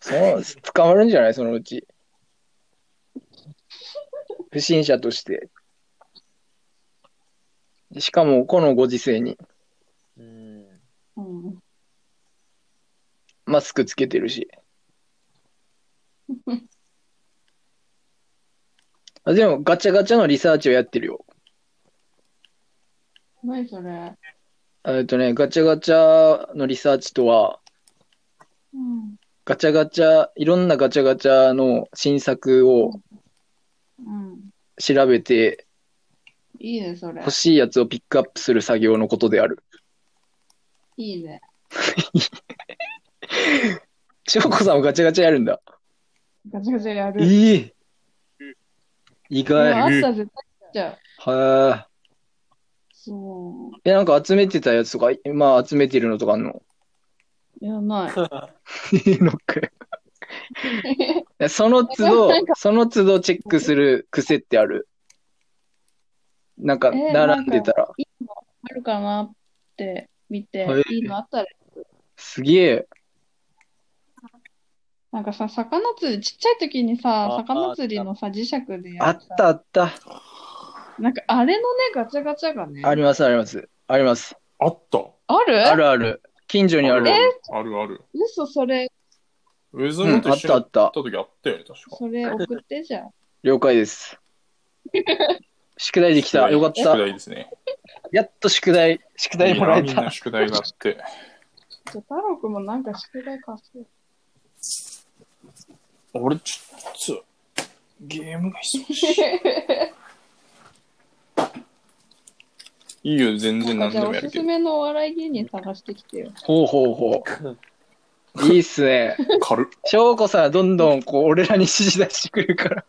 S1: そう、捕まるんじゃないそのうち。不審者として。しかも、このご時世に
S4: うん。
S2: うん。
S1: マスクつけてる <laughs> し。あでも、ガチャガチャのリサーチをやってるよ。
S2: 何それ。
S1: えっとね、ガチャガチャのリサーチとは、
S2: うん。
S1: ガチャガチャ、いろんなガチャガチャの新作を
S2: うん。
S1: 調べて、
S2: いいね、それ
S1: 欲。しいやつをピックアップする作業のことである。
S2: いいね。
S1: しょうこさんもガチャガチャやるんだ。
S2: ガチャガチャやる。
S1: いい意
S2: もう
S1: 外。
S3: い
S2: 朝絶対来ちゃう。
S1: は
S2: そ
S1: い。え、なんか集めてたやつとか、まあ集めてるのとかあんの
S2: う。やない。
S1: いいのかよその都度、その都度チェックする癖ってある。なんか、
S2: えなんか
S1: 並んでたら。
S2: いいのあるかなって見て
S1: はい、
S2: いいのあったら。
S1: すげえ。
S2: なんかさ、魚釣り、ちっちゃい時にさ、
S4: あ
S2: 魚釣りのさ、磁石でや
S1: あ
S2: る
S1: っ
S2: さ
S1: たあった。
S2: なんかあれのね、ガチャガチャがね。
S1: ありますあります。あります。
S3: あった。
S2: ある
S1: あるある。近所にある。
S3: あるある。
S2: 嘘、それ、
S3: ウェゾ
S1: うん
S3: の、と
S1: あっ
S3: 一緒
S1: たあ
S3: に行っ
S1: った
S3: た。時あったよね、確か。
S2: それ送ってじゃん。 <laughs>
S1: 了解です。宿題できた。よかっ
S3: 宿
S1: た。
S3: 題ですね。
S1: やっと宿題、宿題もらえ
S3: いやみんな
S1: た。
S3: 宿題があって。
S2: じゃあ、太郎くんもなんか宿題貸す。
S3: 俺、ちょっと、ゲームが忙しい。いいよ、全然
S2: なんか
S3: 何
S2: じ
S3: で
S2: ゃあ、
S3: も
S2: お
S3: や
S2: す
S3: る
S2: す
S3: け <laughs> ど。
S2: めのお笑い芸人探してきてよ。
S1: ほうほうほう。いいっすね。
S3: 軽っ。
S1: 翔子さん、どんどんこう俺らに指示出してくるから。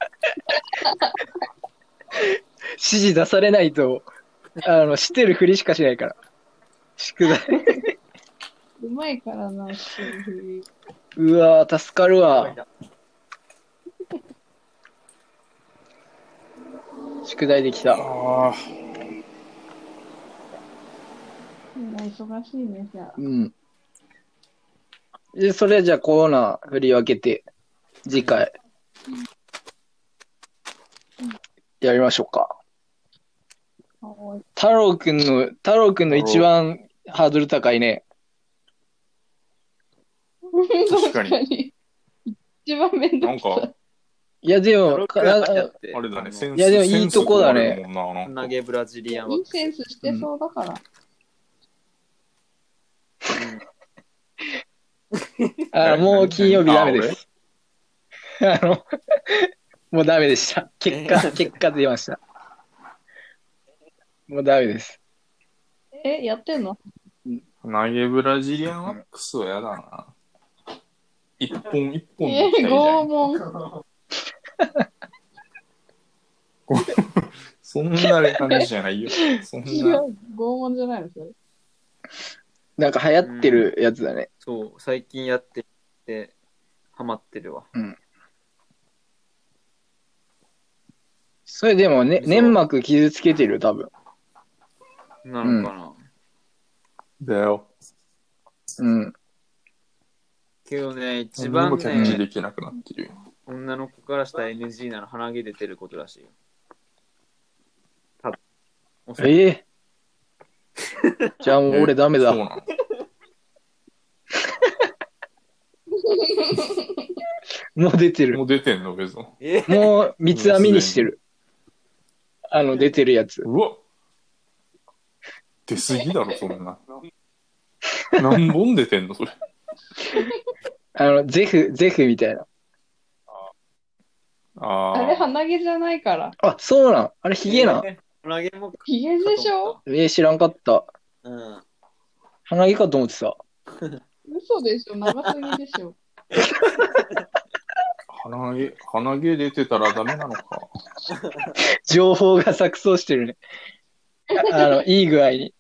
S1: 指示出されないと、あの、してるふりしかしないから。宿題。
S2: うまいからな、シェフ。
S1: うわー、助かるわ。宿題できた。
S3: ああ、
S2: みんな忙しいね、じゃあ
S1: う。ん。で、それじゃあコーナー振り分けて、次回、やりましょうか。
S2: おい
S1: 太郎くんの、太郎くんの一番ハードル高いね。
S3: 確か
S2: 確か
S3: に。
S2: に。一番面
S3: な
S2: 倒
S3: ん
S2: くさい
S3: か、。
S1: いや、でも、かな
S3: あれだね、センス。
S1: いやでもいいとこだね
S3: センスがあるもんななんか
S4: 投げブラジリアンはい
S2: いセンスしてそうだから。
S1: あもう金曜日ダメ
S3: あ
S1: です。あの、もうダメでした。結果、結果出ました。もうダメです。
S2: え、やってんの
S3: 投げブラジリアンワックスはやだな。一本一本
S2: え
S3: 抜きたいじ、ゃ
S2: 拷
S3: ん。
S2: 問。
S3: そんな感じじゃないよ。そん
S2: 違
S3: な。
S2: う。拷問じゃないのそれ。
S1: なんか流行ってるやつだね。
S4: そう、最近やってて、ハマってるわ。
S1: それでもね、
S4: そう
S1: 粘膜傷つけてる、多分。
S4: なのかな、
S3: だよ。
S1: うん。
S4: けどね、一
S3: 自分
S4: 番
S3: もキャッチ
S4: ね、
S3: できなくなってる。
S4: 女の子からしたら NG なの鼻毛出てることらしいよ。多分おそらく
S1: ええじゃあもう俺ダメだ
S3: そう。なの。
S1: もう出てる。
S3: もう出てんの、別に。
S4: え
S1: もう三つ編みにしてる。あの、出てるやつ。
S3: うわ出すぎだろ、そんな。何本出てんの、それ。
S1: あの、ゼフ、ゼフみたいな。
S3: あ
S2: あれ、
S3: あ。
S2: 鼻毛じゃないから。
S1: あ、そうなん。あれ、ヒゲなん。
S4: 鼻毛もか
S2: ヒゲでしょ
S1: えー、知らんかった。
S4: と思っ
S1: 鼻毛かと思ってた。
S2: 嘘でしょ長すぎでしょ
S3: 鼻毛、鼻毛出てたらダメなのか。
S1: 情報が錯綜してるね。あの、いい具合に。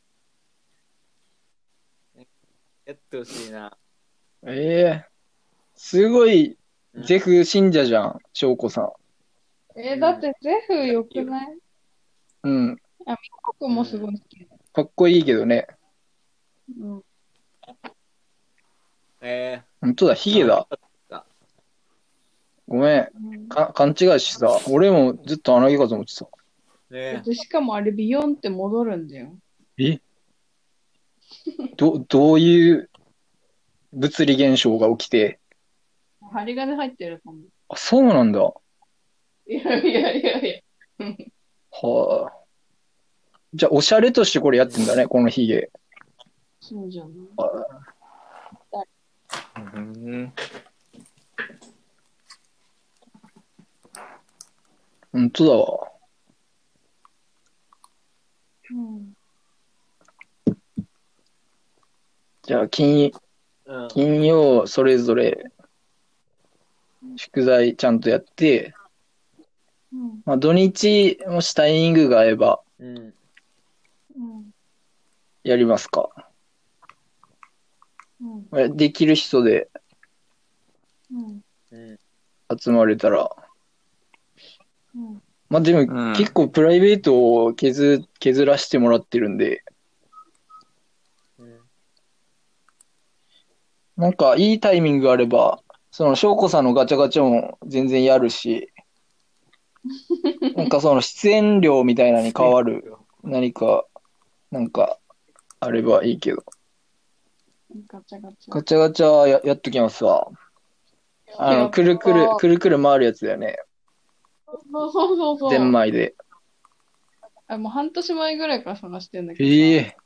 S4: た。うん。やってほしいな。
S1: ええすごい、
S4: うん
S1: ゼフ信者じゃん、翔子さ
S2: えだってゼフよくない
S1: ん。うん。
S2: 僕もすごい好き。
S1: かっこいいけどね。
S2: うん。
S4: え
S1: 本当だ、ヒゲだ。ごめん。か、勘違いしてた。俺もずっと鼻毛かと思ってた。
S4: ー、ね
S2: でしかもあれビヨンって戻るんだよ。
S1: えど、どういう物理現象が起きて、
S2: 針金入ってるかも。
S1: あ、そうなんだ。
S2: いやいやいやいや。
S1: はあ。じゃあ、おしゃれとしてこれやってんだね、このヒゲ。
S2: そうじゃない。
S3: うん。
S1: 本当だわ。
S2: うん。
S1: じゃあ、金、
S4: うん。
S1: 金曜それぞれ宿題ちゃんとやって、
S2: うん。
S1: まあ、土日もしタイミングが合えば
S4: うん。
S2: うん。
S1: やりますか。
S2: うん。
S1: できる人で
S2: うん。
S4: うん。
S1: 集まれたら。
S2: うん。
S1: まあで
S3: う
S1: も
S3: ん
S1: 結構プライベートを削削らしてもらってるんで、
S4: うん。
S1: なんかいいタイミングがあれば、その翔子さんのガチャガチャも全然やる
S2: <laughs>
S1: し、なんかその出演料みたいなのに変わる。何か、なんかあればいいけど。
S2: ガチャガチャ。
S1: ガチャガチャややっときますわ。あの、くるくる、くるくる回るやつだよね。
S2: そうそうそうそう。
S1: ゼンマイで。
S2: あもう半年前ぐらいから探してんだけど。
S1: ええ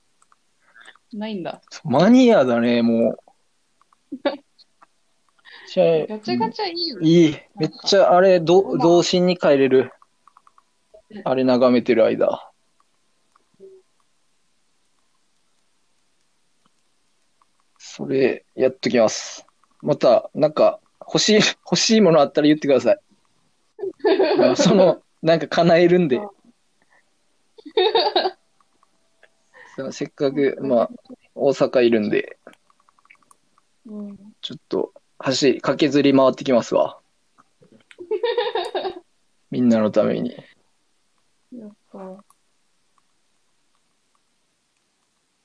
S2: ないんだ。
S1: マニアだね、もう。
S2: <laughs>
S1: じゃあ
S2: ガチャガチャいいよね。
S1: いい。めっちゃ、あれ、ど童心に帰れる。あれ眺めてる間。それ、やっときます。また、なんか、 <laughs> 欲しい、欲しいものあったら言ってください。あその、なんか叶えるんで。さあせっかく、まあ、大阪いるんで、
S2: うん。
S1: ちょっと、橋、駆けずり回ってきますわ。みんなのために。
S2: やっぱ、